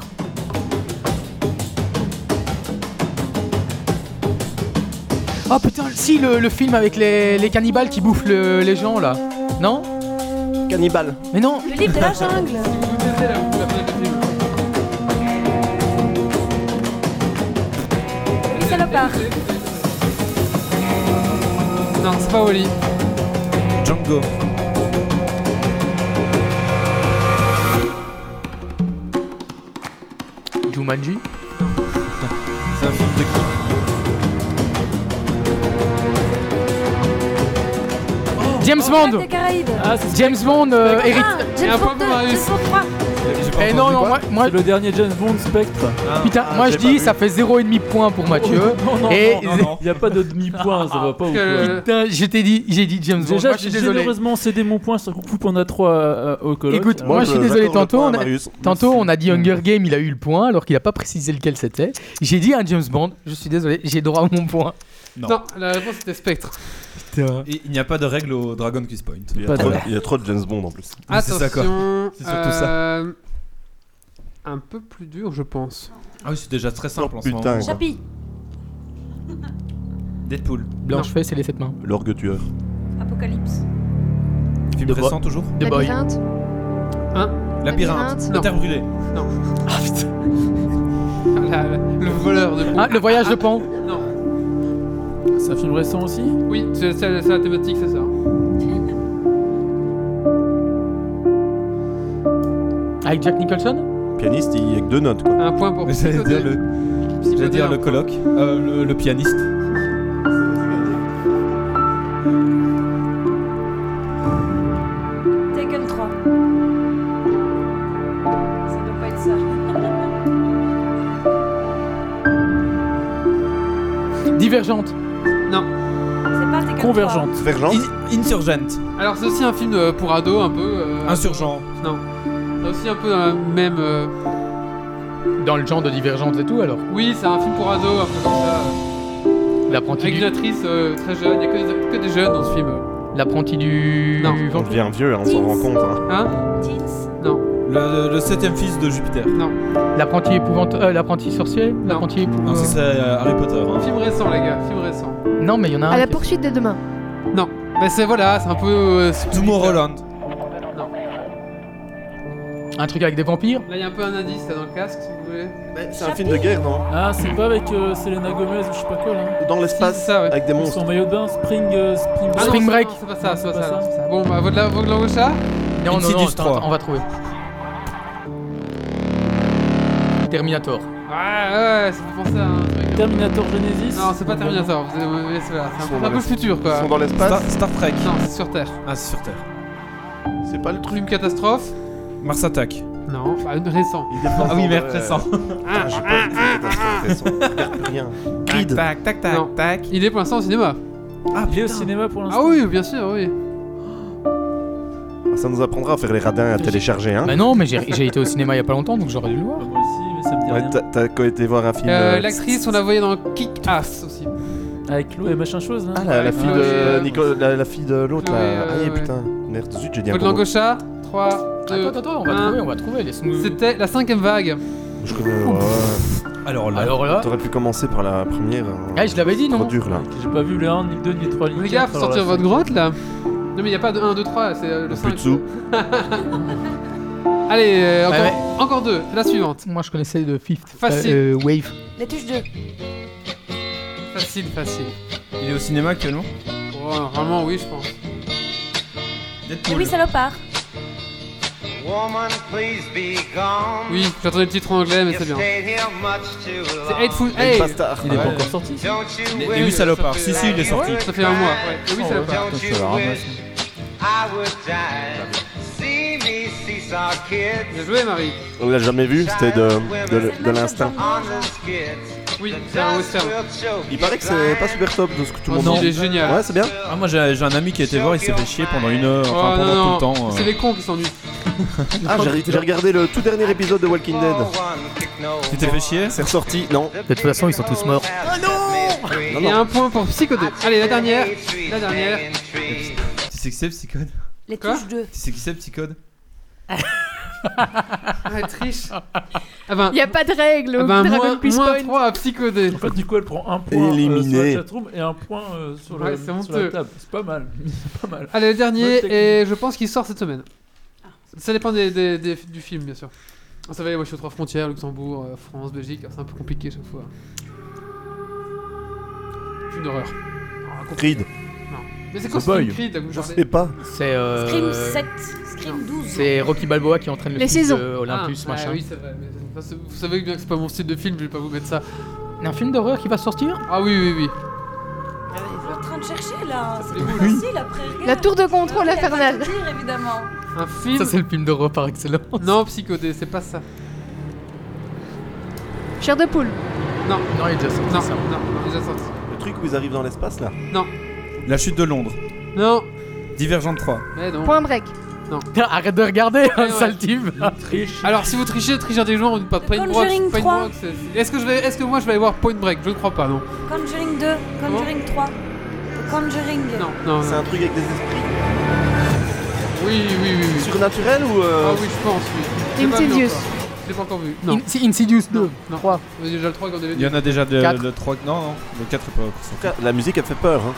Speaker 3: Oh putain, si le, le film avec les, les cannibales qui bouffent le- les gens là. Non
Speaker 7: Cannibale.
Speaker 3: Mais non
Speaker 8: Le livre de la jungle.
Speaker 1: Vous savez, là, vous l'avez fait, vous
Speaker 8: Les salopards.
Speaker 1: savez, vous savez. Non, c'est pas Wally.
Speaker 2: Django.
Speaker 3: Jumanji
Speaker 2: C'est un film de qui
Speaker 3: James
Speaker 8: Pirates
Speaker 3: Bond
Speaker 8: des Caraïbes.
Speaker 4: Ah, c'est
Speaker 3: James Bond, euh,
Speaker 8: Ah,
Speaker 3: hérite.
Speaker 8: James
Speaker 1: un
Speaker 8: Bond
Speaker 1: point pour
Speaker 8: 2, James
Speaker 1: Marius.
Speaker 8: Bond 3.
Speaker 2: J'ai pas
Speaker 3: Eh
Speaker 2: entendu
Speaker 3: non, non,
Speaker 2: quoi
Speaker 3: moi, moi
Speaker 4: le dernier James Bond Spectre.
Speaker 2: Ah,
Speaker 3: putain,
Speaker 7: Ah,
Speaker 3: moi
Speaker 7: j'ai
Speaker 3: je
Speaker 7: pas
Speaker 3: dis
Speaker 7: vu.
Speaker 3: ça fait 0,5 point pour Mathieu.
Speaker 4: (laughs) non, non,
Speaker 3: Et-
Speaker 4: non, non, non. Il n'y a pas de demi-point, ça va pas ou
Speaker 1: Parce que
Speaker 4: quoi
Speaker 1: le-
Speaker 3: Putain, je t'ai dit, j'ai dit James Bond.
Speaker 4: Déjà,
Speaker 3: moi, je
Speaker 4: j'ai
Speaker 3: suis désolé.
Speaker 4: généreusement cédé mon point sur Coupe en a 3 euh, au coloc.
Speaker 3: Écoute,
Speaker 4: Alors,
Speaker 3: moi, je suis désolé,
Speaker 7: j'accorde le
Speaker 3: tantôt,
Speaker 7: point à
Speaker 3: on a-
Speaker 7: Marius.
Speaker 3: Tantôt, on a dit
Speaker 4: Merci.
Speaker 3: Hunger Game, il a eu le point alors qu'il a pas précisé lequel c'était. J'ai dit un James Bond, je suis désolé, j'ai droit à mon point.
Speaker 2: Non.
Speaker 1: Non, la réponse était Spectre.
Speaker 10: Putain.
Speaker 2: Et il n'y a pas de règle au Dragon Quiz Point.
Speaker 7: Il y,
Speaker 4: Pas
Speaker 7: a
Speaker 4: de-
Speaker 7: trop, il y a trop de James Bond en plus.
Speaker 2: Mais c'est ça, quoi.
Speaker 1: Ah, Attention.
Speaker 2: C'est surtout ça.
Speaker 1: euh, Un peu plus dur, je pense. (laughs)
Speaker 2: Ah oui, c'est déjà très simple
Speaker 7: Oh,
Speaker 2: en ce
Speaker 7: putain.
Speaker 2: moment.
Speaker 8: Chapi.
Speaker 2: Deadpool.
Speaker 3: Blanche fesse et les sept mains.
Speaker 7: L'orgue tueur.
Speaker 8: Apocalypse.
Speaker 2: Film
Speaker 3: De
Speaker 2: récent toujours
Speaker 3: The Boy.
Speaker 5: Labyrinthe.
Speaker 2: La
Speaker 5: Labyrinthe,
Speaker 2: Labyrinthe.
Speaker 1: non.
Speaker 2: La Terre brûlée.
Speaker 1: Ah, la- la- le voleur de
Speaker 3: Ah, le voyage de Pan.
Speaker 1: Non.
Speaker 4: C'est un film récent aussi
Speaker 1: Oui, c'est c'est- c'est la thématique, c'est ça.
Speaker 3: Avec Jack Nicholson
Speaker 7: Pianiste, il y a que deux notes quoi.
Speaker 1: Un point pour.
Speaker 2: J'allais dire le,
Speaker 1: Psychoté,
Speaker 2: j'allais dire
Speaker 1: un
Speaker 2: le
Speaker 1: point.
Speaker 2: colloque. Euh, le, le pianiste.
Speaker 8: Taken 3. Ça doit pas être ça.
Speaker 3: Divergente.
Speaker 8: C'est pas Taken 3.
Speaker 4: Convergente.
Speaker 7: Vergente.
Speaker 2: In- Insurgent.
Speaker 1: Alors, c'est aussi un film euh, pour ados, un peu. euh,
Speaker 2: Insurgent.
Speaker 1: Non. C'est aussi un peu dans la même. euh,
Speaker 3: Dans le genre de Divergente et tout alors.
Speaker 1: Oui, c'est un film pour ados, un peu comme ça.
Speaker 3: L'apprenti
Speaker 1: Avec une
Speaker 3: du...
Speaker 1: actrice euh, très jeune, il n'y a que des, que des jeunes dans ce film.
Speaker 3: L'apprenti du...
Speaker 1: Non.
Speaker 3: du
Speaker 7: On
Speaker 3: vampire.
Speaker 7: devient vieux, hein, on s'en rend compte. hein.
Speaker 1: Hein
Speaker 8: Teens.
Speaker 2: Le, le septième fils de Jupiter.
Speaker 1: Non.
Speaker 3: L'apprenti épouvante... euh, l'apprenti sorcier L'apprenti épouvante...
Speaker 2: Non, ce serait euh, Harry Potter. hein.
Speaker 1: Film récent, les gars, film récent.
Speaker 3: Non mais il y en a un...
Speaker 5: À la
Speaker 3: qui-
Speaker 5: poursuite de demain.
Speaker 1: Mais c'est voilà, c'est un peu. euh, ce-
Speaker 2: Tomorrowland.
Speaker 3: Un truc avec des vampires
Speaker 1: Là, il y a un peu un indice là, dans le casque, si vous voulez.
Speaker 7: C'est un film de guerre, non
Speaker 4: Ah, c'est pas avec euh, Selena Gomez ou je sais pas quoi là
Speaker 7: Dans
Speaker 1: Si,
Speaker 7: l'espace,
Speaker 1: c'est ça, ouais.
Speaker 7: avec des monstres.
Speaker 4: Son maillot de bain, Spring. euh, spring
Speaker 1: Ah non,
Speaker 3: Spring
Speaker 1: c'est-
Speaker 3: Break.
Speaker 1: non, C'est pas ça,
Speaker 4: Non,
Speaker 1: c'est
Speaker 4: c'est
Speaker 1: pas
Speaker 4: pas
Speaker 1: ça.
Speaker 4: ça.
Speaker 1: c'est pas ça. Bon, bah, vaut de la- vaut de l'envoyer ça
Speaker 3: Non, non, non,
Speaker 2: Insidious
Speaker 3: attends,
Speaker 2: 3.
Speaker 3: attends, on va trouver. Terminator.
Speaker 1: Ouais, ouais, ça fait penser à un truc.
Speaker 4: Terminator Genesis.
Speaker 1: Non, c'est pas Terminator, vous allez- ouais, c'est voilà, c'est
Speaker 7: Ils
Speaker 1: un,
Speaker 7: sont
Speaker 1: peu-
Speaker 7: dans
Speaker 1: un peu
Speaker 7: le-
Speaker 1: futur quoi.
Speaker 7: Ils sont dans
Speaker 2: Star,
Speaker 7: l'espace.
Speaker 2: Star Trek.
Speaker 1: Non, c'est sur Terre.
Speaker 2: Ah, c'est sur Terre.
Speaker 7: C'est pas le truc.
Speaker 1: Film catastrophe
Speaker 2: Mars Attack.
Speaker 1: Non, enfin, une récent.
Speaker 2: Ah oui, merde, très simple.
Speaker 7: Putain, j'ai Ah, pas vu cette catastrophe récente. Je perds plus rien. Creed.
Speaker 2: Tac, tac, tac,
Speaker 1: Non.
Speaker 2: tac.
Speaker 1: Il est pour l'instant au cinéma.
Speaker 2: Ah,
Speaker 4: Il est au
Speaker 2: putain.
Speaker 4: cinéma pour l'instant.
Speaker 1: Ah oui, bien sûr, oui. bah.
Speaker 7: Ah, Ça nous apprendra à faire les radins et à télécharger, hein.
Speaker 3: Bah non, mais j'ai j'ai été au cinéma il y a pas longtemps, donc j'aurais dû le voir.
Speaker 4: Moi aussi, mais ça me dit
Speaker 7: Ouais,
Speaker 4: rien.
Speaker 7: t'as- t'as quoi été voir un film
Speaker 1: Euh,
Speaker 7: euh,
Speaker 1: L'actrice, on la voyait dans Kick Ass aussi.
Speaker 4: Avec Chloé et machin chose là.
Speaker 7: Ah, la, la fille
Speaker 1: Chloé,
Speaker 7: de
Speaker 1: euh,
Speaker 7: Nico, la, la fille de l'autre,
Speaker 1: Chloé,
Speaker 7: là. Ah,
Speaker 1: euh,
Speaker 7: et
Speaker 1: ouais.
Speaker 7: putain. Merde, zut, j'ai dit un
Speaker 1: Vaut de
Speaker 7: gros mot.
Speaker 1: l'Angocha, 3, 2.
Speaker 3: Attends, attends, attends, on va
Speaker 1: Euh, un.
Speaker 3: trouver, on va trouver, laisse-nous...
Speaker 1: C'était la cinquième vague.
Speaker 7: Je connais- ouais, ouais.
Speaker 2: Alors là,
Speaker 3: Alors
Speaker 1: Bah.
Speaker 3: là...
Speaker 7: T'aurais pu commencer par la première. hein.
Speaker 3: Ah, je l'avais dit,
Speaker 7: Trop
Speaker 3: non
Speaker 7: dur, là.
Speaker 4: J'ai pas vu le 1, ni le 2, ni le 3, ni le
Speaker 1: Les gars,
Speaker 4: 4.
Speaker 1: faut sortir votre grotte là. Non mais il a pas de 1, 2, 3, c'est euh, le
Speaker 7: Plus
Speaker 1: 5.
Speaker 7: de sous.
Speaker 1: Allez, euh, encore,
Speaker 3: Ouais,
Speaker 1: encore deux, la suivante.
Speaker 3: Moi, je connaissais de Fifth.
Speaker 1: Facile.
Speaker 3: Euh, euh, Wave.
Speaker 8: Les touches 2.
Speaker 1: Facile, facile.
Speaker 2: il est au cinéma actuellement
Speaker 1: Oh, normalement oui je pense.
Speaker 8: Oui,
Speaker 2: Deadpool.
Speaker 8: Louis Salopard.
Speaker 1: Oui, j'entendais le titre en anglais mais c'est bien. C'est Hateful
Speaker 7: Hey,
Speaker 1: Eight.
Speaker 7: bastard.
Speaker 4: Il est pas
Speaker 2: Ouais.
Speaker 4: encore sorti. ça.
Speaker 2: Les les huit salopards. Si, si, il est sorti.
Speaker 1: Ça fait un mois. Ouais. Et Oui, ça
Speaker 3: Oh,
Speaker 2: Oh,
Speaker 1: va pas.
Speaker 4: Putain, ça va ramasser.
Speaker 1: Bien joué Marie.
Speaker 7: On l'a jamais vu, c'était de, de, de l'instinct.
Speaker 1: Oui, c'est un western.
Speaker 7: Il paraît que c'est pas super top de ce que tout le
Speaker 1: Oh,
Speaker 7: monde
Speaker 1: si, il
Speaker 7: dit.
Speaker 1: est génial.
Speaker 7: Ouais, c'est bien.
Speaker 2: Ah, moi j'ai j'ai un ami qui a été voir, il s'est fait chier pendant une heure,
Speaker 1: Oh,
Speaker 2: enfin pendant
Speaker 1: non,
Speaker 2: tout le
Speaker 1: non.
Speaker 2: temps. euh.
Speaker 1: C'est les cons qui s'ennuient.
Speaker 7: Ah, j'ai j'ai regardé le tout dernier épisode de Walking Dead.
Speaker 2: Tu t'es fait chier
Speaker 7: C'est ressorti, non
Speaker 3: De toute façon, ils sont tous morts.
Speaker 7: Non,
Speaker 1: Il y a
Speaker 7: non.
Speaker 1: un point pour Psycho 2.
Speaker 2: Ah.
Speaker 1: Allez, la dernière. La dernière.
Speaker 2: Tu sais qui c'est Psychode
Speaker 8: Les
Speaker 1: Quoi
Speaker 8: touches 2.
Speaker 2: Tu sais qui c'est Psychode
Speaker 1: Ah, triche. Ah ben,
Speaker 5: Il n'y a pas de règle
Speaker 1: ah
Speaker 5: au
Speaker 1: ben,
Speaker 5: Dragon
Speaker 1: moins,
Speaker 5: Quiz
Speaker 1: moins
Speaker 5: Point.
Speaker 1: 3 à Psycho 2.
Speaker 4: En fait, du coup, elle prend un point euh, sur
Speaker 7: Éliminé.
Speaker 4: la chatroom et un point euh, sur, le-
Speaker 1: Ouais, c'est
Speaker 4: sur
Speaker 1: honteux.
Speaker 4: la table. C'est pas mal. (laughs) C'est pas mal.
Speaker 1: Allez, le dernier,
Speaker 4: Bonne technique.
Speaker 1: et je pense qu'il sort cette semaine. Ça dépend des, des- des- du film, bien sûr. Ah, Vous savez, moi je suis aux trois frontières, Luxembourg, euh, France, Belgique, c'est un peu compliqué chaque fois. C'est une horreur. Ah, compl-
Speaker 7: Creed,
Speaker 1: Mais c'est quoi
Speaker 4: The
Speaker 1: ce film
Speaker 4: Boy.
Speaker 1: Creed là, que vous
Speaker 7: je
Speaker 1: parlez
Speaker 7: sais pas.
Speaker 3: C'est... euh,
Speaker 8: Scream 7. Scream 12.
Speaker 3: C'est Rocky Balboa qui entraîne le
Speaker 5: Les
Speaker 3: fils
Speaker 5: saisons.
Speaker 3: de Olympus,
Speaker 1: Ah,
Speaker 3: machin.
Speaker 1: ah oui, c'est vrai. mais- enfin, c'est- vous savez bien que c'est pas mon style de film, je vais pas vous mettre ça.
Speaker 3: Un film d'horreur qui va sortir
Speaker 1: Ah oui, oui, oui.
Speaker 8: Je suis Ah, en train de chercher là. C'est
Speaker 1: Oui.
Speaker 8: pas facile après. regarde.
Speaker 5: La tour de contrôle
Speaker 8: Elle va
Speaker 5: infernale.
Speaker 8: te dire, évidemment.
Speaker 1: Un film.
Speaker 3: Ça, c'est le film d'horreur par excellence.
Speaker 1: non, psychodé, c'est pas ça.
Speaker 5: Chair de poule.
Speaker 3: Non, il est déjà sorti,
Speaker 1: Non,
Speaker 3: ça.
Speaker 1: non, non, déjà sorti.
Speaker 7: Le truc où ils arrivent dans l'espace, là.
Speaker 2: La chute de Londres.
Speaker 1: Non,
Speaker 2: Divergente 3.
Speaker 1: mais non.
Speaker 5: Point break.
Speaker 3: Arrête de regarder,
Speaker 1: Ouais,
Speaker 3: (laughs)
Speaker 1: ouais.
Speaker 3: sale type
Speaker 4: Triche.
Speaker 1: Alors si vous trichez, trichez des joueurs, on dit pas
Speaker 8: The
Speaker 1: Point Break.
Speaker 8: Conjuring
Speaker 1: Point
Speaker 8: 3.
Speaker 1: Break, c'est- Est-ce que je vais, est-ce que moi je vais aller voir Point Break Je ne crois pas, non.
Speaker 8: Conjuring 2. Conjuring 3. Conjuring.
Speaker 1: Non, non,
Speaker 7: C'est
Speaker 1: non.
Speaker 7: un truc avec des esprits.
Speaker 1: Oui, oui, oui. oui.
Speaker 7: Surnaturel ou.
Speaker 1: Ah
Speaker 7: euh,
Speaker 1: oui, je pense, oui. Je l'ai pas vu
Speaker 5: Insidious.
Speaker 1: encore. Je l'ai pas encore vu. Non.
Speaker 3: In- C'est Insidious 2.
Speaker 1: Non.
Speaker 3: 3.
Speaker 1: On a déjà le 3 qu'on avait
Speaker 2: Il y
Speaker 1: vu.
Speaker 2: en a déjà de,
Speaker 3: Quatre.
Speaker 2: le 3. Non, non, le 4 est pas sorti.
Speaker 7: La musique elle fait peur. Hein.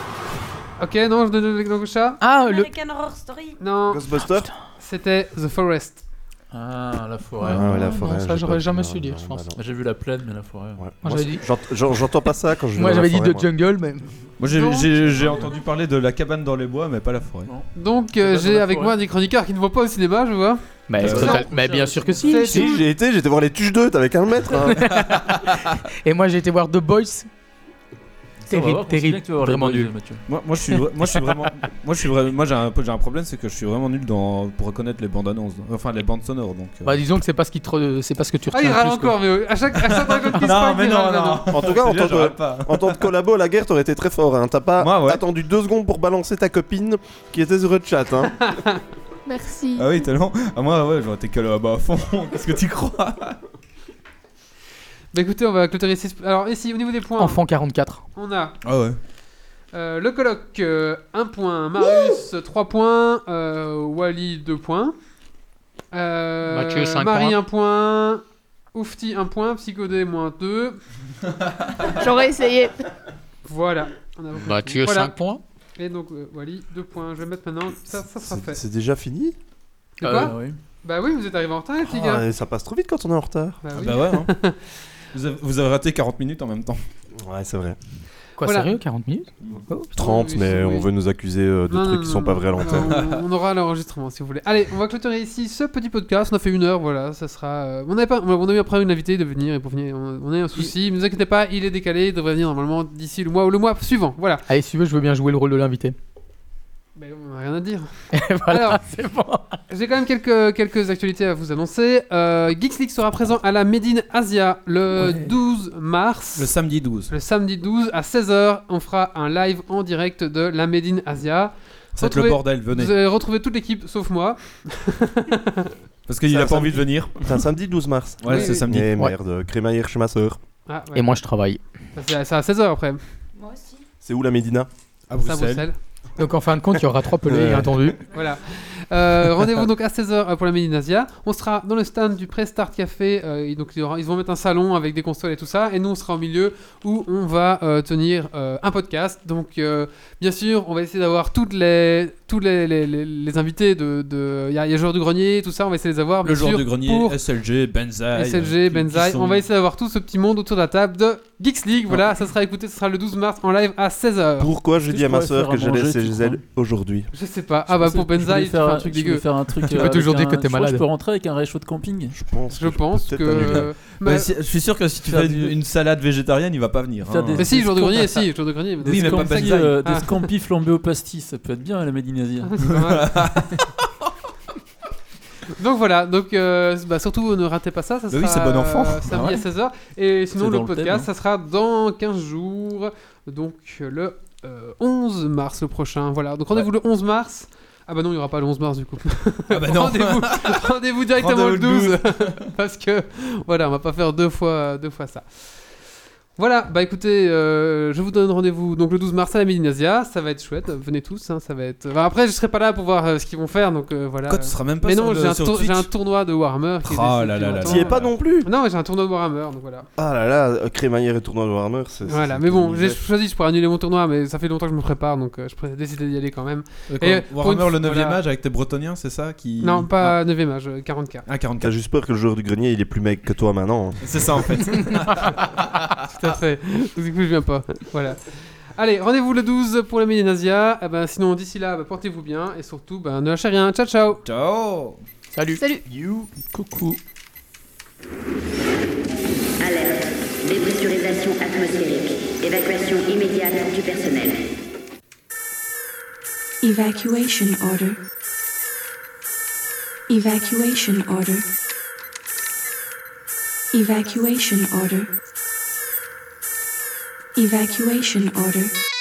Speaker 1: Ok, non, je donne le- le chat.
Speaker 3: Ah, le.
Speaker 8: American Horror Story.
Speaker 7: Ah,
Speaker 1: Non,
Speaker 7: Ghostbusters
Speaker 1: c'était The Forest.
Speaker 11: Ah, la forêt.
Speaker 7: Ah ouais, la
Speaker 3: non,
Speaker 7: forêt,
Speaker 3: ça,
Speaker 7: j'ai
Speaker 3: j'aurais
Speaker 7: pas-
Speaker 3: jamais
Speaker 7: non,
Speaker 3: su lire,
Speaker 7: non,
Speaker 3: je pense.
Speaker 7: bah non.
Speaker 11: J'ai vu la plaine, mais la
Speaker 4: hein.
Speaker 11: forêt.
Speaker 7: Ouais.
Speaker 3: Moi,
Speaker 7: Moi,
Speaker 3: j'avais dit-
Speaker 7: j'ent- j'en- J'entends pas ça quand je. vais
Speaker 3: Moi
Speaker 7: dans la
Speaker 3: j'avais dit
Speaker 7: forêt,
Speaker 3: The
Speaker 7: moi.
Speaker 3: Jungle, mais.
Speaker 2: Moi j'ai- j'ai j'ai entendu parler de la cabane dans les bois, mais pas la forêt.
Speaker 1: Donc,
Speaker 11: C'est
Speaker 1: euh,
Speaker 11: pas dans
Speaker 1: j'ai
Speaker 11: la
Speaker 1: avec
Speaker 11: forêt.
Speaker 1: moi des chroniqueurs qui ne vont pas au cinéma, je vois.
Speaker 3: Mais,
Speaker 2: Euh,
Speaker 3: total-
Speaker 1: non.
Speaker 3: mais bien sûr que si.
Speaker 1: C'est-
Speaker 7: Si j'y ai été, j'étais voir les tuches 2, t'avais qu'un mètre.
Speaker 3: (laughs)
Speaker 7: hein.
Speaker 3: Et moi j'ai été voir The Boys.
Speaker 11: Ça, on va
Speaker 3: Terrible,
Speaker 11: voir, on sait bien
Speaker 3: terrible,
Speaker 11: que tu vas avoir les
Speaker 3: vraiment
Speaker 11: boys,
Speaker 3: nul.
Speaker 11: Mathieu.
Speaker 2: Moi, moi, je suis, vra- moi je suis (laughs) vraiment, moi je suis vraiment, moi j'ai un, peu- j'ai un problème, c'est que je suis vraiment nul dans pour reconnaître les bandes annonces, enfin les bandes sonores donc. euh,
Speaker 3: Bah disons que c'est pas ce qui te re- c'est pas ce que tu
Speaker 1: Ah, il
Speaker 3: retiens
Speaker 1: râle
Speaker 3: le plus, quoi.
Speaker 1: encore, mais à chaque, à chaque fois qu'on te
Speaker 2: non mais non non.
Speaker 7: En tout cas,
Speaker 2: (laughs)
Speaker 7: en
Speaker 2: Déjà, je
Speaker 7: tant,
Speaker 2: râle
Speaker 7: que,
Speaker 2: pas.
Speaker 7: en tant que collabo à la guerre, t'aurais été très fort. Hein. T'as pas
Speaker 2: Moi, ouais.
Speaker 7: attendu deux secondes pour balancer ta copine qui était sur le chat. Hein.
Speaker 5: Merci.
Speaker 2: Ah oui tellement. Ah moi ouais j'aurais été que là-bas à fond. (laughs) Qu'est-ce que tu crois
Speaker 1: Bah écoutez, on va clôturer ici. Alors, ici, au niveau des points,
Speaker 3: Enfant 44.
Speaker 1: on a
Speaker 2: Ah ouais.
Speaker 1: euh, le colloque, 1 point, Marius, 3 points, euh, Wally, 2 points, euh,
Speaker 3: Mathieu, cinq
Speaker 1: Marie,
Speaker 3: points.
Speaker 1: 1 point, Oufti, 1 point, Psychodé, moins 2.
Speaker 5: J'aurais essayé.
Speaker 1: Voilà. On a
Speaker 3: Mathieu
Speaker 1: Voilà.
Speaker 3: 5 points.
Speaker 1: Et donc, euh, Wally, 2 points. Je vais mettre maintenant. Ça, ça sera
Speaker 7: C'est
Speaker 1: fait.
Speaker 7: c'est déjà fini
Speaker 1: C'est
Speaker 3: Euh,
Speaker 1: quoi
Speaker 11: Ah oui.
Speaker 1: Bah oui, vous êtes arrivés en retard, les petits
Speaker 7: Ah,
Speaker 1: gars.
Speaker 7: et Ça passe trop vite quand on est en retard.
Speaker 1: Bah
Speaker 2: Ah
Speaker 1: oui.
Speaker 2: bah ouais. hein. (laughs) Vous avez, vous avez raté 40 minutes en même temps.
Speaker 7: Ouais, c'est vrai.
Speaker 3: Quoi
Speaker 1: Voilà.
Speaker 3: sérieux 40 minutes
Speaker 7: 30,
Speaker 1: Oui,
Speaker 7: mais
Speaker 1: c'est-
Speaker 7: on
Speaker 1: oui.
Speaker 7: veut nous accuser euh, de
Speaker 1: Non,
Speaker 7: trucs
Speaker 1: non,
Speaker 7: qui
Speaker 1: non,
Speaker 7: sont pas
Speaker 1: non.
Speaker 7: vrais à l'antenne.
Speaker 1: Alors, On, on aura l'enregistrement si vous voulez. Allez, on va clôturer ici ce petit podcast. On a fait une heure, voilà. Ça sera. euh, on, avait pas, on a eu après une invitée de venir et pour finir, on, on a eu un souci. Ne vous inquiétez pas, il est décalé. Il devrait venir normalement d'ici le mois ou le mois suivant. Voilà.
Speaker 3: Allez, si tu veux, je veux bien jouer le rôle de l'invité.
Speaker 1: Mais on n'a rien
Speaker 3: (laughs)
Speaker 1: à dire.
Speaker 3: voilà,
Speaker 1: Alors.
Speaker 3: c'est bon.
Speaker 1: J'ai quand même quelques, quelques actualités à vous annoncer. Euh, Geeks League sera présent à la Médine Asia le 12 mars.
Speaker 2: Le samedi 12.
Speaker 1: Le samedi 12 à 16h, on fera un live en direct de la Made in Asia.
Speaker 2: Ça va être le
Speaker 1: Retrouvez-
Speaker 2: bordel. Venez.
Speaker 1: Vous allez retrouver toute l'équipe sauf moi.
Speaker 2: Parce qu'il
Speaker 7: C'est
Speaker 2: a
Speaker 7: un
Speaker 2: pas envie de
Speaker 7: samedi.
Speaker 2: venir.
Speaker 7: C'est un samedi 12 mars.
Speaker 2: Ouais
Speaker 1: Oui,
Speaker 2: c'est
Speaker 1: oui.
Speaker 2: samedi.
Speaker 7: Eh
Speaker 3: Ouais.
Speaker 7: merde, crémaillère chez ma sœur.
Speaker 1: Ah, ouais.
Speaker 3: Et moi je travaille.
Speaker 1: C'est à c'est à 16h après.
Speaker 8: Moi aussi.
Speaker 7: C'est où la Médina
Speaker 2: À
Speaker 1: C'est à
Speaker 2: Bruxelles.
Speaker 1: Bruxelles.
Speaker 3: Donc en fin de compte, il y aura trois pelés
Speaker 7: Ouais.
Speaker 3: attendus.
Speaker 1: Voilà. Euh, Rendez-vous donc à 16h pour la Made in Asia. On sera dans le stand du Prestart Café. euh, et donc il y aura- ils vont mettre un salon avec des consoles et tout ça. Et nous, on sera au milieu où on va euh, tenir euh, un podcast. Donc, euh, bien sûr, on va essayer d'avoir toutes les, tous les, les, les- les invités. de- de- Il y a, il y a Joueur du Grenier, tout ça. On va essayer de les avoir.
Speaker 2: Le
Speaker 1: bien
Speaker 2: jour
Speaker 1: sûr,
Speaker 2: du grenier.
Speaker 1: pour
Speaker 2: SLG, Benzaï. euh,
Speaker 1: SLG,
Speaker 2: qui-
Speaker 1: Benzaï.
Speaker 2: qui sont-
Speaker 1: On va essayer d'avoir tout ce petit monde autour de la table de Geeks League. Voilà, ça sera écouté, ce sera le 12 mars en live à 16h.
Speaker 7: Pourquoi je
Speaker 11: Qu'est-ce
Speaker 7: dis à ma
Speaker 11: qu'on va
Speaker 7: sœur
Speaker 11: faire
Speaker 7: que
Speaker 11: à
Speaker 7: j'allais
Speaker 11: manger, tu
Speaker 7: CGZ
Speaker 11: crois
Speaker 7: aujourd'hui
Speaker 1: Je sais pas. Ah bah pour
Speaker 11: Je voulais
Speaker 1: Benzaï, tu fais un truc
Speaker 11: je voulais
Speaker 1: dégueu.
Speaker 11: faire un truc. euh,
Speaker 3: Tu peux
Speaker 11: avec
Speaker 3: toujours dire
Speaker 11: un-
Speaker 3: que t'es
Speaker 11: je crois
Speaker 3: malade.
Speaker 11: Je peux rentrer avec un réchaud de camping.
Speaker 7: Je pense.
Speaker 1: Je pense
Speaker 7: peut-être
Speaker 1: que.
Speaker 2: (laughs)
Speaker 7: annuler.
Speaker 1: Mais-
Speaker 2: Bah, si- je suis sûr que si tu
Speaker 11: Faire
Speaker 2: fais
Speaker 11: du-
Speaker 2: une salade végétarienne, il va pas venir.
Speaker 11: Faire
Speaker 2: hein.
Speaker 11: des-
Speaker 1: Mais bah, si, jour
Speaker 2: (laughs)
Speaker 1: de grenier,
Speaker 11: scampi-
Speaker 1: si, jour de grenier. mais-
Speaker 11: Des
Speaker 2: Oui, mais pas
Speaker 11: scampi,
Speaker 2: Benzaï.
Speaker 11: euh, des
Speaker 1: Ah.
Speaker 11: scampi flambés au pastis, ça peut être bien la Médinasie.
Speaker 1: (laughs) Ah, c'est pas mal. donc voilà, donc euh, bah, surtout ne ratez pas ça, ça
Speaker 2: Bah oui,
Speaker 1: sera
Speaker 2: c'est bon enfant.
Speaker 1: euh,
Speaker 11: Bah
Speaker 1: samedi
Speaker 11: ouais.
Speaker 1: à 16h. Et sinon
Speaker 11: C'est
Speaker 1: le
Speaker 11: dans le thème,
Speaker 1: podcast, ça sera dans 15 jours, donc euh, le euh, 11 mars le prochain. Voilà, donc rendez-vous le 11 mars. Ah bah non, il n'y aura pas le 11 mars du coup.
Speaker 2: Ah bah non. (laughs)
Speaker 1: rendez-vous, rendez-vous directement le
Speaker 2: Rendez-vous le
Speaker 1: 12. (laughs) parce que voilà, on va pas faire deux fois, deux fois ça. Voilà, bah écoutez, euh, je vous donne rendez-vous donc le 12 mars à la Médinasia, ça va être chouette, venez tous, hein, ça va être. Enfin, après, je serai pas là pour voir euh, ce qu'ils vont faire, donc euh, voilà.
Speaker 2: Quoi, tu seras même pas
Speaker 1: Mais
Speaker 2: sur
Speaker 1: non,
Speaker 2: le-
Speaker 1: j'ai un,
Speaker 2: sur
Speaker 1: tour- j'ai un
Speaker 2: Twitch Euh,
Speaker 1: tournoi de Warhammer. Qui est
Speaker 2: Oh
Speaker 1: décidé
Speaker 2: là là
Speaker 1: depuis
Speaker 2: là
Speaker 1: longtemps.
Speaker 7: T'y es pas non plus
Speaker 1: Non, mais j'ai un tournoi de Warhammer, donc voilà.
Speaker 7: Ah là là, euh, crémaillère et tournoi de Warhammer, c'est.
Speaker 1: Voilà,
Speaker 7: c'est-
Speaker 1: mais bon,
Speaker 7: c'est-
Speaker 1: j'ai choisi, je pourrais annuler mon tournoi, mais ça fait longtemps que je me prépare, donc euh, je pourrais décider d'y aller quand même.
Speaker 2: D'accord.
Speaker 1: Et pour
Speaker 2: Warhammer,
Speaker 1: une-
Speaker 2: le 9 e
Speaker 1: voilà.
Speaker 2: âge avec tes bretoniens, c'est ça qui...
Speaker 1: Non, pas 9e âge, euh, 40k.
Speaker 2: Ah,
Speaker 1: (laughs)
Speaker 7: T'as
Speaker 2: 44.
Speaker 7: juste peur que le joueur du grenier il est plus mec que toi maintenant. hein.
Speaker 2: C'est ça en fait.
Speaker 1: (laughs) Tout à fait. Donc, du coup, je viens pas. Voilà. Allez, rendez-vous le 12 pour la Médinasia. Eh ben, sinon, d'ici là, bah, portez-vous bien et surtout, ben, ne lâchez rien. Ciao, ciao.
Speaker 2: Ciao
Speaker 3: Salut.
Speaker 5: Salut.
Speaker 11: Coucou.
Speaker 12: Alerte. Dépressurisation atmosphérique. Évacuation immédiate du personnel.
Speaker 9: Evacuation order. Evacuation order. Evacuation order. Evacuation order.